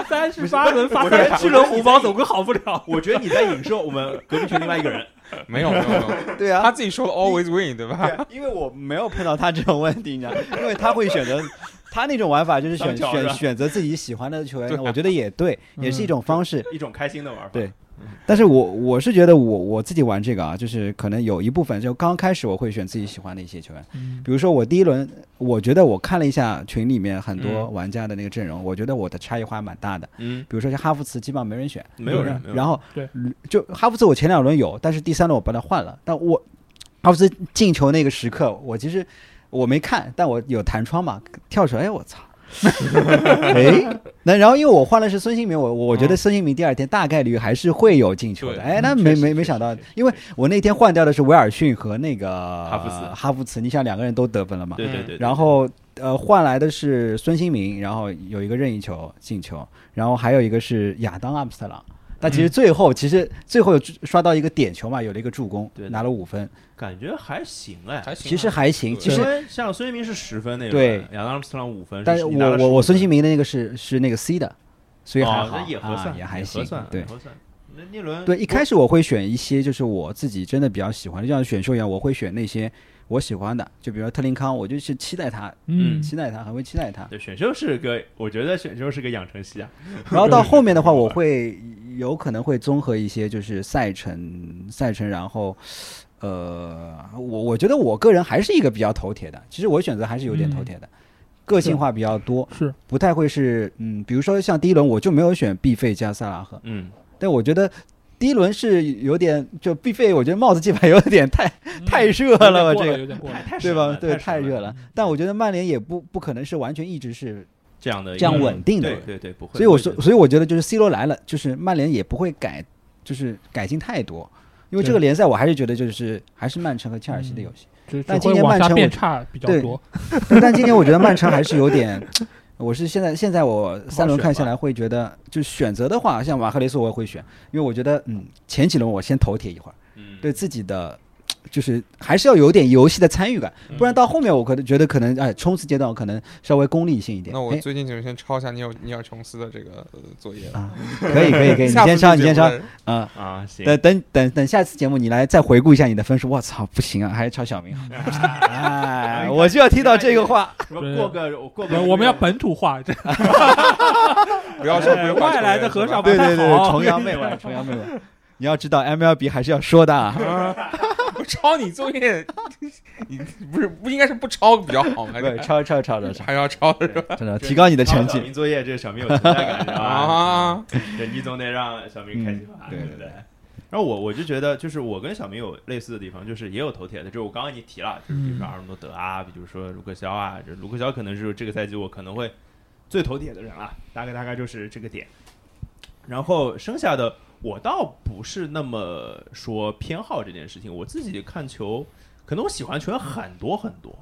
Speaker 4: 三十八轮发
Speaker 1: 我觉得
Speaker 4: 三十轮红包，总归好不了。
Speaker 1: 我觉得你在影射我们隔壁群另外一个人，
Speaker 3: 没有没有没有，
Speaker 2: 对 啊
Speaker 3: 他，自己说了 always win，对吧？
Speaker 2: 对因为我没有碰到他这种问题，你知道，因为他会选择。他那种玩法就是选
Speaker 1: 当角是吧
Speaker 2: 选选择自己喜欢的球员
Speaker 3: 对啊，
Speaker 2: 我觉得也 对，嗯也是一种方式。
Speaker 1: 一种开心的玩法。
Speaker 2: 对但是我我是觉得我我自己玩这个啊，就是可能有一部分就刚开始我会选自己喜欢的一些球员，
Speaker 1: 嗯
Speaker 4: 嗯
Speaker 2: 比如说我第一轮，我觉得我看了一下群里面很多
Speaker 1: 嗯
Speaker 2: 玩家的那个阵容，我觉得我的差异化蛮大的。
Speaker 1: 嗯，
Speaker 2: 比如说像哈弗茨，基本上没人选，
Speaker 1: 没有人
Speaker 2: 然
Speaker 1: 没有人
Speaker 2: 然后
Speaker 4: 对，
Speaker 2: 就哈弗茨我前两轮有，但是第三轮我把它换了，但我哈弗茨进球那个时刻，我其实我没看，但我有弹窗嘛，跳出来，哎 我操！哎，那然后因为我换的是孙兴民，我我觉得孙兴民第二天大概率还是会有进球的。
Speaker 3: 对
Speaker 2: 哎，那
Speaker 1: 嗯
Speaker 2: 没
Speaker 1: 确实
Speaker 2: 没
Speaker 1: 确
Speaker 2: 没
Speaker 1: 实
Speaker 2: 想到
Speaker 1: 确实，
Speaker 2: 因为我那天换掉的是威尔逊和那个
Speaker 1: 哈弗茨
Speaker 2: 哈弗茨，你想两个人都得分了嘛？
Speaker 1: 对对对。对
Speaker 2: 然后呃，换来的是孙兴民，然后有一个任意球进球，然后还有一个是亚当阿姆斯特朗。但其实最后，其实最后有刷到一个点球嘛，有了一个助攻
Speaker 1: 对，的
Speaker 2: 拿了五分，
Speaker 1: 感觉还行哎，
Speaker 3: 还行啊，
Speaker 2: 其实还行。
Speaker 3: 对
Speaker 2: 其实
Speaker 1: 因，为像孙兴民是十分那种，
Speaker 2: 对
Speaker 1: 亚当阿姆斯特朗五分，
Speaker 2: 但是
Speaker 1: 你拿
Speaker 2: 我
Speaker 1: 了
Speaker 2: 我我孙兴
Speaker 1: 民
Speaker 2: 民的那个是是那个 C 的，所以还好，
Speaker 1: 哦、那也合算，
Speaker 2: 啊、也还
Speaker 1: 合
Speaker 2: 行
Speaker 1: 算，，嗯
Speaker 2: 对
Speaker 1: 也。合算。那那轮
Speaker 2: 对，一开始我会选一些就是我自己真的比较喜欢的，就像选秀员，我会选那些我喜欢的，就比如说特林康，我就是期待他，
Speaker 4: 嗯，
Speaker 2: 期待他，很会期待他。
Speaker 1: 对选秀是个，我觉得选秀是个养成系啊。
Speaker 2: 然后到后面的话，我会有可能会综合一些就是赛程赛程，然后呃，我我觉得我个人还是一个比较头铁的，其实我选择还是有点头铁
Speaker 4: 嗯
Speaker 2: 的，个性化比较多，
Speaker 4: 是
Speaker 2: 不太会是嗯，比如说像第一轮我就没有选毕费加萨拉赫，
Speaker 1: 嗯，
Speaker 2: 但我觉得。第一轮是有点，就毕费，我觉得帽子戏法有点太太热
Speaker 4: 有点
Speaker 2: 了吧，
Speaker 4: 过
Speaker 2: 这个
Speaker 4: 了嗯有点过了
Speaker 1: 太。太
Speaker 2: 对
Speaker 1: 神
Speaker 2: 吧？
Speaker 1: 了
Speaker 2: 对，
Speaker 1: 太
Speaker 2: 太
Speaker 1: 神
Speaker 2: 热了。但我觉得曼联也不不可能是完全一直是
Speaker 1: 这样的一
Speaker 2: 这样
Speaker 1: 个嗯
Speaker 2: 稳定的
Speaker 1: 对对对，不会。
Speaker 2: 所以我
Speaker 1: 不会
Speaker 2: 说，所以我觉得就是 C 罗来了，就是曼联也不会改，就是改进太多，因为这个联赛我还是觉得就是还是曼城和切尔西
Speaker 3: 嗯
Speaker 2: 的游戏。
Speaker 4: 只只
Speaker 2: 但今
Speaker 4: 会
Speaker 2: 年
Speaker 4: 往
Speaker 2: 曼
Speaker 4: 下
Speaker 2: 城
Speaker 4: 变
Speaker 2: 我
Speaker 4: 差比较
Speaker 2: 对
Speaker 4: 多。
Speaker 2: 但今天我觉得曼城还是有点，我是现在现在我三轮看下来会觉得，就选择的话，像马赫雷斯我也会选，因为我觉得嗯前几轮我先头铁一会儿，
Speaker 1: 嗯
Speaker 2: 对自己的。就是还是要有点游戏的参与感，
Speaker 3: 嗯
Speaker 2: 不然到后面我可能觉得可能哎冲刺阶段我可能稍微功利性一点。
Speaker 3: 那我
Speaker 2: 哎
Speaker 3: 最近就先抄一下尼尔尼尔琼斯的这个呃作业了。
Speaker 2: 啊，可以可以可以， 你
Speaker 3: 下次
Speaker 2: 先上你
Speaker 3: 就
Speaker 2: 先上
Speaker 3: 不能
Speaker 2: 啊。
Speaker 1: 啊，行，
Speaker 2: 等等等等，下次节目你来再回顾一下你的分数。我操，不行啊，还是抄小明 好。哎，我就要听到这个话。
Speaker 1: 什么过个我过
Speaker 4: 我
Speaker 1: 个，
Speaker 4: 们我们要本土化，这
Speaker 3: 不要说不用管
Speaker 4: 外来的
Speaker 3: 球员
Speaker 4: 和尚
Speaker 3: 是吧
Speaker 4: 不
Speaker 2: 对
Speaker 4: 太
Speaker 2: 对对，
Speaker 4: 好
Speaker 2: 崇洋媚外，崇洋媚外。你要知道，MLB 还是要说 的啊。
Speaker 3: 我抄你作业，你不是不应该是不抄比较好吗？
Speaker 2: 对，抄抄抄抄抄，
Speaker 3: 还要抄是吧？
Speaker 2: 真的提高你的成
Speaker 1: 小
Speaker 2: 绩。
Speaker 1: 明作业，这个小明有存在感是吧？
Speaker 3: 啊，
Speaker 1: 对你总得让小明开心吧，
Speaker 2: 嗯对
Speaker 1: 对不
Speaker 2: 对
Speaker 1: 对？然后我我就觉得，就是我跟小明有类似的地方，就是也有头铁的，就是我刚刚已经提了，就是比如说阿尔诺德啊，比如说卢克肖啊，就是卢克肖可能是这个赛季我可能会最头铁的人了，大概大概就是这个点。然后剩下的我倒不是那么说偏好这件事情，我自己看球，可能我喜欢球员很多很多，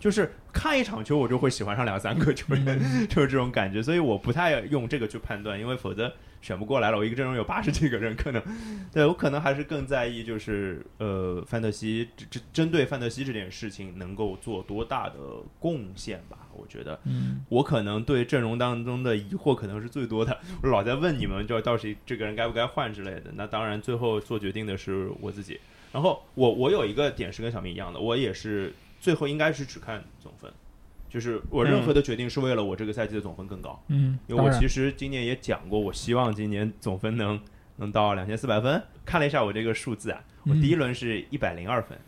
Speaker 1: 就是看一场球我就会喜欢上两三个球员， 就是这种感觉，所以我不太用这个去判断，因为否则选不过来了。我一个阵容有八十几个人，可能对我可能还是更在意就是呃范特西这这针对范特西这件事情能够做多大的贡献吧，我觉得。
Speaker 4: 嗯，
Speaker 1: 我可能对阵容当中的疑惑可能是最多的，我老在问你们，就到底这个人该不该换之类的。那当然，最后做决定的是我自己。然后我我有一个点是跟小明一样的，我也是最后应该是只看总分，就是我任何的决定是为了我这个赛季的总分更高。
Speaker 4: 嗯，
Speaker 1: 因为我
Speaker 4: 当然
Speaker 1: 其实今年也讲过，我希望今年总分能能到两千四百分。看了一下我这个数字啊，我
Speaker 4: 嗯
Speaker 1: 第一轮是一百零二分，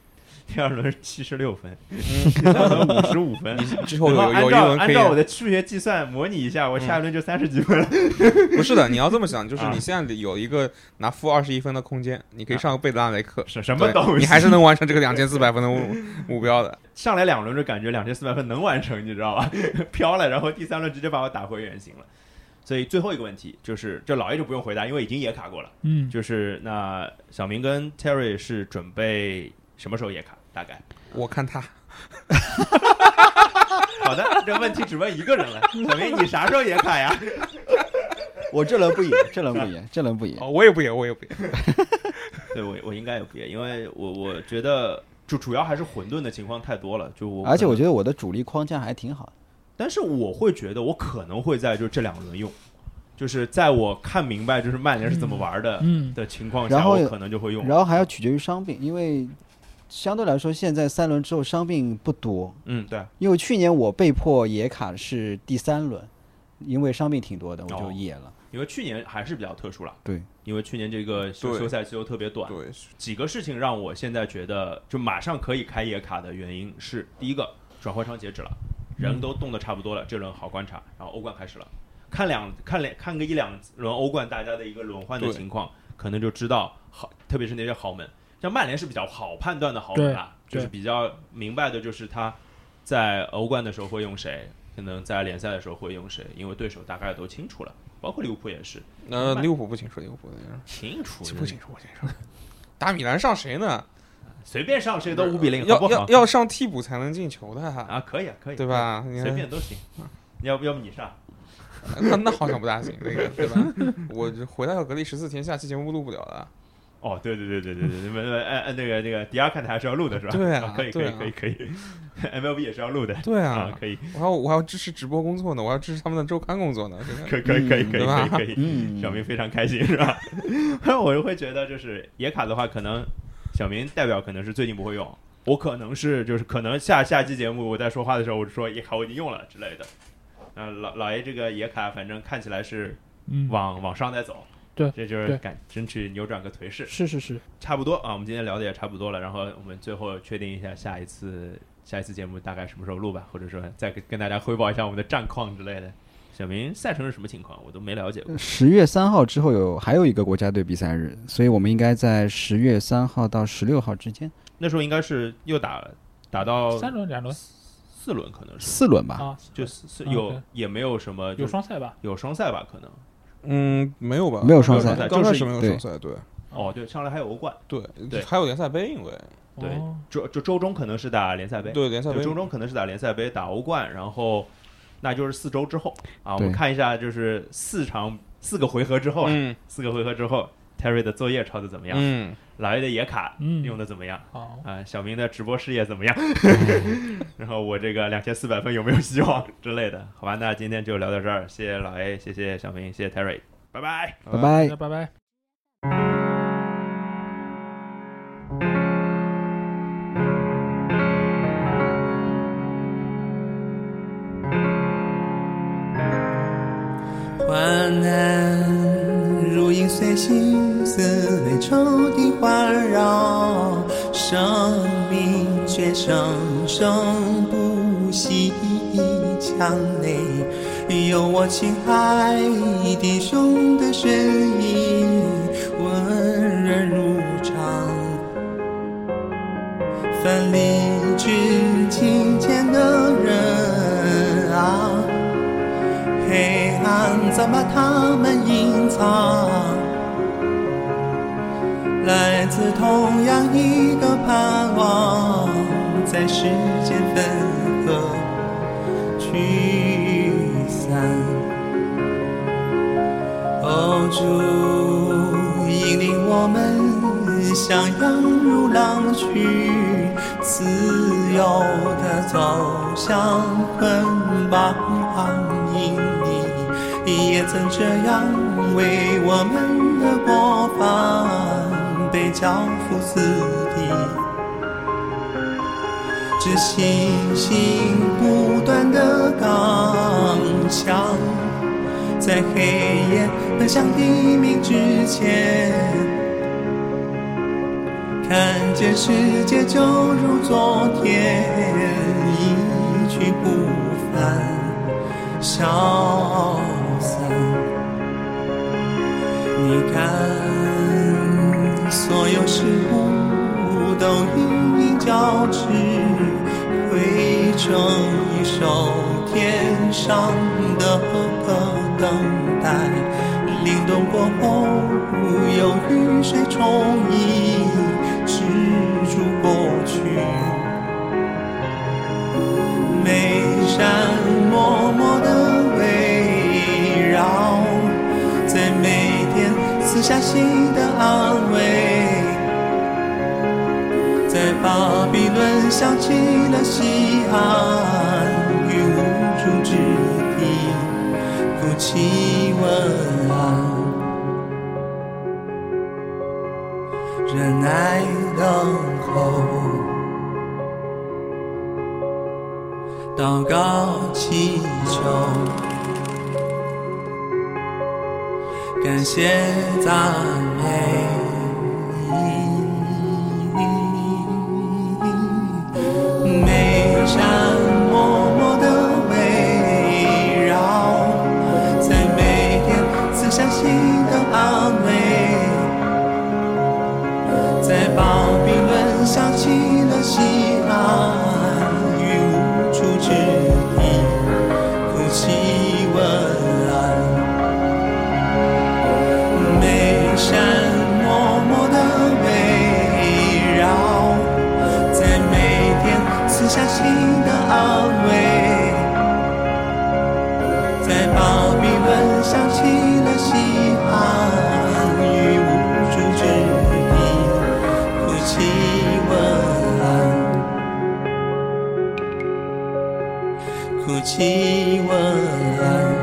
Speaker 1: 第二轮七十六分，
Speaker 4: 嗯
Speaker 1: 第三轮五十五分。
Speaker 3: 之后有
Speaker 1: 然
Speaker 3: 有
Speaker 1: 后
Speaker 3: 一
Speaker 1: 按
Speaker 3: 轮可
Speaker 1: 照按照我
Speaker 3: 以，嗯
Speaker 1: 的数学计算模拟一下，我下一轮就三十几分了。
Speaker 3: 不是的，你要这么想，就是
Speaker 1: 啊
Speaker 3: 你现在有一个拿负二十一分的空间，你可以上个贝德纳雷克，
Speaker 1: 什什么东
Speaker 3: 对，
Speaker 1: 西？
Speaker 3: 你还是能完成这个两千四百分的目 目标的。
Speaker 1: 上来两轮就感觉两千四百分能完成，你知道吧？ 飘了，然后第三轮直接把我打回原形了。所以最后一个问题就是，这老 A 就不用回答，因为已经也卡过了。
Speaker 4: 嗯，
Speaker 1: 就是那小明跟 Terry 是准备什么时候也卡？大概
Speaker 3: 我看他，
Speaker 1: 好的，这问题只问一个人了，小明，你啥时候也卡呀？
Speaker 2: 我这轮不赢，这轮不赢，这轮不赢。
Speaker 3: 哦，我也不演，我也不演。
Speaker 1: 对我，我应该也不也，因为我我觉得就主要还是混沌的情况太多了，就我，
Speaker 2: 而且我觉
Speaker 1: 得，
Speaker 2: 得我的主力框架还挺好的。
Speaker 1: 但是我会觉得我可能会在就这两轮用，就是在我看明白就是曼联是怎么玩的、
Speaker 4: 嗯，
Speaker 1: 的情况下，
Speaker 2: 然后
Speaker 1: 我可能就会用。
Speaker 2: 然后还要取决于伤病，因为相对来说现在三轮之后伤病不多，
Speaker 1: 嗯，对，
Speaker 2: 因为去年我被迫野卡是第三轮，因为伤病挺多的，我就
Speaker 1: 哦
Speaker 2: 野了。
Speaker 1: 因为去年还是比较特殊了，
Speaker 2: 对，
Speaker 1: 因为去年这个休
Speaker 3: 对
Speaker 1: 休赛期又特别短，
Speaker 3: 对，
Speaker 1: 几个事情让我现在觉得就马上可以开野卡的原因是，第一个转会窗截止了，人都动得差不多了，这轮好观察，然后欧冠开始了，看两看两看个一两轮欧冠大家的一个轮换的
Speaker 3: 对
Speaker 1: 情况，可能就知道好，特别是那些豪门，像曼联是比较好判断的豪门啊，
Speaker 4: 对
Speaker 1: 就是比较明白的，就是他在欧冠的时候会用谁，可能在联赛的时候会用谁，因为对手大概都清楚了，包括利物浦也是
Speaker 3: 那利物浦不清楚，利物浦不
Speaker 1: 清楚，
Speaker 3: 清楚，不清楚。打米兰上谁呢？
Speaker 1: 随便上谁都五比零，好
Speaker 3: 要
Speaker 1: 不好
Speaker 3: 要？要上替补才能进球的哈，
Speaker 1: 啊，可以啊，可以，
Speaker 3: 对？吧？你看
Speaker 1: 随便都行，要不要不你上？
Speaker 3: 那那好像不大行，那个对吧？我这回到要隔离十四天，下期节目录不了了。
Speaker 1: 哦，对对对对对对，你们按按那个那个迪亚看台还是要录的是吧？哦
Speaker 3: 对啊
Speaker 1: 可以可
Speaker 3: 对
Speaker 1: 以
Speaker 3: 啊
Speaker 1: 可以可以，MLB 也是要录的
Speaker 3: 对
Speaker 1: 啊
Speaker 3: 啊，，
Speaker 1: 可以
Speaker 3: 我还要我还要支持直播工作呢，我还要支持他们的周刊工作呢。这个
Speaker 1: 可以可以可以
Speaker 2: 嗯
Speaker 1: 可以
Speaker 3: 对吧
Speaker 1: 可以可以，
Speaker 2: 嗯
Speaker 1: 小明非常开心是吧？ 我就会觉得就是野卡的话，可能小明代表可能是最近不会用，我可能是就是可能下下期节目我在说话的时候我就说野卡我已经用了之类的。那老老爷这个野卡反正看起来是
Speaker 4: 嗯，
Speaker 1: 往往上在走，
Speaker 4: 对
Speaker 1: 这就是
Speaker 4: 对
Speaker 1: 敢争取扭转个颓势。
Speaker 4: 是是是，
Speaker 1: 差不多啊，我们今天聊的也差不多了，然后我们最后确定一下下一次下一次节目大概什么时候录吧，或者说再跟跟大家汇报一下我们的战况之类的。小明，赛程是什么情况？我都没了
Speaker 4: 嗯
Speaker 1: 解过。
Speaker 2: 十月三号之后有还有一个国家队比赛日，所以我们应该在十月三号到十六号之间
Speaker 1: 那时候应该是又打打到
Speaker 4: 三轮两轮
Speaker 1: 四轮，可能是
Speaker 2: 四轮吧。
Speaker 4: 啊，
Speaker 1: 哦就四四
Speaker 4: 啊
Speaker 1: 有
Speaker 4: 对
Speaker 1: 也没有什么
Speaker 4: 有
Speaker 1: 就
Speaker 4: 双赛吧？
Speaker 1: 有双赛吧？可能
Speaker 3: 嗯，没有吧？
Speaker 2: 没有双赛
Speaker 3: 刚开
Speaker 1: 就
Speaker 3: 始
Speaker 1: 是
Speaker 3: 没有
Speaker 2: 对
Speaker 3: 双赛，对
Speaker 1: 哦，对，上来还有欧冠，对
Speaker 3: 对，还有联赛杯，因为
Speaker 1: 对
Speaker 4: 哦
Speaker 1: 周周周中可能是打联赛杯，
Speaker 3: 对联赛
Speaker 1: 就
Speaker 3: 杯
Speaker 1: 周中可能是打联赛杯、打欧冠，然后那就是四周之后啊，我们
Speaker 2: 对
Speaker 1: 看一下就是四场四个回合之后啊，
Speaker 3: 嗯
Speaker 1: 四个回合之后，Terry 的作业抄的怎么样？
Speaker 3: 嗯，
Speaker 1: 老爷的野卡
Speaker 4: 嗯
Speaker 1: 用的怎么样？
Speaker 4: 好，
Speaker 1: 啊、小明的直播事业怎么样？然后我这个两千四百分有没有希望之类的？好吧，那今天就聊到这儿，谢谢老 A，谢谢小明，谢谢 Terry，拜拜。
Speaker 2: 拜拜
Speaker 4: 那。拜拜。
Speaker 5: 患难如影随形，似被抽屉环绕，生命却生生不息。墙内有我亲爱弟兄的身影，温润如常。分离至亲间的人啊，黑暗怎把他们隐藏？来自同样一个盼望，在时间分合聚散。哦，主引领我们像羊入狼去，自由的走向捆绑。因你也曾这样为我们的过犯被交付死地。这信心不断的刚强，在黑夜奔向黎明之前，看见世界就如昨天，一去不返，消散。你看，所有事物都隐隐交织，汇成一首天上的等待。凛冬过后，有雨水冲溢，止住过去。每山默默的围绕，在每天撕下心的安慰，在巴比伦想起了西安与无主之地，夫妻问安。忍耐等候，祷告祈求，感谢赞美。每山默默的围绕，在每天撕下心的安慰。在巴比伦想起了西安与无主之地，哭泣问安。每山默默的围绕，在每天撕下新的安慰。在巴比伦想起了西安与无主之地。哭泣问安，哭泣问安。